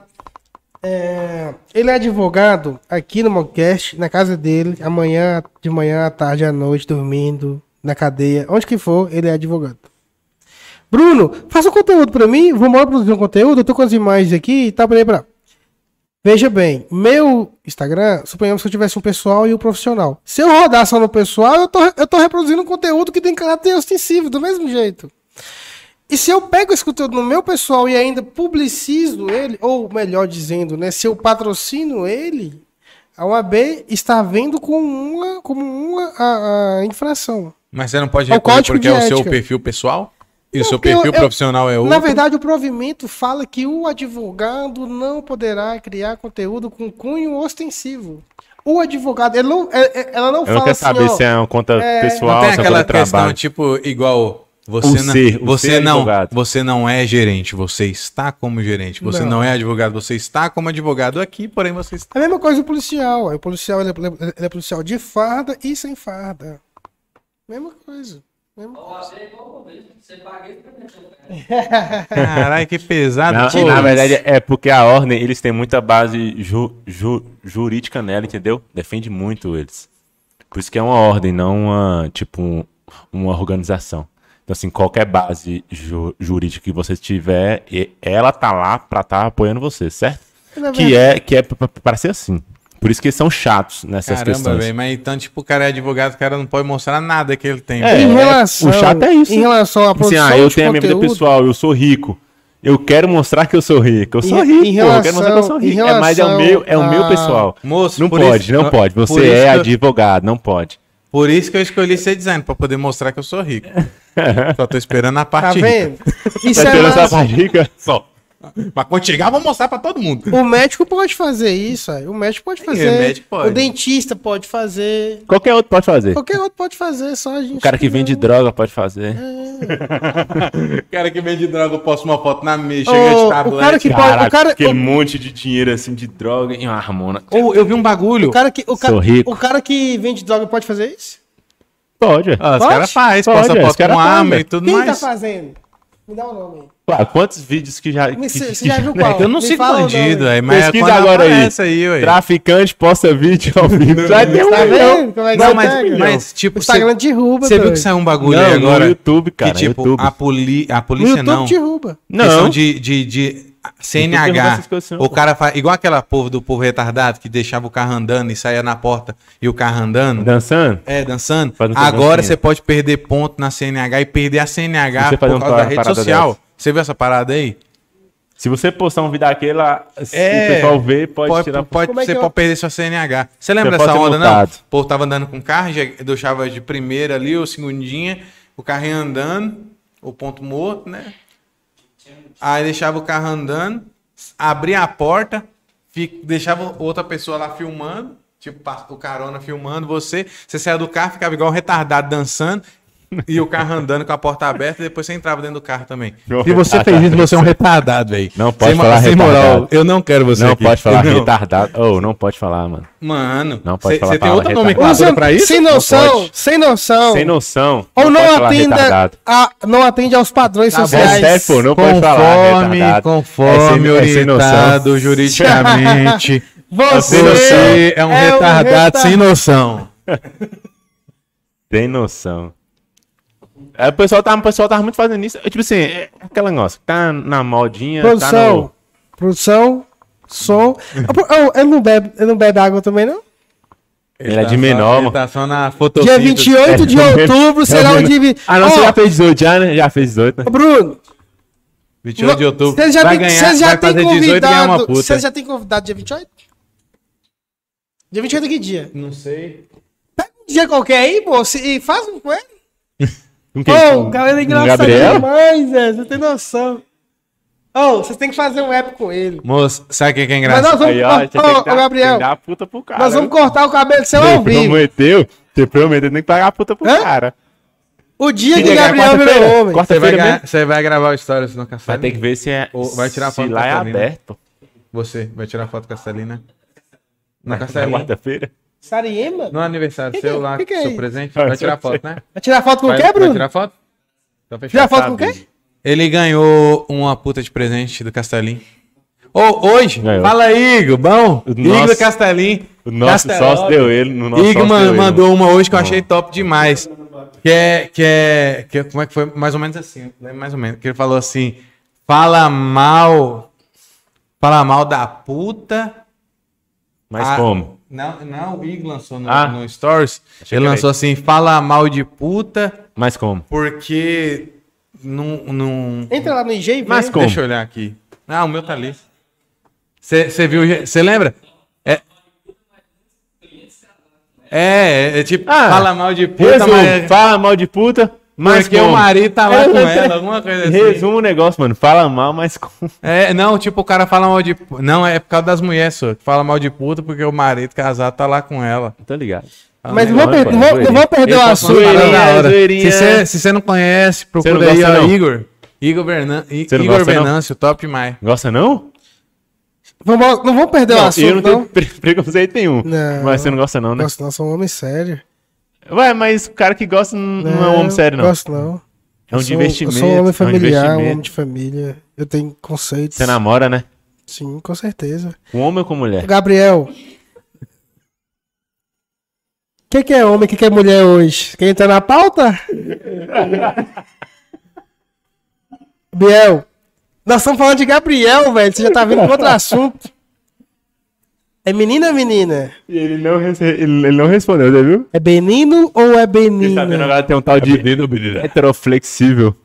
É, ele é advogado aqui no Moncast, na casa dele, amanhã, de manhã, à tarde, à noite, dormindo, na cadeia, onde que for, ele é advogado. Bruno, faça o conteúdo pra mim, vou embora produzir um conteúdo, eu tô com as imagens aqui e tá tal, peraí, peraí. Veja bem, meu Instagram, suponhamos que eu tivesse um pessoal e um profissional. Se eu rodar só no pessoal, eu tô, eu tô reproduzindo um conteúdo que tem caráter ostensivo, do mesmo jeito. E se eu pego esse conteúdo no meu pessoal e ainda publicizo ele, ou melhor dizendo, né, se eu patrocino ele, a OAB está vendo como uma, como uma a, a infração. Mas você não pode É o recorrer código porque de é o seu ética. perfil pessoal? E o Não, seu porque eu- perfil eu- profissional é outro? Na verdade, o provimento fala que o advogado não poderá criar conteúdo com cunho ostensivo. O advogado, ele não- é- é- ela não Eu não fala quero assim, saber ó, se é uma conta pessoal, não tem se é uma conta aquela de questão, trabalho. tipo, igual... Você, O não, ser, o você, ser não, advogado. você não é gerente, você está como gerente. Você não. Não. é advogado, você está como advogado aqui, porém você [laughs] está. É a mesma coisa do policial. O policial ele é, ele é policial de farda e sem farda. Mesma coisa. Mesma Ó, coisa. até igual uma vez, você paga ele pra né? mexer, [laughs] cara. Caralho, que pesado. Na, pô. na verdade, é porque a ordem, eles têm muita base ju- ju- jurídica nela, entendeu? Defende muito eles. Por isso que é uma ordem, não uma, tipo, um- uma organização. Então, assim, qualquer base ju- jurídica que você tiver, e- ela tá lá pra estar apoiando você, certo? Na Que é, que é pra- pra ser assim. Por isso que eles são chatos nessas Caramba, questões. velho, mas então, tipo, o cara é advogado, o cara não pode mostrar nada que ele tem. É, em relação, o chato é isso. Em relação à Tipo assim, produção ah, eu de tenho a minha vida conteúdo, pessoal, eu sou rico. Eu quero mostrar que eu sou rico. Eu sou Em- rico, em pô, eu quero mostrar que eu relação- sou em rico. É, mas é o relação meu, é o meu a- pessoal. Moço, Não por pode, isso- não pode. por Você isso é que eu- advogado, não pode. Por isso que eu escolhi ser designer, pra poder mostrar que eu sou [laughs] rico. Só tô esperando a Tá parte rica. [laughs] vendo? Isso Tá é tirando essa massa. parte rica? Só. Mas quando chegar, eu vou mostrar pra todo mundo. O médico pode fazer isso, aí. o médico pode fazer. o médico pode. o dentista pode fazer. Qualquer outro pode fazer. Qualquer outro pode fazer, é só a gente. O cara que vende droga pode fazer. É. O [laughs] cara que vende droga, eu posto uma foto na minha, chega Ô, de o tablet. cara que pode- o cara- aquele o- monte de dinheiro assim de droga em uma harmona. Ou eu vi um bagulho. O cara que, o, cara, Sou rico. o cara que vende droga pode fazer isso? Pode. é. Ah, os Pode? é, caras fazem, Pode, posta os foto cara com faz, arma velho. e tudo Quem tá mais. fazendo? Me dá o nome aí. Claro, quantos vídeos que já. Me- que- Você você que já [laughs] viu qual? É Eu não Me sei fala o nome. bandido, aí, mas Pesquisa quando agora aí. aparece aí, ué. Traficante posta vídeo [laughs] ao vivo. Já deu um Tá milhão. vendo? Como é que Não, você mas, pega? mas tipo, o Instagram você derruba. você viu doido. que saiu um bagulho Não, aí no agora? YouTube, cara, que tipo, YouTube. A, poli, a No polícia YouTube é não. derruba. Questão Não. de, de, de YouTube não faz CNH. essas coisas, não, o pô. cara faz. Igual aquela povo do povo retardado que deixava o carro andando e saía na porta e o carro andando. Dançando? É, dançando. Fazendo essa Agora um dancinha. você pode perder ponto na CNH e perder a CNH Você por fazer causa uma da rede parada social. dessa. Você viu essa parada aí? Se você postar um vídeo daquele lá, se É. o pessoal vê, pode, tirar. pode- Como é você que eu- pode perder sua CNH. Você lembra Você dessa pode ser onda, não? multado. O povo tava andando com o carro, já deixava de primeira ali, ou segundinha, o carro ia andando, o ponto morto, né? Aí deixava o carro andando, abria a porta, fi- deixava outra pessoa lá filmando, Tipo, passa o carona filmando você, você saia do carro, ficava igual um retardado dançando, e o carro andando com a porta aberta, e depois você entrava dentro do carro também. Não, Se você fez isso, você é um retardado, velho. Não pode Sem mo- falar Sem moral, retardado. eu não quero você Não aqui. pode falar Não. retardado. Ou não pode falar, mano. Mano, Não pode cê- falar cê tem palavra outra retardado. nomenclatura pra isso? Sem Não noção, pode. sem noção. Sem noção. Ou pode não, falar atenda retardado. a, não atende aos padrões Tá bom, É sociais. sério, pô, não pode falar conforme, retardado. conforme é sem, é sem noção. orientado [laughs] juridicamente, Você, você é um retardado sem noção. Tem noção. É, o, pessoal tá, o pessoal tava muito fazendo isso. É, Tipo assim, é aquela negócio. Tá na modinha, tá Produção, no... produção, [laughs] som. Ah, pô, oh, ele, não bebe, ele não bebe água também, não? Ele é de menor, mano. Tá só na Dia fotossíntese. É. 28 de outubro [laughs] será o dia... Ah, não, você já fez 18 já, né? Já fez 18, né? Ô, Bruno, 28 de outubro. você já vai tem, ganhar, cê já vai tem fazer 18 e ganhar uma convidado... puta. Você já tem convidado dia 28? Dia 28 é que dia? Não sei. Pega um dia qualquer aí, pô, se- e faz um com ele. Com quem? Ô, é Com- galera com engraçada Gabriel? demais, velho. Você tem noção. Ô, vocês têm que fazer um app com ele. Moço, sabe o que que é Mas nós engraçado? vamos. Aí, ó, Ô, você tem que ô, dar- tem Gabriel, que dar a puta pro cara. nós vamos cortar o cabelo seu Você ao vivo. prometeu, você prometeu, tem que pagar a puta pro Hã? cara. O dia Tem que que ganhar Gabriel quarta-feira. virou homem. Quarta- Você vai, Feira ganhar- mesmo? você vai gravar o story se não caçar. Vai ter que ver se é. Ou vai tirar a se foto lá da é Carolina. aberto. Você vai tirar foto com a Celina. Na Na Castelina. quarta-feira. Sariema? No aniversário Que que seu é? lá, Que que é seu isso? presente. Ah, Vai tirar eu sei. foto, né? Vai tirar foto com Vai, o quê, vai Bruno? tirar foto? Então fechou. Tirar foto com o quê? Ele ganhou uma puta de presente do Castelinho. Ô, hoje, Ganhou. fala aí, Igor, bom? O Igor nosso- do Castelinho. O nosso Castelão. sócio deu ele. No nosso Igor sócio man- deu ele, um- mandou uma hoje que eu Bom. achei top demais. Que é, que é, que é- como é que foi? Mais ou menos assim, né? mais ou menos. Que ele falou assim, fala mal, fala mal da puta Mas Ah, como? Não, não, o Igor lançou no, Ah. no Stories. Achei ele que era lançou assim: fala mal de puta, Mas como? porque não. não... Entra lá no né? IG e vê. Mas como? Deixa eu olhar aqui. Ah, o meu tá ali. Você viu? Você lembra? É. É, é, é tipo, Ah, fala mal de puta, Resumo, mas. fala mal de puta, mas porque como? o marido tá lá É, com mas- ela, alguma coisa assim. Resumo o negócio, mano. Fala mal, mas como? [laughs] É, não, tipo, o cara fala mal de. pu- Não, é por causa das mulheres, só. que Fala mal de puta porque o marido casado tá lá com ela. Tô ligado. Mas não Não, vou per- pô, não vou- não vou zoeirinha. perder o Ele tá assunto. falando Parada da hora. zoeirinha. Se é- você se você não conhece, procura não aí, gosta, ó, não? Igor. Igor, Bernan, I- Você não Igor gosta, não? Venâncio, top demais. Gosta não? Vamos- Não vou perder o Não, eu não é assunto, tenho não. pre- [laughs] preconceito nenhum. Não. Mas você não gosta não, né? Nossa, nós somos um homem sério. Ué, mas o cara que gosta n- não é um homem sério, não. Gosto, não. É um Eu sou- divertimento. Eu sou um homem familiar, um, investimento. homem de família. Eu tenho conceitos. Você namora, né? Sim, com certeza. Com homem ou com mulher? Gabriel. O que, que é homem, o que, que é mulher hoje? Quem tá na pauta? Biel. Nós estamos falando de Gabriel, velho. Você já tá vindo com outro assunto. É menina ou menina? E ele não, rece- ele, ele não respondeu, você viu? É benino ou é Fiquei sabendo benina? agora tem um tal de [laughs] heteroflexível.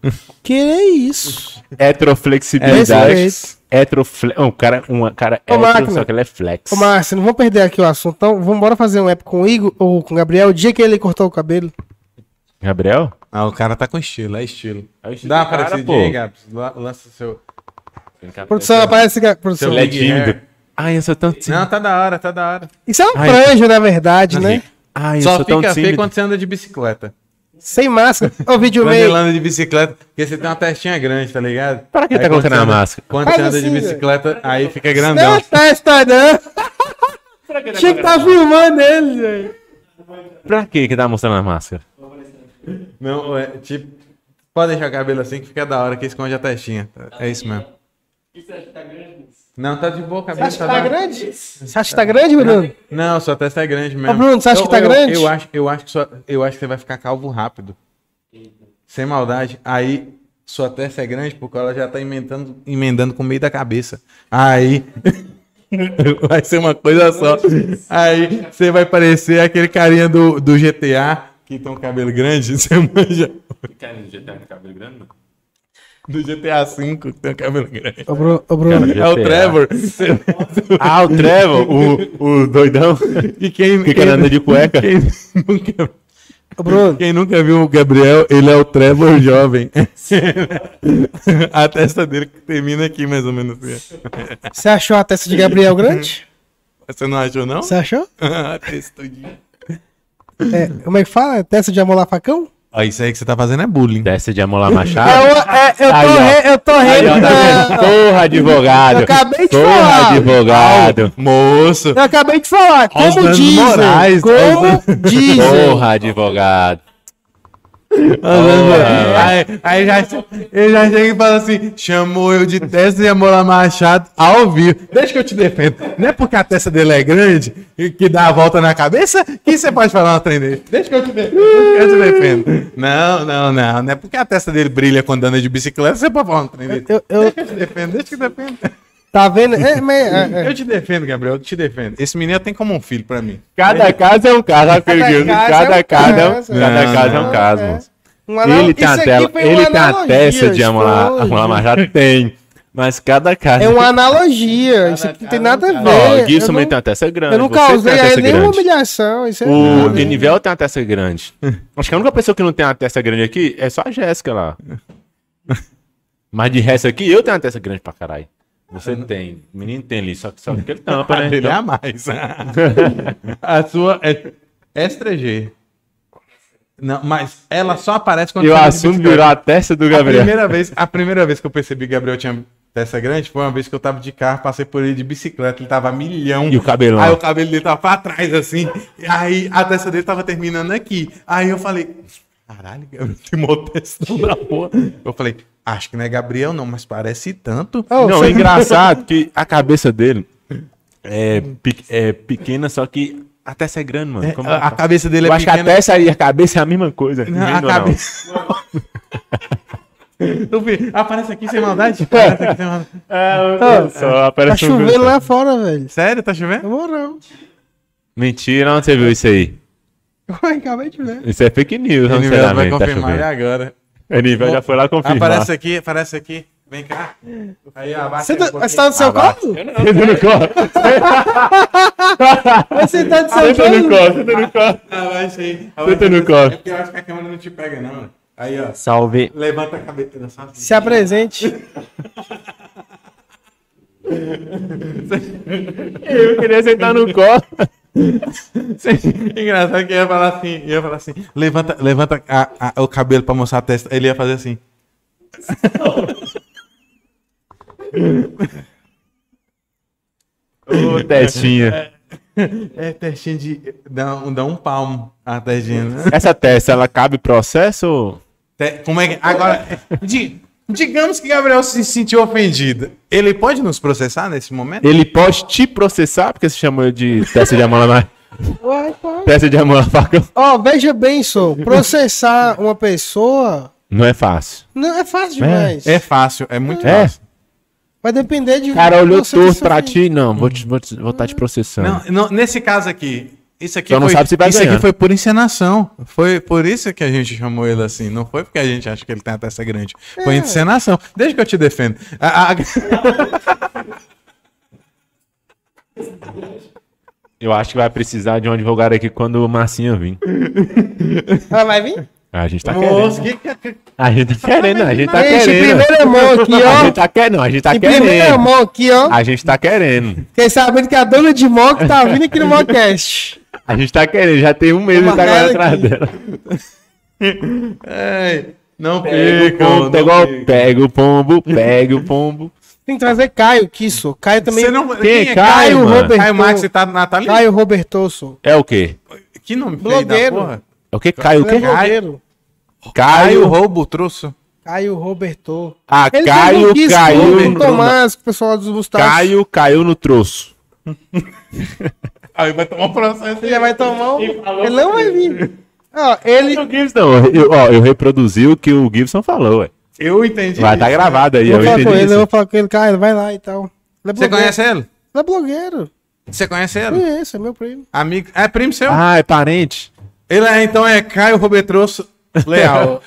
Que é isso? É Heteroflexibilidade. Respeito. Heterofle... Um cara, um cara Ô, hétero, máquina. só que ele é flex. Ô, Márcio, não vou perder aqui o assunto. Então, vamos embora fazer um app com o Igor ou com o Gabriel, o dia que ele cortou o cabelo. Gabriel? Ah, o cara tá com estilo, é estilo. É o estilo Dá uma do cara, parecida pô. aí, Gabs. La- Lança o seu. Produção, aparece que produção. Ele é tímido. Ai, eu sou tão Não, tímido. tá da hora, tá da hora. Isso é uma Ai, franja, na verdade, né? Ai, É eu Só sou tão fica feio tímido. quando você anda de bicicleta. Sem máscara. Ô, vídeo Quando ele meio. anda de bicicleta, porque você tem uma testinha grande, tá ligado? Para que Aí tá quando colocando você a anda- máscara? Quando Faz você anda de assim, velho. bicicleta, aí fica Não, grandão. tá estourando. Tinha que tá filmando ele, velho. Pra que que tá mostrando a máscara? Não, é tipo. Pode deixar o cabelo assim que fica da hora, que esconde a testinha. É isso mesmo. [laughs] Isso é tá grande. Não, tá de boa, o cabelo Você acha que da tá hora. grande? Você acha que tá grande, Bruno? Não, sua testa é grande mesmo. Ô, Bruno, você acha Eu- que tá eu- grande? Eu acho, eu, acho que sua- eu acho que você vai ficar calvo rápido. Sem maldade. Aí, sua testa é grande porque ela já tá emendando, emendando com o meio da cabeça. Aí. [laughs] vai ser uma coisa só. Aí, você vai parecer aquele carinha do, do GTA que tem um cabelo grande. [laughs] Você manja. Do GTA V que tem um cabelo grande. Ô, Bruno. Ô, Bruno. É o GTA. Trevor. Você- Ah, o Trevor, o, o doidão. E quem, Fica quem- andando de cueca. Quem nunca, Ô, Bruno. quem nunca viu o Gabriel, ele é o Trevor [laughs] jovem. A testa dele termina aqui mais ou menos. assim. Você achou a testa de Gabriel grande? Você não achou, não? [laughs] Você achou? Textudinho. É, como é que fala? Testa de amolar facão? Ó, isso aí que você tá fazendo é bullying. Desce de amolar machado. É, eu, é, eu Aí, tô, ó. re, eu tô Aí, ó, rindo. tá da- vendo? Porra, advogado. Eu acabei de Porra, falar. advogado. Moço. Eu acabei de falar. Aos Como danos dizem? morais, aos como dizem? Porra, advogado. Aí, aí já, ele já chega e fala assim: chamou eu de Tessa e Amola Machado ao vivo. Deixa que eu te defendo. Não é porque a testa dele é grande e que dá a volta na cabeça que você pode falar uma trem dele. Deixa que eu te defendo. Deixa que eu te defendo. Não, não, não. Não é porque a testa dele brilha quando anda de bicicleta você pode falar um trem dele. Eu- eu- Deixa que eu te defendo. Deixa que eu te defendo. Tá vendo? É, mas- é, é. Eu te defendo, Gabriel. Eu te defendo. Esse menino tem como um filho pra mim. Cada caso é um caso, caso é rapidinho. Cada um caso é um caso. caso. Cada caso é um Não, caso, é. moço. Uma anal- Ele tem Isso a aqui tela. foi um uma Ele tem a analogia, testa de amolar estou- amolar machado? Tem. Mas cada caso. É uma analogia. Isso aqui não tem nada a Ó, ver. o Gui também eu tem não, uma testa grande. eu não você tem uma causei a testa ele nenhuma grande. humilhação. Isso é. O Denivel tem uma testa grande. Acho que a única pessoa que não tem uma testa grande aqui é só a Jéssica lá. Mas de resto aqui, eu tenho uma testa grande pra caralho. Você tem. O menino tem ali, só que, só que ele tampa, A né? [laughs] dele é a mais. [laughs] a sua é extra G. Não, mas ela só aparece quando eu você anda de assumo bicicleta. virar a testa do a Gabriel. [laughs] primeira vez, a primeira vez que eu percebi que Gabriel tinha testa grande foi uma vez que eu tava de carro, passei por ele de bicicleta, ele tava a milhão. E o cabelão. Aí o cabelo dele tava pra trás assim, e aí a testa dele tava terminando aqui. Aí eu falei: "Caralho, Gabriel, tem uma testa da porra". Eu falei: "Acho que não é Gabriel não, mas parece tanto". Não, é engraçado que a cabeça dele é, pe- é pequena, só que a testa é grande, mano. É, Como- a, a cabeça dele eu é acho que a testa e a cabeça é a mesma coisa. Não, vendo ou não? acabei- [laughs] Eu vi, aparece aqui sem [laughs] maldade? Aparece aqui sem maldade. É, olha só, Tá aparece um né? chovendo lá fora, velho. Sério, tá Na chovendo? moral. Mentira, onde você viu isso aí? Acabei de ver. Isso é fake news, O Nivel vai sinceramente, tá confirmar ele chovendo. agora. O nível já foi lá confirmar. Aparece aqui, aparece aqui. Vem cá. Aí abaixa Você ele um tá, pouquinho. você tá no seu Abaixa. quarto? Senta no colo, Você tá no seu senta no quarto? colo, senta no colo. Abaixa aí. Senta tá no colo. É porque eu acho que a câmera não te pega, não. né? Aí, ó. Salve. Levanta a cabeça assim. da sua vida. Se apresente. Eu queria sentar no colo. Engraçado que eu ia falar assim, eu ia falar assim, levanta, levanta a- a- o cabelo pra mostrar a testa. Ele ia fazer assim. Ô, testinha. É testinha de. Dá, um- dá um palmo a testinha. né? Essa testa, ela cabe processo ou... Te- Como é que. Agora, di- digamos que Gabriel se sentiu ofendido. Ele pode nos processar nesse momento? Ele pode te processar, porque se chamou de testa de é? amola mais... Uai, pai. Testa de amola [laughs] facão. Ó, veja bem, só processar uma pessoa Não é fácil. não é fácil demais. É fácil, é muito É? fácil. Vai depender de. O cara olhou você ter torto pra sofrido. ti. Não, vou, te, vou, te- vou tá te processando. Não, não, nesse caso aqui, isso aqui, Só não foi, sabe se vai isso ganhar. aqui foi por encenação. Foi por isso que a gente chamou ele assim. Não foi porque a gente acha que ele tem a testa grande. Foi É. encenação. Desde que eu te defendo. A- a- Eu acho que vai precisar de um advogado aqui quando o Marcinho vir. Ah, vai vir? A gente tá querendo. Moço, que- que- que- A gente tá querendo, a gente tá Gente, em querendo. primeira mão aqui, A ó. é gente tá querendo, a gente tá Em primeira querendo. mão aqui, ó. A gente tá querendo. Fiquei sabendo que a dona de mock tá vindo aqui no Mockcast. A gente tá querendo, já tem um mês Uma que tá cara agora atrás aqui. dela. Ei, não é? Pega o pega, pombo, não pega pega. o- pega o pombo, pega o pombo. Tem que trazer Caio aqui, só. Caio também. Você não, Quem é quem é Caio, Caio? mano? Caio, Roberto. Max e tá Natalina? Caio Roberto, só. É o quê? Que nome Blogueiro. É o quê? Caio o Ele é quê? blogueiro. Caio Caio. roubo troço. Caio Roberto. Ah, Ele Caio também quis com caiu. o no- Tomás, com o pessoal dos tá Gustavos. Caio caiu no troço. Aí vai tomar um processo. Ele já vai tomar um. Ele não vai vir. Ó, E ele. o Gibson, eu, ó, eu reproduzi o que o Gibson falou, ué. Eu entendi. Vai tá gravado aí, eu Vou falar com entendi ele, eu vou isso. falar com ele, Caio, vai lá e tal. Ele é Você blogueiro. conhece ele? Ele é blogueiro. Você conhece ele? Conheço, é meu primo. Amigo. É primo seu? Ah, é parente. Ele é, então é Caio Robetrosso [laughs] Leal.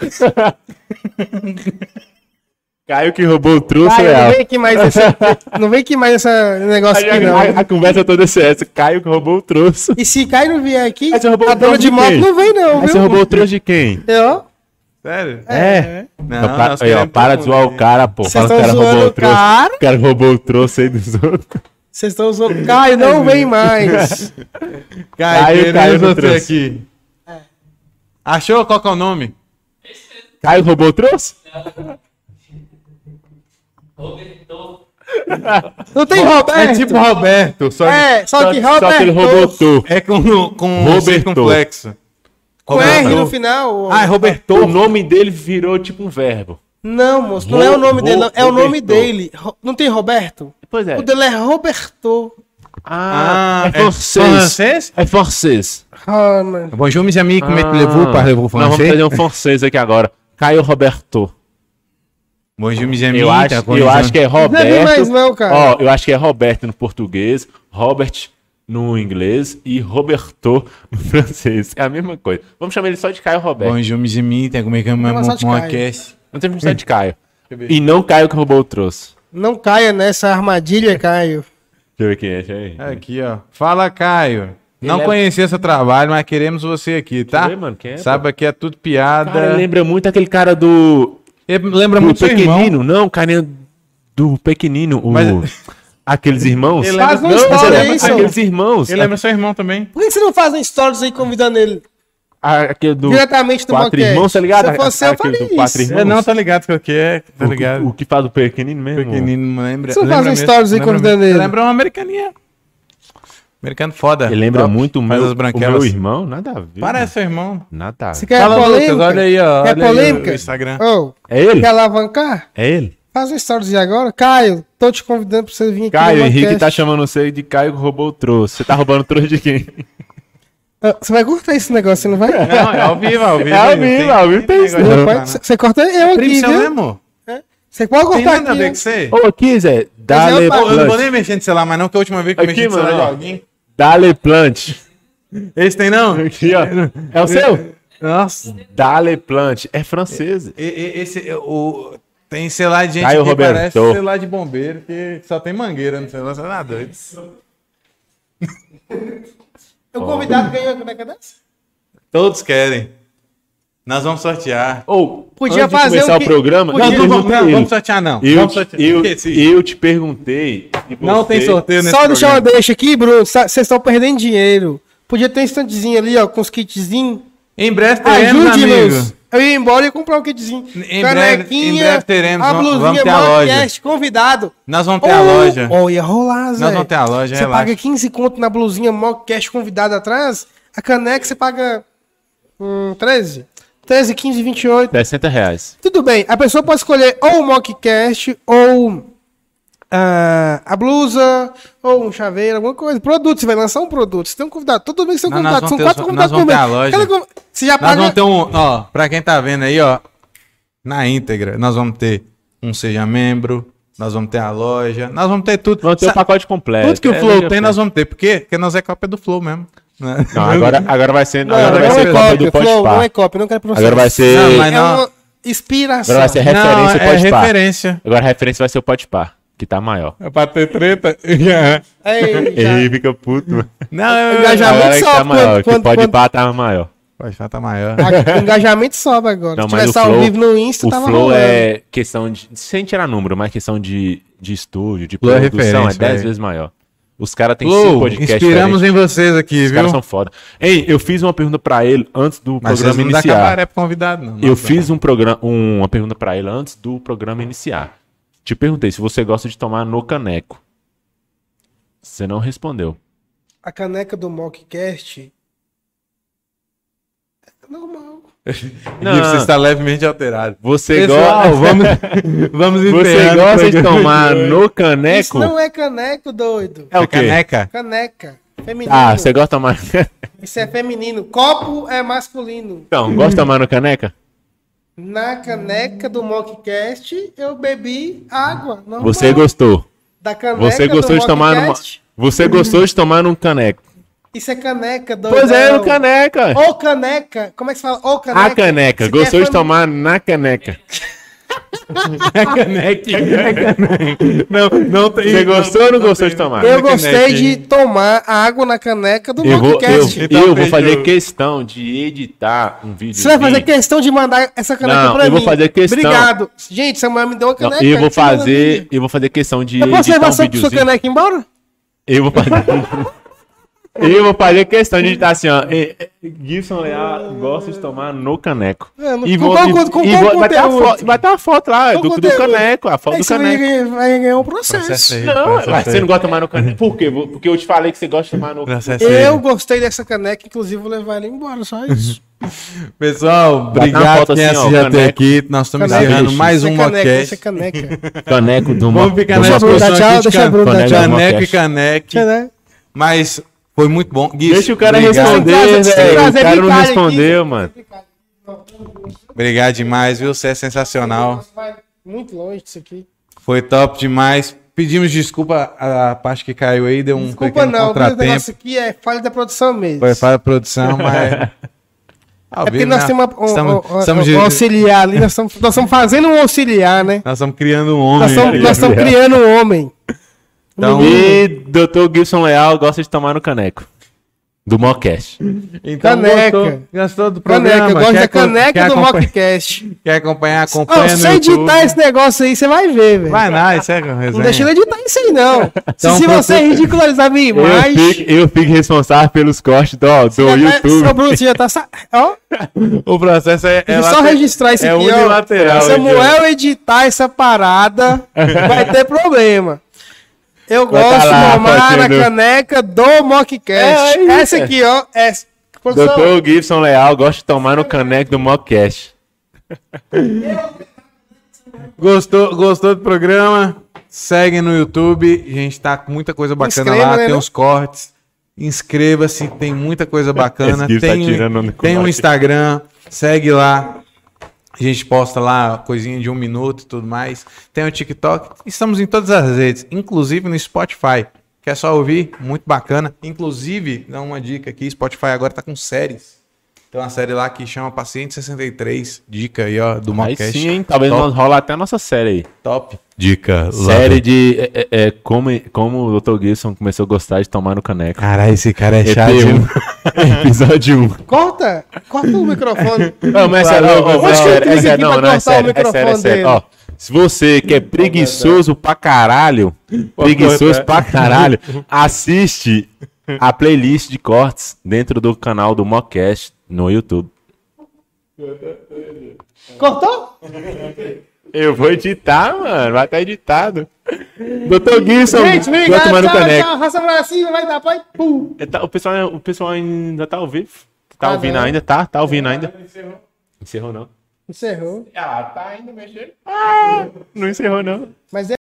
Caio que roubou o troço, Caio, não real. vem aqui mais [laughs] essa, não vem aqui mais essa negócio aqui, não. A, a conversa toda é essa. Caio que roubou o troço. E se Caio não vier aqui, Aí você roubou a o dona troço de de moto quem? não vem, não, Aí viu? É, você roubou o troço de quem? Eu? Sério? É. Não, Não, pa- nós aí, ó, queremos para todo de zoar mundo o aí. cara, pô. Vocês Fala que o tão cara roubou zoando o o troço. cara? O cara roubou o troço aí dos outros. Vocês estão usando. Caio, não vem mais. Caio, Caio, Caio queremos não você trouxe. aqui. É. Achou? Qual que é o nome? Caio roubou trouxe? Roberto, Não tem Roberto. É tipo Roberto, só, é. É, só que Roberto. Só que ele roubou tu. é com, com Roberto. circunflexo. Com R no Roberto. final. Ah, é Roberto. Então, O nome dele virou tipo um verbo. Não, moço, não é o nome Ro- dele, não. É o nome Roberto. dele. Ro- Não tem Roberto? Pois é. O dele é Roberto. Ah, é francês? É francês. Ah, mano. Bonjour, mes amis, como é que Ah, levou para levou Nós vamos francês? fazer um francês aqui agora. Caio Roberto. um- Bonjour, mes amis. tá Eu acho, eu acho que é Não Roberto. vi mais não, cara. Ó, eu acho que é Roberto no português, Robert no inglês e Roberto no [laughs] francês. É a mesma coisa. Vamos chamar ele só de Caio Roberto. Bonjour, mes amis, como é que é Vamos lá, só de uma Caio. cast? Não tem como chamar de [laughs] Caio. E não Caio que roubou o troço. Não caia nessa armadilha, Caio. Deixa eu ver quem é. Deixa eu ver. Aqui, ó. Fala, Caio. Não Ele é- conhecia seu trabalho, mas queremos você aqui, tá? ver, mano, quem é, Sabe que é tudo Cara, ele piada. lembra muito aquele cara do. Ele lembra do Tá muito seu irmão. pequenino, não, o carinha do pequenino, o- Mas- [laughs] aqueles irmãos. Ele Faz lembra- uma Não, Mas história ele- é aí, senhor. aqueles irmãos. Ele é lembra seu irmão também. Por que você não faz um stories aí convidando ele a- aquele do diretamente do Quatro Moquete? Irmãos, tá ligado? Se eu fosse, eu Aquele faria do Quatro isso. Irmãos. É, não, tá ligado com o que é, tá o, ligado. o, que faz do pequenino mesmo. Pequenino, não lembra. Você faz lembra um mesmo, stories aí lembra convidando mesmo. ele. Lembra um americaninha. Americano foda. Ele lembra é Top. muito o Faz meu, as o branquelas. meu irmão, nada a ver. Parece seu [laughs] irmão. mano. Nada a Você ver. quer Fala, Lucas, polêmica? olha aí, ó, Quer olha aí polêmica? o Instagram. Oh, É ele? quer alavancar? É ele? Faz um stories aí agora. Caio, tô te convidando pra você vir aqui Caio, no Henrique Moquete. tá chamando você de Caio que roubou o troço. Você tá roubando o troço [laughs] de quem? Ah, Você vai cortar esse negócio, você não vai? Não, é ao vivo, ao vivo. É ao Não tem- vivo, ao vivo tem isso, negócio de Não, cortar, pode- Você você corta eu Primo, aqui, você viu? É. lembra? Você pode É Tem cortar nada a aqui. ver com né? você? Ô, aqui, Zé. é né? Dale o Paulo, Eu não vou Plant. nem mexer no celular mais não, que a última vez que eu Aqui, mexi no celular de mano, ó. alguém. Dale Plant. Esse tem não? Aqui, ó. É o seu? Nossa. Dale Plant. É francês. E- e- Esse, é o... Tem celular de gente Caio que Roberto. parece celular de bombeiro, que só tem mangueira no celular, você tá doido. O convidado ganhou a é caneca dessa? Todos querem. Nós vamos sortear. Ou, Podia antes de fazer começar o o que- programa, podia- eu Não, não vamos, perguntei não, ele. vamos sortear não. Eu, Vamos sortear. eu, Esqueci. eu te perguntei. se não você- tem sorteio nesse Só deixar uma programa. deixa aqui, Bruno. sa- Vocês estão perdendo dinheiro. Podia ter um standzinho ali, ó, com os kitzinhos. Em breve teremos, Ajude-nos. amigo. Eu ia embora e comprar um kitzinho. Em breve- em breve teremos, A vamos- blusinha, vamos ter a loja. podcast, convidado. Nós vamos ter a loja. Ó, ia rolar, Zé. Nós vamos ter a loja, Você relaxa. paga 15 conto na blusinha, mockcast convidado atrás. A caneca você paga hum, 13. 13, 15, 28. 60 reais. Tudo bem, a pessoa pode escolher ou o mockcast, ou ah, a blusa, ou um chaveiro, alguma coisa. Produto, você vai lançar um produto. Você tem um convidado. Todo mês você tem um Não, nós vamos convidado. São ter quatro os- convidados nós vamos ter a mês. loja. Cada con- Você já Nós paga. vamos ter um, ó, pra quem tá vendo aí, ó, na íntegra, nós vamos ter um Seja Membro, nós vamos ter a loja, nós vamos ter tudo. Vamos ter Sa- o pacote completo. tudo que o É, Flow né, tem, Flow? nós vamos ter. Por quê? Porque nós é cópia do Flow mesmo. né? Não, agora, agora vai ser, Não, agora vai não ser é Copa do cópia, Flow, não é Podpah. cópia, não quero pronunciar. Agora vai ser... Não, mas- É uma inspiração. Agora vai ser referência Não, é Podpah. referência. Agora a referência vai ser o Podpah, que tá maior. É pra ter treta. [laughs] Ei, já. Ele fica puto. [laughs] Não, eu, Engajamento. Agora que tá sobe maior, quando- que quando- o quando- Podpah tá maior. Pode falar, tá maior. A- O engajamento sobe agora. Não, Se mas tivesse o ao Flow- vivo no Insta, O tava Flow rolando. é questão de. Sem tirar número, mas questão de, de estúdio, de Flow é produção, é referência, 10 véi. vezes maior. Os caras têm cinco Flow, podcasts. inspiramos diferentes. em vocês aqui, Os caras viu? são foda. Ei, eu fiz uma pergunta pra ele antes do Mas vocês programa não dá iniciar. cabaré pro convidado, não. é Eu Nós dá. fiz um programa, um- uma pergunta pra ele antes do programa iniciar. Te perguntei se você gosta de tomar no caneco. Você não respondeu. A caneca do mockcast. É normal. Não. Você está levemente alterado. Você Pessoal, [laughs] gosta, vamos, vamos você encerrando o gosta de programa É tomar hoje. no caneco? Isso não é caneco, doido. É o quê? Caneca? Caneca. Feminino. Ah, você gosta de tomar. Isso é feminino. Copo é masculino. então, gosta de tomar no caneca? Na caneca do mockcast, eu bebi água. Normal. Você gostou. Da caneca Você do gostou de tomar numa. mockcast, Você gostou de tomar num caneco. Isso é caneca, doido. Pois é, no caneca. Ou caneca. Como é que se fala? Ou caneca. A caneca. Isso Gostou aqui é de tomar na [laughs] caneca. [laughs] Não, não tem. Você gostou ou não gostou de tomar? Eu Na gostei caneca, de tomar a água na caneca do Eu vou, eu, podcast. Então, eu vou fechou. fazer questão de editar um vídeo. Você vai fazer questão de mandar essa caneca Não, pra eu mim. vou fazer questão. Obrigado. Gente, Samuel me deu uma É Não, caneca. eu vou você manda pra fazer, mim. eu vou fazer questão de Eu posso editar levar um sua, sua videozinho. caneca embora? Eu vou fazer. [laughs] eu vou fazer questão de digitar assim, ó. e- e- Gibson Leal gosta de tomar no caneco. Ah. É, no- E com vou- qual- e- com- com e qual vou- vai ter uma conteúdo? foto- Vai ter uma foto lá Qual do, do conteúdo? É caneco, a foto Aí do você vai caneco. ganhar, vai ganhar um processo. Processo aí. Não, processo mas aí. você não gosta de tomar no caneco. Por quê? Vou- Porque eu te falei que você gosta de tomar no Processo aí. Eu gostei dessa caneca, inclusive vou levar ela embora, só [laughs] isso. Pessoal, uma obrigado foto por quem assim, ó, assistiu até caneca. aqui. Nós estamos Caneca. encerrando mais Isso é um caneca, podcast. Isso é [laughs] caneco. caneco do Vamos ficar Deixa nessa a Bruna dar posição tchau, aqui de deixa a Bruna dar caneca. tchau. Caneca e caneque. Caneca. Mas foi muito bom. Gui, Deixa o cara Sem responder, velho. graça, sem graça, O é cara não brincadeira aqui. respondeu, mano. Obrigado demais, viu? Você é sensacional. Vai muito longe disso aqui. Foi top demais. Pedimos desculpa a parte que caiu aí, deu um Desculpa pequeno não, mas o contratempo. negócio aqui é falha da produção mesmo. Foi para a produção, [laughs] mas. Ao É porque vivo, nós né? temos uma- um, estamos, um- um- estamos de- um auxiliar ali, nós estamos, nós estamos fazendo um auxiliar, né? nós estamos criando um homem. Nós estamos, ali. nós estamos criando um homem. Então, E Dr. Gibson Leal gosta de tomar no caneco. Do Mocast. então Caneca. Gostou, gostou do programa? Caneca, eu gosto da Quer co- quer caneca do acompanhar- Mockcast. Quer acompanhar? Ó, Acompanha se no você YouTube. editar esse negócio aí, você vai ver, velho. Vai lá, isso é resenha. Não deixa ele editar isso aí, não. Então, se, se você procura- ridicularizar minha Eu, imagem. fico, eu fico responsável pelos cortes do, do já tá- YouTube. Seu Bruno, você já tá. sa- Ó, O processo é. é deixa eu só late- registrar isso é aqui, unilateral, ó. hein, Se Samuel editar essa parada, vai ter problema. Eu Vai tá gosto de lá, tomar na fazendo- caneca do Mockcast. É, é isso, essa aqui, ó, é. Produção, Dr. Gibson Leal gosta de tomar no caneco do Mocast. Gostou, gostou do programa? Segue no YouTube. A gente tá com muita coisa bacana Inscreva, lá, né, tem não? uns cortes. Inscreva-se, tem muita coisa bacana. Esse Gui tá Tem, tirando onda com tem um nós. Instagram, segue lá. A gente posta lá coisinha de um minuto e tudo mais. Tem o TikTok. Estamos em todas as redes, inclusive no Spotify. Quer só ouvir? Muito bacana. Inclusive, dá uma dica aqui: Spotify agora tá com séries. Tem uma série lá que chama Paciente 63. Dica aí, ó, do Aí Mocast. sim, hein? Talvez Top. nós rola até a nossa série aí. Top. Dica. série de é, é, é, como, como o Dr. Gibson começou a gostar de tomar no caneco. Caralho, esse cara é chato. EP1. [laughs] Episódio 1. corta, corta o microfone. Não, mas é sério, Valeu, ó, ó, Gustavo. não, Acho que eu é- fiz é sério, aqui pra não, não, é cortar o sério, é sério, é microfone sério. dele. Ó, se você que é preguiçoso pra caralho, preguiçoso pra caralho, assiste a playlist de cortes dentro do canal do Mocast no YouTube. Cortou? Eu vou editar, mano, vai estar editado. Doutor Gibson, tá Gente, vou obrigado. tomar no Tchau, caneco. tchau. Raça pra cima, vai dar pai. Pum. É, tá- O pessoal, o pessoal ainda tá ao vivo. Tá Ah, ouvindo não. Ah, ainda, tá? Tá ouvindo ainda. Encerrou não. Encerrou. Ah, tá ainda mexendo. não encerrou não. Mas é